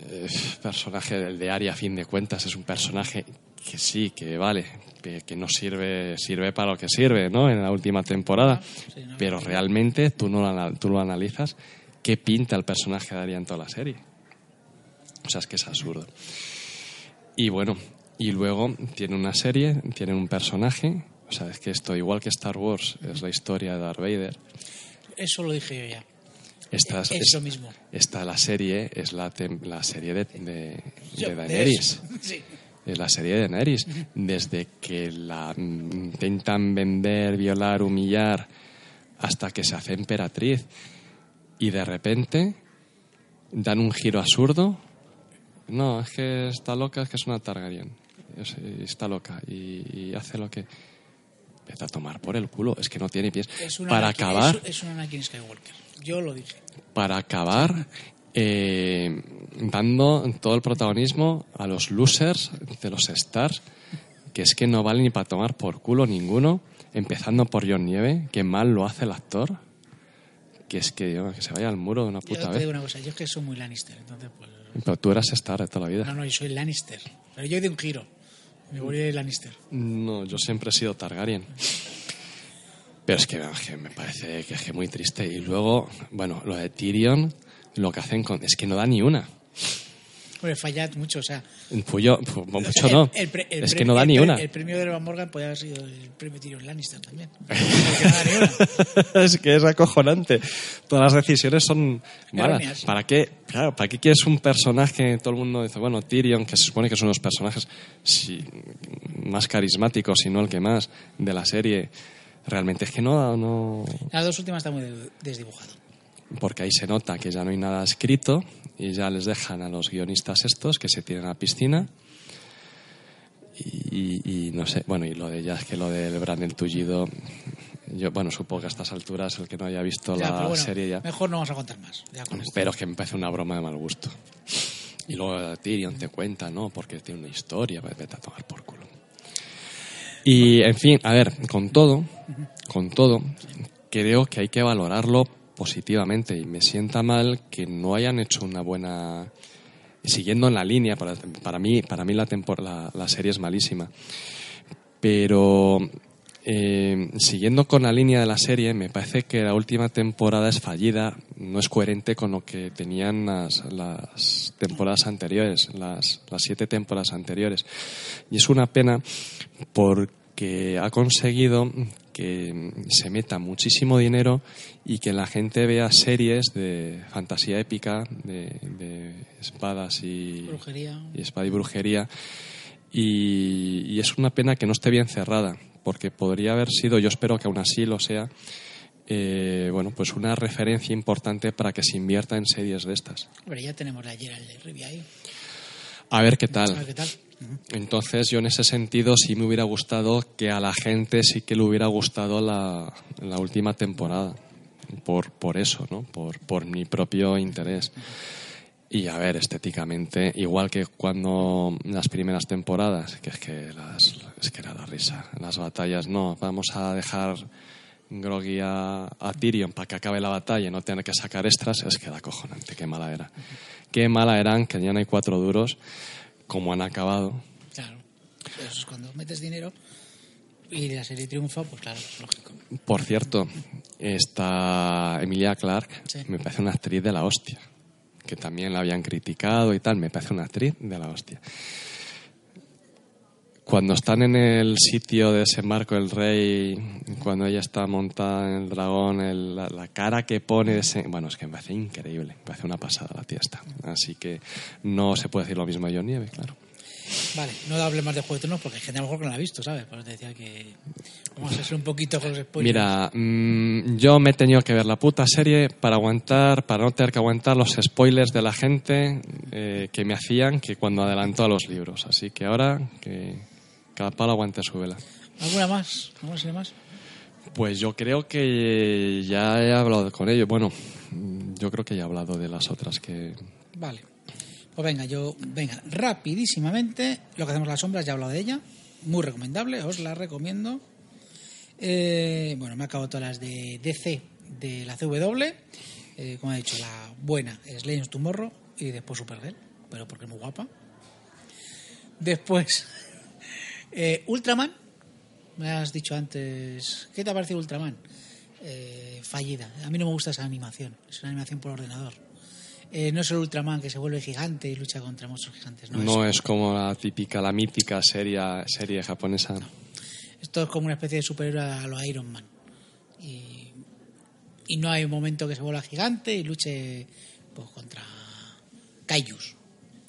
C: Eh, personaje del de Aria, a fin de cuentas, es un personaje que sí, que vale, que, que no sirve, sirve para lo que sirve, ¿no? En la última temporada. Pero realmente tú, no lo ana- tú lo analizas, ¿qué pinta el personaje de Aria en toda la serie? O sea, es que es absurdo. Y bueno, y luego tiene una serie, tiene un personaje. O sea, es que esto, igual que Star Wars, es la historia de Darth Vader.
D: Eso lo dije yo ya.
C: Esta,
D: Es
C: es-
D: lo mismo.
C: esta la serie es la, tem- la serie de, de,
D: Yo-
C: de
D: de
C: Daenerys.
D: eso. Sí.
C: Es eh, la serie de Daenerys. Desde que la mm, intentan vender, violar, humillar, hasta que se hace emperatriz. Y de repente dan un giro absurdo. No, es que está loca, es que es una Targaryen. Es- está loca y, y hace lo que... Vete a tomar por el culo, es que no tiene pies.
D: Es una
C: Para
D: Anakin-
C: acabar
D: Es, es un Anakin Skywalker. Yo lo dije.
C: para acabar eh, dando todo el protagonismo a los losers de los stars, que es que no vale ni para tomar por culo ninguno, empezando por John Nieve, que mal lo hace el actor, que es que, bueno, que se vaya al muro de una
D: Yo
C: puta
D: te digo
C: vez.
D: una cosa. Yo es que soy muy Lannister. Entonces, pues.
C: Pero tú eras star de toda la
D: No,
C: vida.
D: no, yo soy Lannister. Pero yo di un giro. Me volví de Lannister.
C: No, yo siempre he sido Targaryen. Pero es que, vamos, que me parece que es que muy triste. Y luego, bueno, lo de Tyrion, lo que hacen con... Es que no da ni una.
D: Hombre, fallad mucho, o sea.
C: Puyo, pu- pues, mucho no.
D: El- el pre- el
C: es que
D: pre-
C: no da
D: el
C: ni
D: pre-
C: una.
D: El premio de Evan Morgan podía haber sido el premio Tyrion Lannister también. Porque no da ni una.
C: es que es acojonante. Todas las decisiones son malas.
D: Erróneas.
C: ¿Para qué? Claro, ¿para qué quieres un personaje? Todo el mundo dice, bueno, Tyrion, que se supone que es uno de los personajes sí, más carismáticos, si no el que más, de la serie. Realmente es que no, no.
D: Las dos últimas están muy de- desdibujado.
C: Porque ahí se nota que ya no hay nada escrito y ya les dejan a los guionistas estos que se tiran a la piscina. Y, y- y no sé, bueno, y lo de ya es que lo del Brandon Tullido, yo, bueno, supongo que a estas alturas el que no haya visto
D: Ya,
C: la
D: pero bueno,
C: serie ya.
D: Mejor no vamos a contar más. Ya con esto.
C: Pero es que me parece una broma de mal gusto. Y luego Tyrion te cuenta, ¿no? Porque tiene una historia, pues vete a tomar por culo. Y, en fin, a ver, con todo, con todo, creo que hay que valorarlo positivamente y me sienta mal que no hayan hecho una buena... Siguiendo en la línea, para, para mí, para mí la, tempor- la- la serie es malísima, pero eh, siguiendo con la línea de la serie, me parece que la última temporada es fallida, no es coherente con lo que tenían las, las temporadas anteriores, las, las siete temporadas anteriores. Y es una pena porque ha conseguido que se meta muchísimo dinero y que la gente vea series de fantasía épica, de, de espadas y,
D: Brujería.
C: y espada y brujería. Y, y es una pena que no esté bien cerrada, porque podría haber sido, yo espero que aún así lo sea, eh, bueno, pues una referencia importante para que se invierta en series de estas.
D: Hombre, ya tenemos la Gerald de Rivia ahí.
C: A ver qué
D: A ver
C: tal.
D: qué tal.
C: Entonces, yo en ese sentido sí me hubiera gustado que a la gente sí que le hubiera gustado la, la última temporada. Por, por eso, ¿no? Por, por mi propio interés. Y a ver, estéticamente, igual que cuando las primeras temporadas, que es que, las, es que era la risa, las batallas, no, vamos a dejar Grogi a, a Tyrion para que acabe la batalla y no tener que sacar extras, es que da cojonante, qué mala era. Qué mala eran, que ya no hay cuatro duros, como han acabado.
D: Claro. Eso es cuando metes dinero y la serie triunfa, pues claro, es lógico.
C: Por cierto, esta Emilia Clark
D: Sí.
C: me parece una actriz de la hostia, que también la habían criticado y tal, me parece una actriz de la hostia. Cuando están en el sitio de ese marco el rey, cuando ella está montada en el dragón, el- la, la cara que pone, ese- bueno, es que me parece increíble, me parece una pasada la tía esta. Así que no se puede decir lo mismo de John Nieve, claro.
D: Vale, no hable más de Juego de Tronos porque hay gente a lo mejor que no la ha visto, ¿sabes? Por eso te decía que vamos a ser un poquito con los spoilers.
C: Mira, mm, yo me he tenido que ver la puta serie para aguantar, para no tener que aguantar los spoilers de la gente eh, que me hacían que cuando adelantó a los libros. Así que ahora que cada palo aguante su vela.
D: ¿Alguna más? ¿Alguna serie más?
C: Pues yo creo que ya he hablado con ellos. Bueno, mm, yo creo que ya he hablado de las otras que...
D: Vale. Pues venga, yo, venga, rapidísimamente, lo que hacemos las sombras, ya he hablado de ella, muy recomendable, os la recomiendo. Eh, bueno, me acabo todas las de DC, de la CW, eh, como he dicho, la buena es Legends of Tomorrow y después Supergirl, pero porque es muy guapa. Después, eh, Ultraman, me has dicho antes, ¿qué te ha parecido Ultraman? Eh, fallida, a mí no me gusta esa animación, es una animación por ordenador. Eh, no es el Ultraman que se vuelve gigante y lucha contra monstruos gigantes. No,
C: No,
D: es-
C: es... como la típica, la mítica serie, serie japonesa.
D: Esto es como una especie de superhéroe a los Iron Man. Y, y no hay un momento que se vuelva gigante y luche pues, contra Kaijus.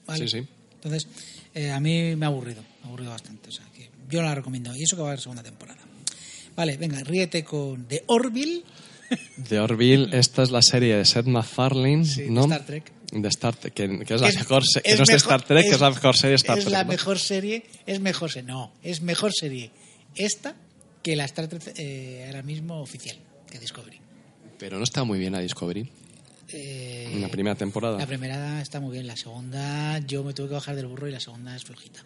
D: ¿vale?
C: Sí, sí.
D: Entonces, eh, a mí me ha aburrido, me ha aburrido bastante. O sea, que yo no la recomiendo. Y eso que va a haber segunda temporada. Vale, venga, ríete con The Orville.
C: De Orville, esta es la serie de Seth MacFarlane,
D: Sí, de
C: ¿no?
D: Star Trek.
C: De Star Trek, que, que es la
D: Es-
C: mejor se- que
D: es
C: no es de
D: mejor-
C: Star Trek, que es la mejor serie de Star
D: es
C: Trek.
D: la
C: ¿no?
D: mejor serie, es mejor serie, no, es mejor serie esta que la Star Trek eh, ahora mismo oficial, que Discovery.
C: Pero no está muy bien a Discovery
D: Eh,
C: en la primera temporada.
D: La primera está muy bien, la segunda yo me tuve que bajar del burro y la segunda es flojita.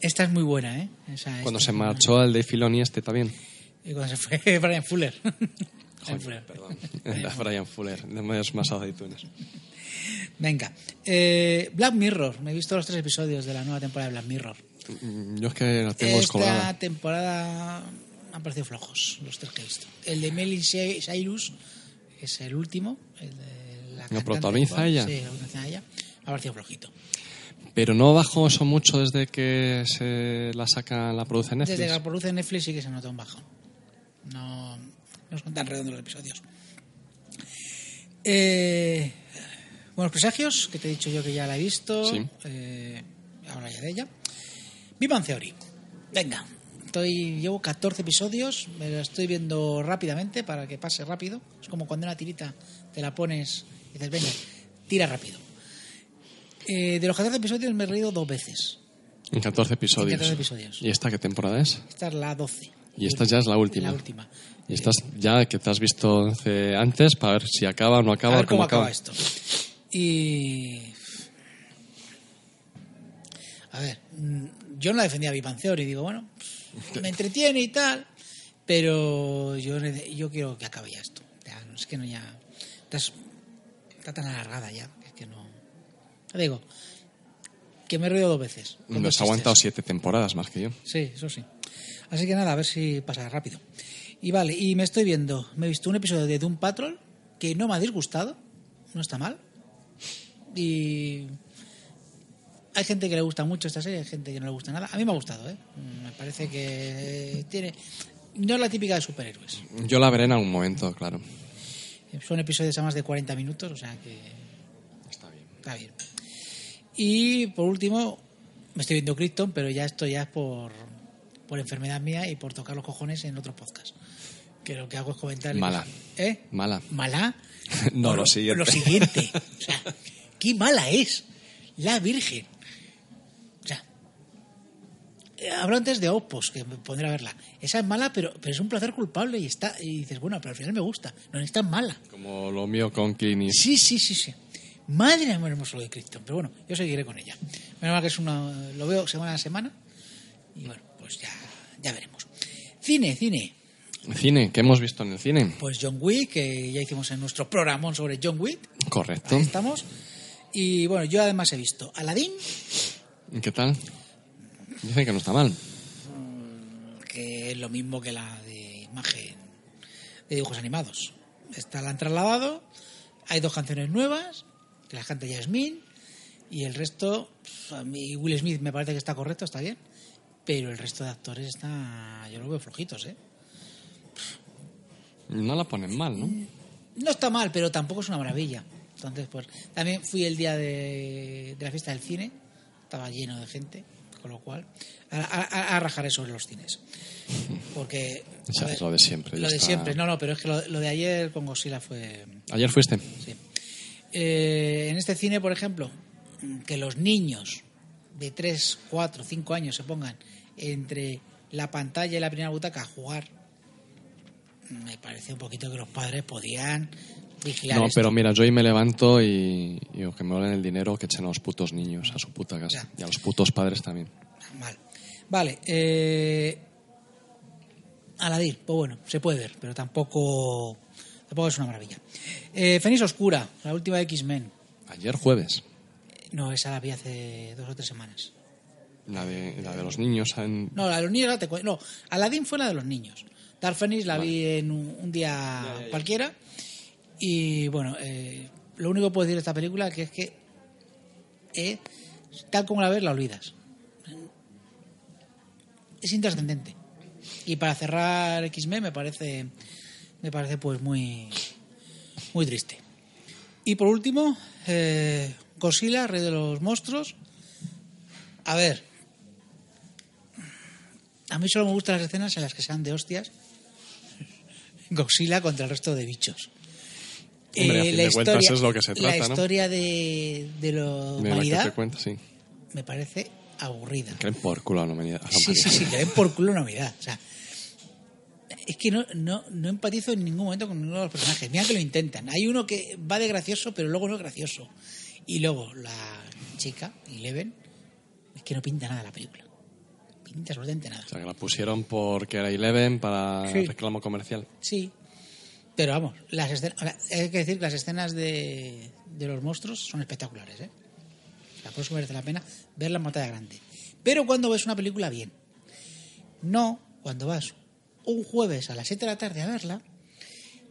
D: Esta es muy buena, ¿eh? O sea,
C: Cuando
D: esta
C: se
D: es muy
C: marchó el de Filoni este también.
D: buena. Y cuando se fue Brian Fuller. Brian
C: Joder,
D: Fuller.
C: perdón. La Brian Fuller, de más, más aceitunas.
D: Venga, eh, Black Mirror. Me he visto los tres episodios de la nueva temporada de Black Mirror.
C: Mm, Yo es que la tengo
D: Esta
C: descolgada.
D: temporada me han parecido flojos los tres que he visto. El de Melly Cyrus es el último. El de la cantante.
C: protagoniza ella?
D: Sí, lo protagoniza ella. Me ha parecido flojito.
C: Pero no bajó eso mucho desde que se la saca, la produce Netflix.
D: Desde que la produce Netflix sí que se nota un bajón. No, no son tan redondos los episodios. Eh, buenos presagios, que te he dicho yo que ya la he visto.
C: Sí.
D: Eh, hablo ya de ella. Vivan Theory. Venga. Estoy, llevo 14 episodios, me lo estoy viendo rápidamente para que pase rápido. Es como cuando una tirita te la pones y dices, venga, tira rápido. Eh, de los 14 episodios me he reído dos veces.
C: En 14 episodios.
D: En 14 episodios. Eh,
C: ¿Y esta qué temporada es?
D: Esta es la 12.
C: Y esta ya es la última.
D: La última.
C: Y estas ya que te has visto once antes para ver si acaba o no acaba.
D: a ver cómo, acaba.
C: acaba
D: esto. Y. A ver, mm, yo no la defendía a Big Bang Theory, digo, bueno, pff, me entretiene y tal, pero yo, ne- yo quiero que acabe ya esto. Ya, no, es que no ya. Está, es- está tan alargada ya, que es que no. Ya digo, que me he reído dos veces. con dos
C: Nos ha aguantado
D: chistes.
C: siete temporadas más que yo.
D: Sí, eso sí. Así que nada, a ver si pasa rápido. Y vale, y me estoy viendo, me he visto un episodio de Doom Patrol que no me ha disgustado, no está mal. Y hay gente que le gusta mucho esta serie, hay gente que no le gusta nada. A mí me ha gustado, ¿eh? Me parece que tiene... No es la típica de superhéroes.
C: Yo la veré en algún momento, claro.
D: Son episodios a más de 40 minutos, o sea que... Está bien. Está bien. Y por último, me estoy viendo Krypton, pero ya esto ya es por, por enfermedad mía y por tocar los cojones en otro podcast. Que lo que hago es comentar.
C: Mala.
D: ¿Eh?
C: Mala.
D: ¿Mala?
C: No,
D: Por
C: lo siguiente.
D: Lo siguiente. O sea, qué mala es la Virgen. O sea, eh, hablo antes de Opos, que me pondré a verla. Esa es mala, pero, pero es un placer culpable y está y dices, bueno, pero al final me gusta. No es tan mala.
C: Como lo mío con Clint Eastwood.
D: Sí, sí, sí, sí. Madre mía, me hermoso lo de Krypton. Pero bueno, yo seguiré con ella. Menos mal que es una, lo veo semana a semana. Y bueno, pues ya, ya veremos. Cine, cine.
C: Cine, ¿qué hemos visto en el cine?
D: Pues John Wick, que ya hicimos en nuestro programón sobre John Wick.
C: Correcto.
D: Ahí estamos. Y bueno, yo además he visto Aladdin,
C: ¿Qué tal? Dicen que no está mal.
D: que es lo mismo que la de imagen de dibujos animados. Esta la han trasladado, hay dos canciones nuevas, que las canta Yasmín, y el resto, pf, a mí Will Smith me parece que está correcto, está bien, pero el resto de actores está, yo lo veo flojitos, ¿eh?
C: No la ponen mal, ¿no?
D: No está mal, pero tampoco es una maravilla. Entonces, pues también fui el día de, de la fiesta del cine, estaba lleno de gente, con lo cual, a, a- a rajaré sobre los cines. Porque.
C: Ya
D: joder,
C: es lo de siempre, ya
D: Lo de
C: está.
D: siempre, no, no, pero es que lo, lo de ayer con Godzilla fue.
C: Ayer fuiste.
D: Sí. Eh, en este cine, por ejemplo, que los niños de 3, 4, 5 años se pongan entre la pantalla y la primera butaca a jugar, me parece un poquito que los padres podían vigilar.
C: no,
D: esto.
C: pero mira, yo hoy me levanto y, y digo que me valen el dinero que echen a los putos niños a su puta casa. Y a los putos padres también.
D: Mal. Vale. Eh, Aladdin, pues bueno, se puede ver, pero tampoco, tampoco es una maravilla. Eh, Fenix Oscura, la última de X-Men.
C: Ayer jueves.
D: No, esa la vi hace dos o tres semanas.
C: La de, la de los niños en-
D: No, la de los niños la te cu- No, Aladdin fue la de los niños. Dark Phoenix la vi en un, un día cualquiera. Y bueno, eh, lo único que puedo decir de esta película que es que eh, tal como la ves, la olvidas. Es intrascendente. Y para cerrar X-Men me parece me parece pues muy muy triste. Y por último, eh, Godzilla, Rey de los Monstruos. A ver, a mí solo me gustan las escenas en las que sean de hostias. Godzilla contra el resto de bichos. Eh,
C: Hombre, a fin
D: la
C: de cuentas es lo que se trata,
D: La
C: ¿no?
D: historia de,
C: de
D: de la
C: la que
D: humanidad
C: te cuento, sí.
D: me parece aburrida.
C: Creen por culo a la humanidad. a la
D: Sí, sí,
C: humanidad.
D: sí, que den por culo una unidad. O sea, es que no, no, no empatizo en ningún momento con ninguno de los personajes. Mira que lo intentan. Hay uno que va de gracioso, pero luego no es gracioso. Y luego la chica, Eleven, es que no pinta nada la película. Pinta absolutamente nada.
C: O sea, que la pusieron porque era Eleven para
D: Sí.
C: reclamo comercial.
D: Sí. Pero vamos, las escenas, ahora, hay que decir que las escenas de, de los monstruos son espectaculares, ¿eh? La por eso merece la pena verla en pantalla grande. Pero cuando ves una película bien, no cuando vas un jueves a las 7 de la tarde a verla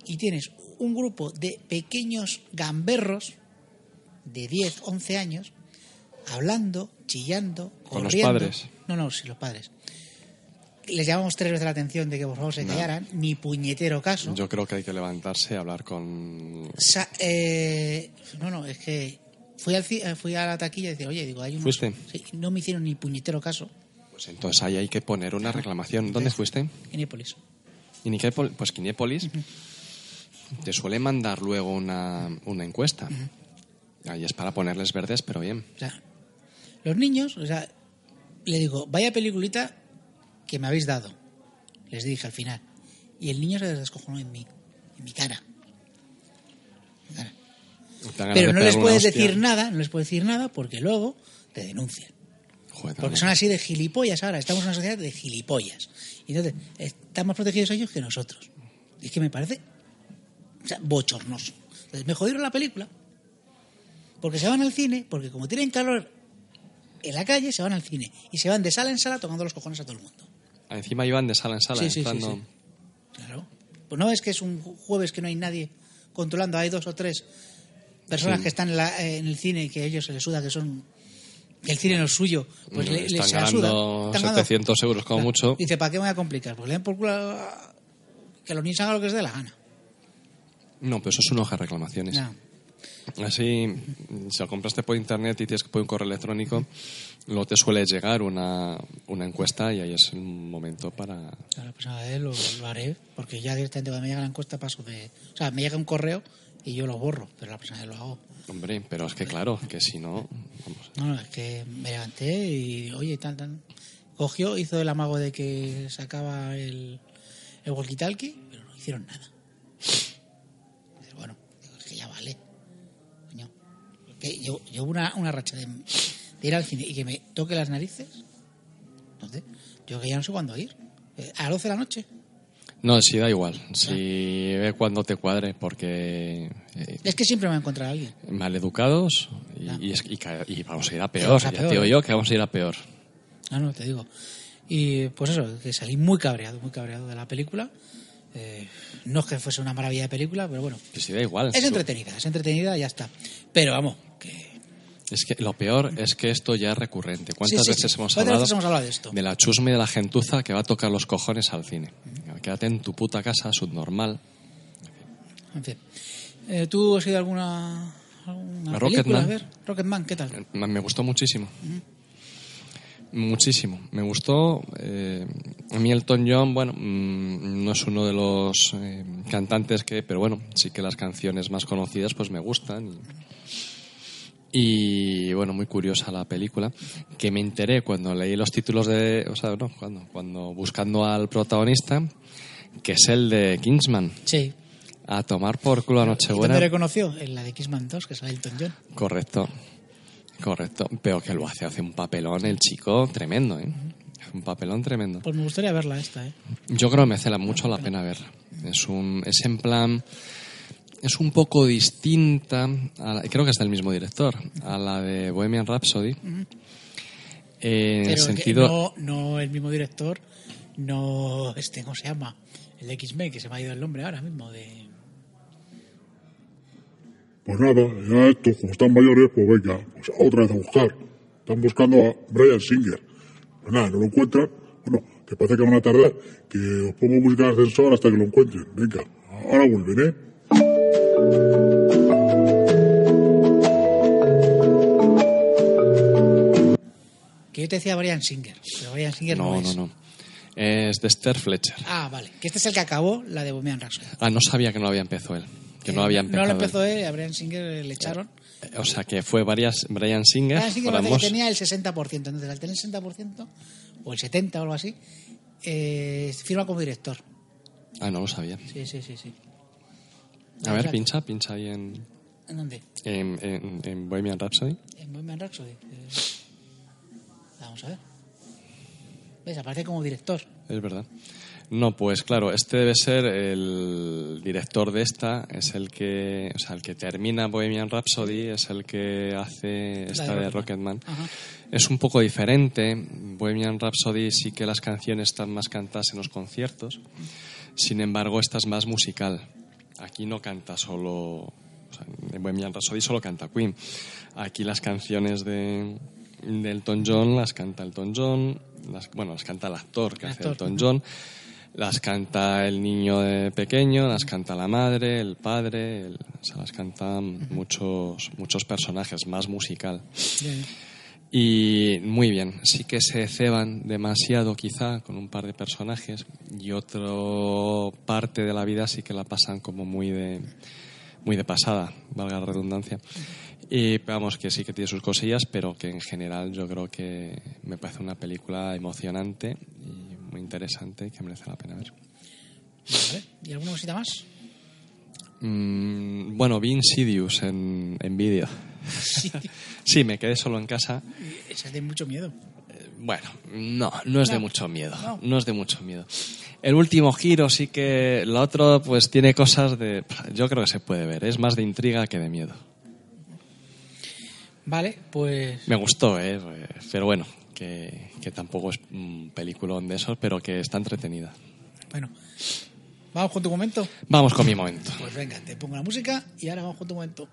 D: y tienes un grupo de pequeños gamberros de 10, 11 años hablando, chillando,
C: Con los
D: corriendo.
C: padres.
D: No, no, sí, los padres. Les llamamos tres veces la atención de que por favor se callaran, ni puñetero caso.
C: Yo creo que hay que levantarse y hablar con...
D: Sa- eh, no, no, es que fui, al, ci- eh, fui a la taquilla y decía, oye, digo, hay unos-
C: ¿Fuiste?
D: Sí, no me hicieron ni puñetero caso
C: Pues entonces ahí hay que poner una reclamación. ¿Dónde fuiste?
D: en Épolis.
C: Y Nicépol- pues Kinépolis te suele mandar luego una, una encuesta. Ahí es para ponerles verdes, pero bien.
D: O sea, los niños, o sea, le digo, vaya peliculita que me habéis dado. Les dije al final. Y el niño se descojonó en mí, en mi cara.
C: Te dan ganas
D: Pero
C: de
D: no
C: pegar
D: les
C: Ah, una
D: puedes
C: hostia.
D: decir nada, no les puedes decir nada porque luego te denuncian.
C: Joder,
D: Porque
C: no.
D: son así de gilipollas ahora. Estamos en una sociedad de gilipollas. Y entonces, están más protegidos ellos que nosotros. Y es que me parece o sea, bochornoso. Entonces, me jodieron la película. Porque se van al cine, porque como tienen calor en la calle, se van al cine. Y se van de sala en sala tocando los cojones a todo el mundo.
C: Encima iban de sala ¿eh? en sala.
D: Sí, sí, sí,
C: entrando-
D: sí. Claro. Pues no es que es un ju- jueves que no hay nadie controlando. Hay dos o tres personas
C: Sí.
D: que están en, la- eh, en el cine y que a ellos se les suda que son... que el cine no es suyo. Pues
C: Mm,
D: le,
C: están
D: les se la suda.
C: ganando
D: Están ganando
C: 700 euros como
D: Claro.
C: mucho.
D: Dice, ¿para qué me voy a complicar? Pues le den por culo a- que los niños hagan lo que les dé la gana.
C: No, pero eso es una hoja de reclamaciones.
D: Ya.
C: Así, si lo compraste por internet y tienes que poner un correo electrónico, luego te suele llegar una, una encuesta y ahí es un momento para...
D: Claro, pues a ver, lo, lo haré, porque ya directamente cuando me llega la encuesta paso de... O sea, me llega un correo y yo lo borro, pero la próxima vez lo hago.
C: Hombre, pero es que claro, que si no... vamos.
D: No, no, es que me levanté y, oye, tal, tal. Cogió, hizo el amago de que sacaba el, el walkie-talkie, pero no hicieron nada. Pero bueno, digo, es que ya vale. Coño. Que yo, yo una, una racha de, de ir al cine y que me toque las narices. Entonces, yo que ya no sé cuándo ir. Eh, A las 12 de la noche.
C: No, sí, da igual. Si ve cuando te cuadre, porque eh,
D: Es que siempre me voy a encontrar a alguien.
C: maleducados y, y es- y ca- y vamos a ir a peor.
D: Vamos a
C: Ya te
D: peor.
C: digo yo que vamos a ir a peor.
D: Ah, no, te digo. Y pues eso, que salí muy cabreado, muy cabreado de la película. Eh, no es que fuese una maravilla de película, pero bueno.
C: Que sí, da igual.
D: Es entretenida, es entretenida y ya está. Pero vamos, que
C: Es que lo peor es que esto ya es recurrente. ¿Cuántas
D: Sí, sí, sí.
C: veces hemos
D: ¿Cuántas
C: hablado?
D: veces hemos hablado de esto?
C: la chusme de la gentuza que va a tocar los cojones al cine. Quédate en tu puta casa, subnormal.
D: en fin. Eh, ¿Tú has ido a alguna, alguna
C: Rocketman.
D: película? A ver, Rocketman, ¿qué tal?
C: Me me gustó muchísimo. Muchísimo. Me gustó. eh, a mí Elton John, bueno, mm, no es uno de los eh, cantantes que, pero bueno, sí que las canciones más conocidas pues me gustan. Y, y, bueno, muy curiosa la película, que me enteré cuando leí los títulos de, o sea, no, cuando, cuando buscando al protagonista, que es el de Kingsman.
D: Sí.
C: A tomar por culo a
D: ¿Y ¿Dónde
C: Nochebuena.
D: reconoció? En la de Kissman 2, que sale Elton John.
C: Correcto, correcto. Pero que lo hace, hace un papelón el chico tremendo, ¿eh? Hace Un papelón tremendo.
D: Pues me gustaría verla esta, ¿eh?
C: Yo creo que merece la- mucho la pena verla. Es un, es en plan, es un poco distinta, a la- creo que es del mismo director, a la de Bohemian Rhapsody. Eh, En el
D: Pero que
C: sentido,
D: no, no el mismo director, no este, ¿cómo se llama? El de X-Men, que se me ha ido el nombre ahora mismo. de
F: Pues nada, ya estos, como están mayores, pues venga, pues otra vez a buscar. Están buscando a Brian Singer. Pues nada, no lo encuentran. Bueno, que parece que van a tardar. Que os pongo música de ascensor hasta que lo encuentren. Venga, ahora vuelven, ¿eh?
D: Que yo te decía Brian Singer, pero Brian Singer no,
C: no, no,
D: es.
C: no. Es de Esther Fletcher.
D: Ah, vale. Que este es el que acabó la de Bohemian Rhapsody.
C: Ah, no sabía que no lo había empezado él. Que no lo había
D: Eh, No
C: empezado.
D: lo
C: él.
D: empezó él, a Brian Singer le echaron.
C: O sea, que fue varias Brian Singer.
D: Brian Singer
C: por
D: parece
C: ambos.
D: que tenía el 60%. Entonces, al tener el 60% o el 70% o algo así, eh, firma como director.
C: Ah, no lo sabía.
D: Sí, sí, sí, sí.
C: A ver,
D: Exacto.
C: pincha, pincha ahí en,
D: ¿En dónde?
C: en, en- en Bohemian Rhapsody.
D: En Bohemian Rhapsody. Eh, Vamos a ver. ¿Ves? Aparece como director.
C: Es verdad. No, pues claro, este debe ser el director de esta, es el que, o sea, el que termina Bohemian Rhapsody, es el que hace esta de, Rocketman.
D: Ajá.
C: Es un poco diferente. Bohemian Rhapsody sí que las canciones están más cantadas en los conciertos. Sin embargo, esta es más musical. Aquí no canta solo. o sea, en Bohemian Rhapsody solo canta Queen. Aquí las canciones de, de Elton John las canta Elton John. las- bueno, las canta el actor que
D: El
C: hace
D: actor.
C: Elton John. Las canta el niño de pequeño, las canta la madre, el padre, el- o sea, las cantan muchos, muchos personajes, más musical. Y muy bien, sí que se ceban demasiado quizá con un par de personajes y otra parte de la vida sí que la pasan como muy de, muy de pasada, valga la redundancia. Y vamos, que sí que tiene sus cosillas, pero que en general yo creo que me parece una película emocionante y muy interesante que merece la pena ver.
D: Vale. ¿Y alguna cosita más?
C: Mm, bueno, vi Insidious en, en vídeo.
D: Sí.
C: Sí, me quedé solo en casa.
D: Esa es de mucho miedo.
C: Bueno, no, no es de mucho miedo. No. es de mucho miedo. El último giro sí que la otro pues tiene cosas de yo creo que se puede ver, es más de intriga que de miedo.
D: Vale, pues.
C: Me gustó, eh, pero bueno, que, que tampoco es un peliculón de esos, pero que está entretenida.
D: Bueno. Vamos con tu momento.
C: Vamos con mi momento.
D: Pues venga, te pongo la música y ahora vamos con tu momento.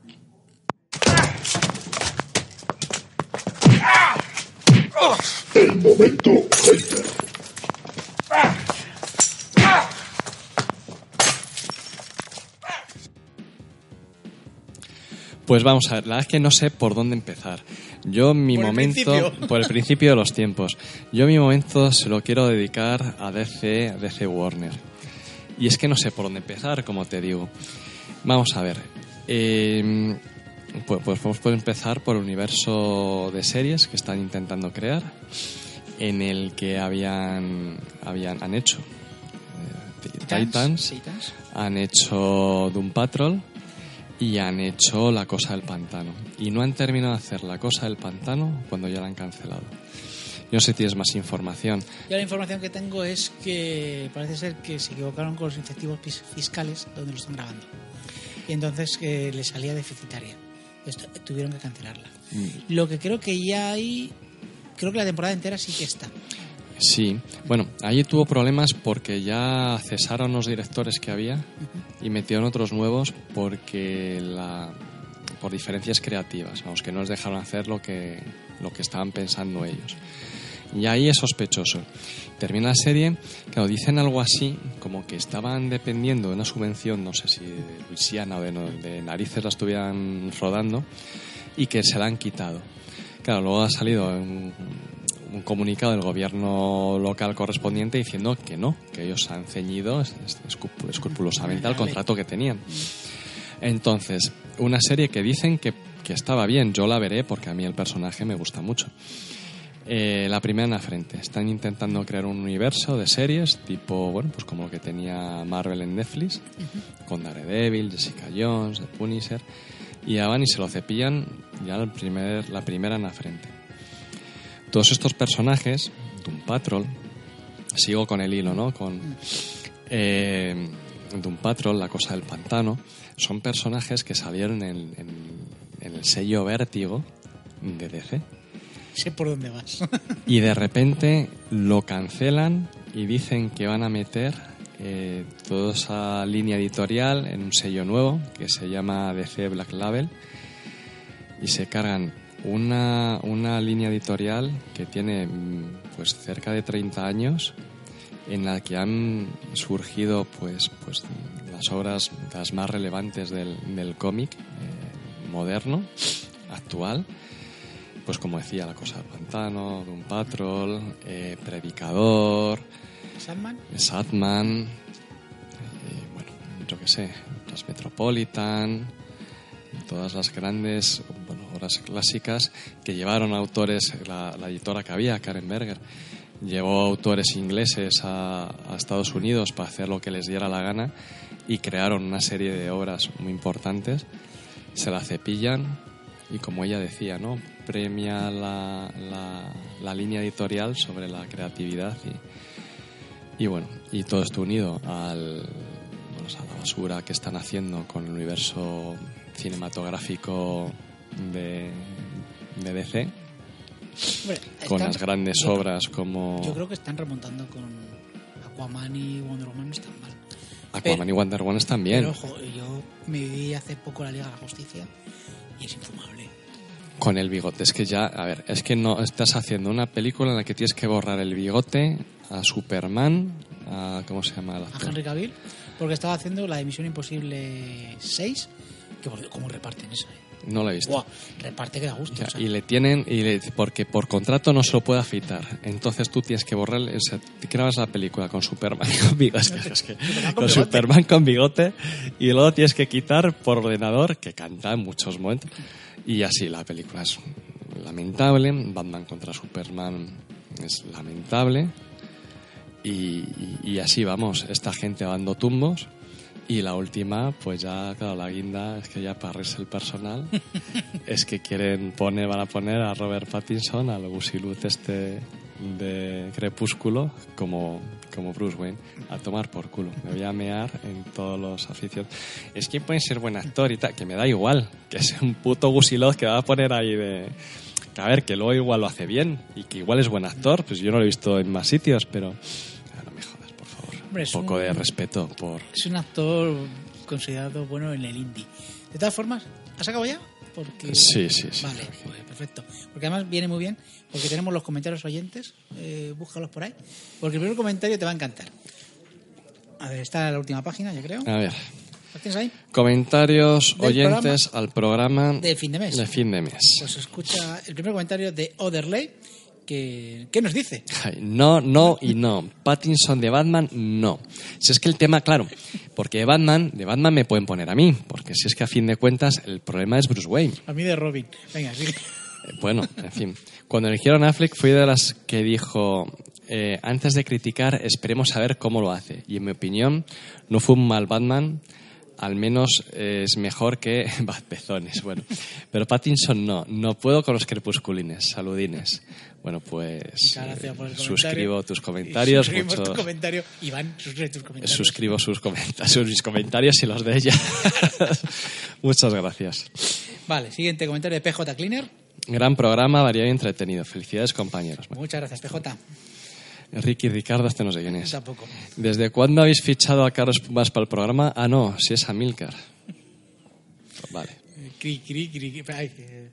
C: Pues vamos a ver, la verdad es que no sé por dónde empezar. Yo mi
D: Por el
C: momento,
D: principio.
C: por el principio de los tiempos, yo mi momento se lo quiero dedicar a DC, a DC Warner. Y es que no sé por dónde empezar, como te digo. Vamos a ver. eh, pues, pues vamos por empezar por el universo de series que están intentando crear, en el que habían, habían han hecho eh, Titans,
D: Titans.
C: han hecho Doom Patrol y han hecho La Cosa del Pantano. Y no han terminado de hacer La Cosa del Pantano cuando ya la han cancelado. no sé si tienes más información.
D: Yo la información que tengo es que parece ser que se equivocaron con los incentivos fis- fiscales donde lo están grabando. Y entonces eh, le salía deficitaria. Esto- eh, tuvieron que cancelarla.
C: Mm.
D: Lo que creo que ya hay, creo que la temporada entera sí que está.
C: Sí, bueno, allí tuvo problemas porque ya cesaron los directores que había y metieron otros nuevos porque la por diferencias creativas, vamos, que no les dejaron hacer lo que, lo que estaban pensando ellos. Y ahí es sospechoso. Termina la serie, claro, dicen algo así, como que estaban dependiendo de una subvención, no sé si de Luisiana o de, no- de narices la estuvieran rodando, y que se la han quitado. Claro, luego ha salido un, un comunicado del gobierno local correspondiente diciendo que no, que ellos han ceñido es- es- escrupu- escrupulosamente al contrato que tenían. Entonces, una serie que dicen que, que estaba bien, yo la veré porque a mí el personaje me gusta mucho. Eh, la primera en la frente. Están intentando crear un universo de series tipo, bueno, pues como lo que tenía Marvel en Netflix, con Daredevil, Jessica Jones, The Punisher, y a Van y se lo cepillan ya el primer, la primera en la frente. Todos estos personajes, Doom Patrol, sigo con el hilo, ¿no? Con eh, Doom Patrol, La Cosa del Pantano, son personajes que salieron en, en- en el sello Vértigo de DC
D: Sé por dónde vas.
C: y de repente lo cancelan y dicen que van a meter eh, toda esa línea editorial en un sello nuevo que se llama DC Black Label y se cargan una, una línea editorial que tiene mm, pues cerca de 30 años en la que han surgido pues pues las obras las más relevantes del, del cómic eh, moderno actual pues como decía la cosa del pantano Doom Patrol eh, Predicador
D: Sandman,
C: Satman, eh, bueno, yo qué sé, las Metropolitan, todas las grandes bueno, obras clásicas que llevaron autores, la, la editora que había, Karen Berger, llevó autores ingleses a, a Estados Unidos para hacer lo que les diera la gana y crearon una serie de obras muy importantes, se la cepillan y como ella decía, ¿no? premia la, la- la línea editorial sobre la creatividad y, y bueno, y todo esto unido al, bueno, a la basura que están haciendo con el universo cinematográfico de, de DC,
D: Hombre,
C: con
D: están-
C: las grandes
D: yo-
C: obras como
D: Yo creo que están remontando con Aquaman y Wonder Woman, no están mal.
C: Aquaman y Wonder Woman también,
D: Pero ojo, yo me vi hace poco la Liga de la Justicia y es infumable.
C: con el bigote. Es que ya, a ver, es que no estás haciendo una película en la que tienes que borrar el bigote a Superman, a, ¿cómo se llama? el
D: A
C: actor?
D: Henry Cavill, porque estaba haciendo la de Misión Imposible 6, que por Dios, cómo reparten esa. eh?
C: No lo he visto.
D: Buah, reparte que da gusto.
C: Ya,
D: o sea,
C: y le tienen y le- porque por contrato no se lo puede afeitar entonces tú tienes que borrar o sea, te grabas la película con Superman con bigote, es que- con Superman con bigote y luego tienes que quitar por ordenador que canta en muchos momentos y así la película es lamentable Batman contra Superman es lamentable y, y- y así vamos esta gente va dando tumbos y la última, pues ya, claro, la guinda es que ya para reírse el personal es que quieren poner, van a poner a Robert Pattinson, al Busilut este de Crepúsculo, como, como Bruce Wayne, a tomar por culo. Me voy a mear en todos los aficiones. Es que pueden ser buen actor y tal, que me da igual, que es un puto Busilot que va a poner ahí de... que a ver, que luego igual lo hace bien y que igual es buen actor, pues yo no lo he visto en más sitios, pero... ah, no me jodas, por favor.
D: Hombre, es
C: un poco
D: un-
C: de respeto por...
D: Es un actor considerado bueno en el indie. De todas formas, ¿has acabado ya? Porque...
C: Sí, sí, sí.
D: Vale, pues, perfecto. Porque además viene muy bien, porque tenemos los comentarios oyentes, eh, búscalos por ahí, porque el primer comentario te va a encantar. A ver, está en la última página, yo creo.
C: A ver,
D: ¿La tienes ahí?
C: comentarios
D: Del
C: oyentes al programa
D: De fin de mes.
C: De fin de mes.
D: Pues escucha el primer comentario de Otherley, que, ¿qué nos dice?
C: Ay, No, no y no. Pattinson de Batman, no. Si es que el tema, claro, porque de Batman, de Batman me pueden poner a mí, porque si es que a fin de cuentas el problema es Bruce Wayne.
D: A mí de Robin. Venga, sí.
C: Eh, Bueno, en fin. Cuando eligieron a Affleck fui de las que dijo, eh, antes de criticar esperemos a ver cómo lo hace. Y en mi opinión, no fue un mal Batman, al menos es mejor que Bad Pezones, bueno. Pero Pattinson no, no puedo con los crepusculines, saludines. Bueno, pues
D: Muchas gracias por el
C: eh, suscribo
D: comentario.
C: tus comentarios.
D: Suscribo
C: mucho-
D: tu comentario. Iván, suscribe tus comentarios.
C: suscribo sus comentarios, mis comentarios y los de ella. Muchas gracias.
D: Vale, siguiente comentario de PJ Cleaner.
C: Gran programa, variado y entretenido. Felicidades, compañeros. Bueno,
D: Muchas gracias, PJ.
C: Ricky Ricardo, este no sé quién es.
D: Tampoco.
C: ¿Desde cuándo habéis fichado a Carlos Pumas para el programa? Ah, no, si es Amilcar. Vale.
D: Eh, Cri, cri, cri. cri. Ay, eh,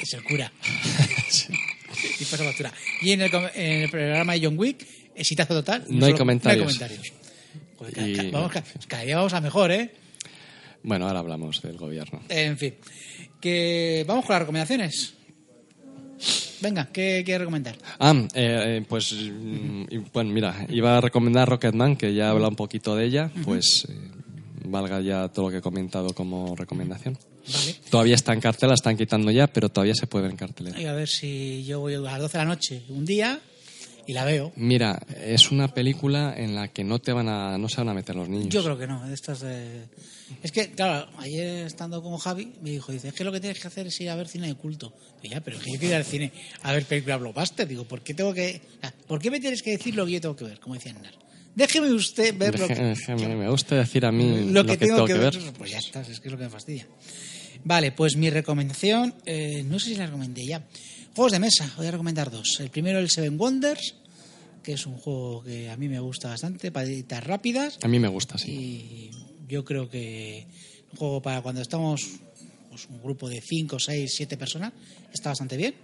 D: es el cura. y pasa factura. Y en el, com- en el programa de John Wick, exitazo total.
C: No hay
D: solo-
C: comentarios.
D: No hay comentarios. Joder, ca-
C: Y-
D: ca- vamos, ca- cada día vamos a mejor, ¿eh?
C: Bueno, ahora hablamos del gobierno.
D: En fin. Que vamos con las recomendaciones. Venga, ¿qué quieres recomendar?
C: Ah, eh, eh, pues mm, y, bueno, mira, iba a recomendar Rocketman, que ya habla un poquito de ella, pues eh, valga ya todo lo que he comentado como recomendación.
D: Vale.
C: Todavía está en cartel, la están quitando ya, pero todavía se puede ver en cartelera.
D: Y a ver si yo voy a las 12 de la noche un día y la veo.
C: Mira, es una película en la que no te van a, no se van a meter los niños.
D: Yo creo que no, de estas de... Es que, claro, ayer estando con Javi, me dijo, dice, es que lo que tienes que hacer es ir a ver cine de culto. Digo, ya, pero es que yo quiero ir al cine a ver película blockbuster. Digo, ¿por qué tengo que...? ah, ¿Por qué me tienes que decir lo que yo tengo que ver? Como decía Nar. Déjeme usted ver lo que,
C: Déjeme, me gusta decir a mí
D: lo que tengo, que, ver. Pues ya está, es que es lo que me fastidia. Vale, pues mi recomendación, eh, no sé si la recomendé ya. Juegos de mesa, voy a recomendar dos. El primero, el Seven Wonders, que es un juego que a mí me gusta bastante, para editar rápidas.
C: A mí me gusta, sí.
D: Y yo creo que un juego para cuando estamos pues, un grupo de 5, 6, 7 personas está bastante bien.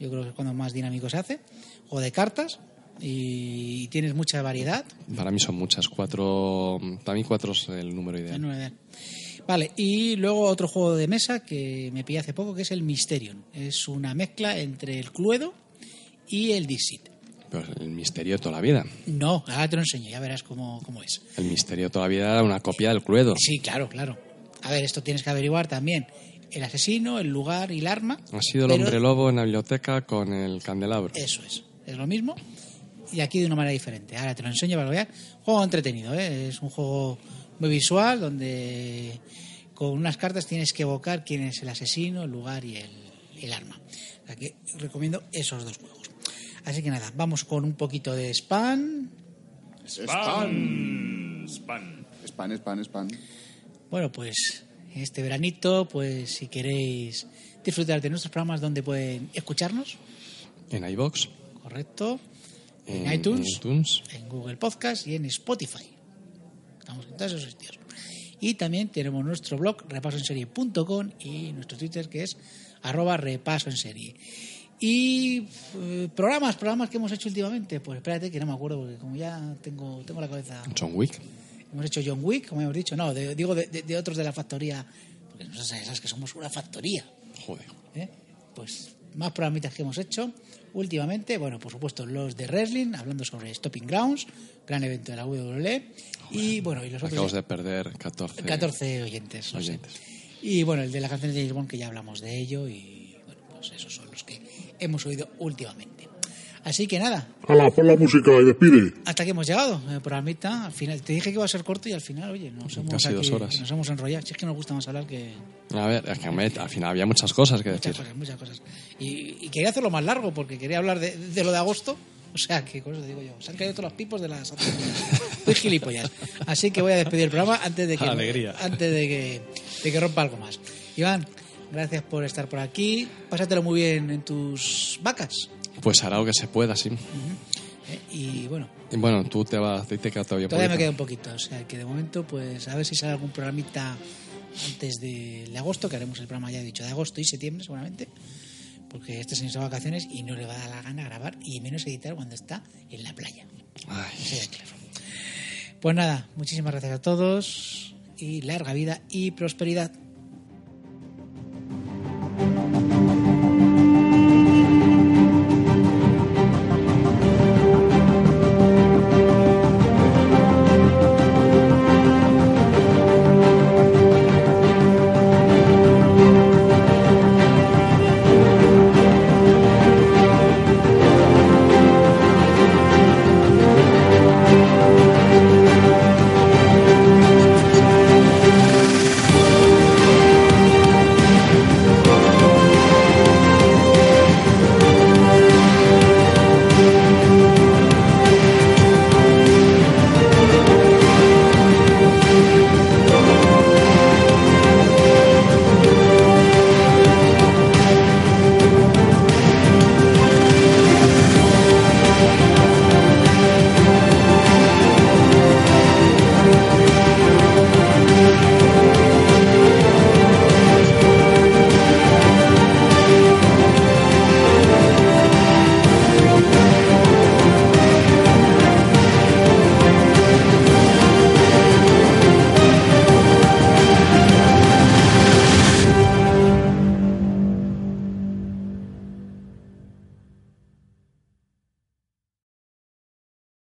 D: Yo creo que es cuando más dinámico se hace. Juego de cartas y tienes mucha variedad.
C: Para mí son muchas, cuatro, para mí cuatro es el número
D: El
C: ideal.
D: nueve de- Vale, y luego otro juego de mesa que me pillé hace poco, que es el Mysterion. Es una mezcla entre el Cluedo y el Dixit.
C: Pero el misterio de toda la vida.
D: No, ahora te lo enseño, ya verás cómo, cómo es.
C: El misterio de toda la vida era una copia del Cluedo.
D: Sí, claro, claro. A ver, esto tienes que averiguar también. El asesino, el lugar y el arma.
C: Ha sido el
D: pero- Eh.
C: hombre lobo en la biblioteca con el candelabro.
D: Eso es, es lo mismo. Y aquí de una manera diferente. Ahora te lo enseño para que lo veas. Juego entretenido, ¿eh? es un juego muy visual donde con unas cartas tienes que evocar quién es el asesino, el lugar y el, el arma. O sea que recomiendo esos dos juegos. Así que nada, vamos con un poquito de spam.
K: Spam. Spam.
L: Spam, spam, spam.
D: Bueno, pues este veranito, pues si queréis disfrutar de nuestros programas donde pueden escucharnos,
C: En iBox,
D: correcto, en,
C: en
D: iTunes,
C: iTunes.
D: en Google Podcast y en Spotify. Estamos en todos esos sitios. Y también tenemos nuestro blog repasoenserie.com y nuestro Twitter que es arroba repasoenserie. Y eh, programas, programas que hemos hecho últimamente. Pues espérate que no me acuerdo porque como ya tengo, tengo la cabeza...
C: John Wick.
D: Hemos hecho John Wick, como hemos dicho. No, de- digo de, de- de otros de la factoría. Porque nosotros sabes que somos una factoría.
C: Joder.
D: ¿eh? Pues más programitas que hemos hecho últimamente. Bueno, por supuesto, los de wrestling, hablando sobre Stopping Grounds, gran evento de la WWE. Y bueno, y los
C: Acabas
D: otros.
C: de perder 14.
D: 14 oyentes, lo sé.
C: Oyentes.
D: Y bueno, el de la canción de James Bond, que ya hablamos de ello. Y bueno, pues esos son los que hemos oído últimamente. Así que nada,
F: Hala, pon la música y despide.
D: hasta que hemos llegado, eh, el programita. Al final, te dije que iba a ser corto y al final, oye, nos hemos,
C: Casi dos
D: aquí-
C: horas.
D: nos hemos enrollado. Si es que nos gusta más hablar que
C: A ver, es que me- al final había muchas cosas que
D: muchas
C: decir.
D: cosas, muchas cosas. Y, y quería hacerlo más largo porque quería hablar de, de lo de agosto. O sea, que con eso digo yo, se han caído todos los pipos de las... Soy gilipollas. Así que voy a despedir el programa antes de que,
C: Alegría.
D: Antes de que, de que rompa algo más. Iván, gracias por estar por aquí. Pásatelo muy bien en tus vacas.
C: Pues hará lo que se pueda, sí.
D: ¿eh? Y bueno,
C: Y bueno, tú te vas, a te queda todavía
D: Todavía me queda un
C: poquito.
D: poquito, o sea que de momento, pues a ver si sale algún programita antes de, de agosto, que haremos el programa ya he dicho de agosto y septiembre seguramente, porque este señor está de vacaciones y no le va a dar la gana grabar y menos editar cuando está en la playa. Así de claro. Pues nada, muchísimas gracias a todos y larga vida y prosperidad.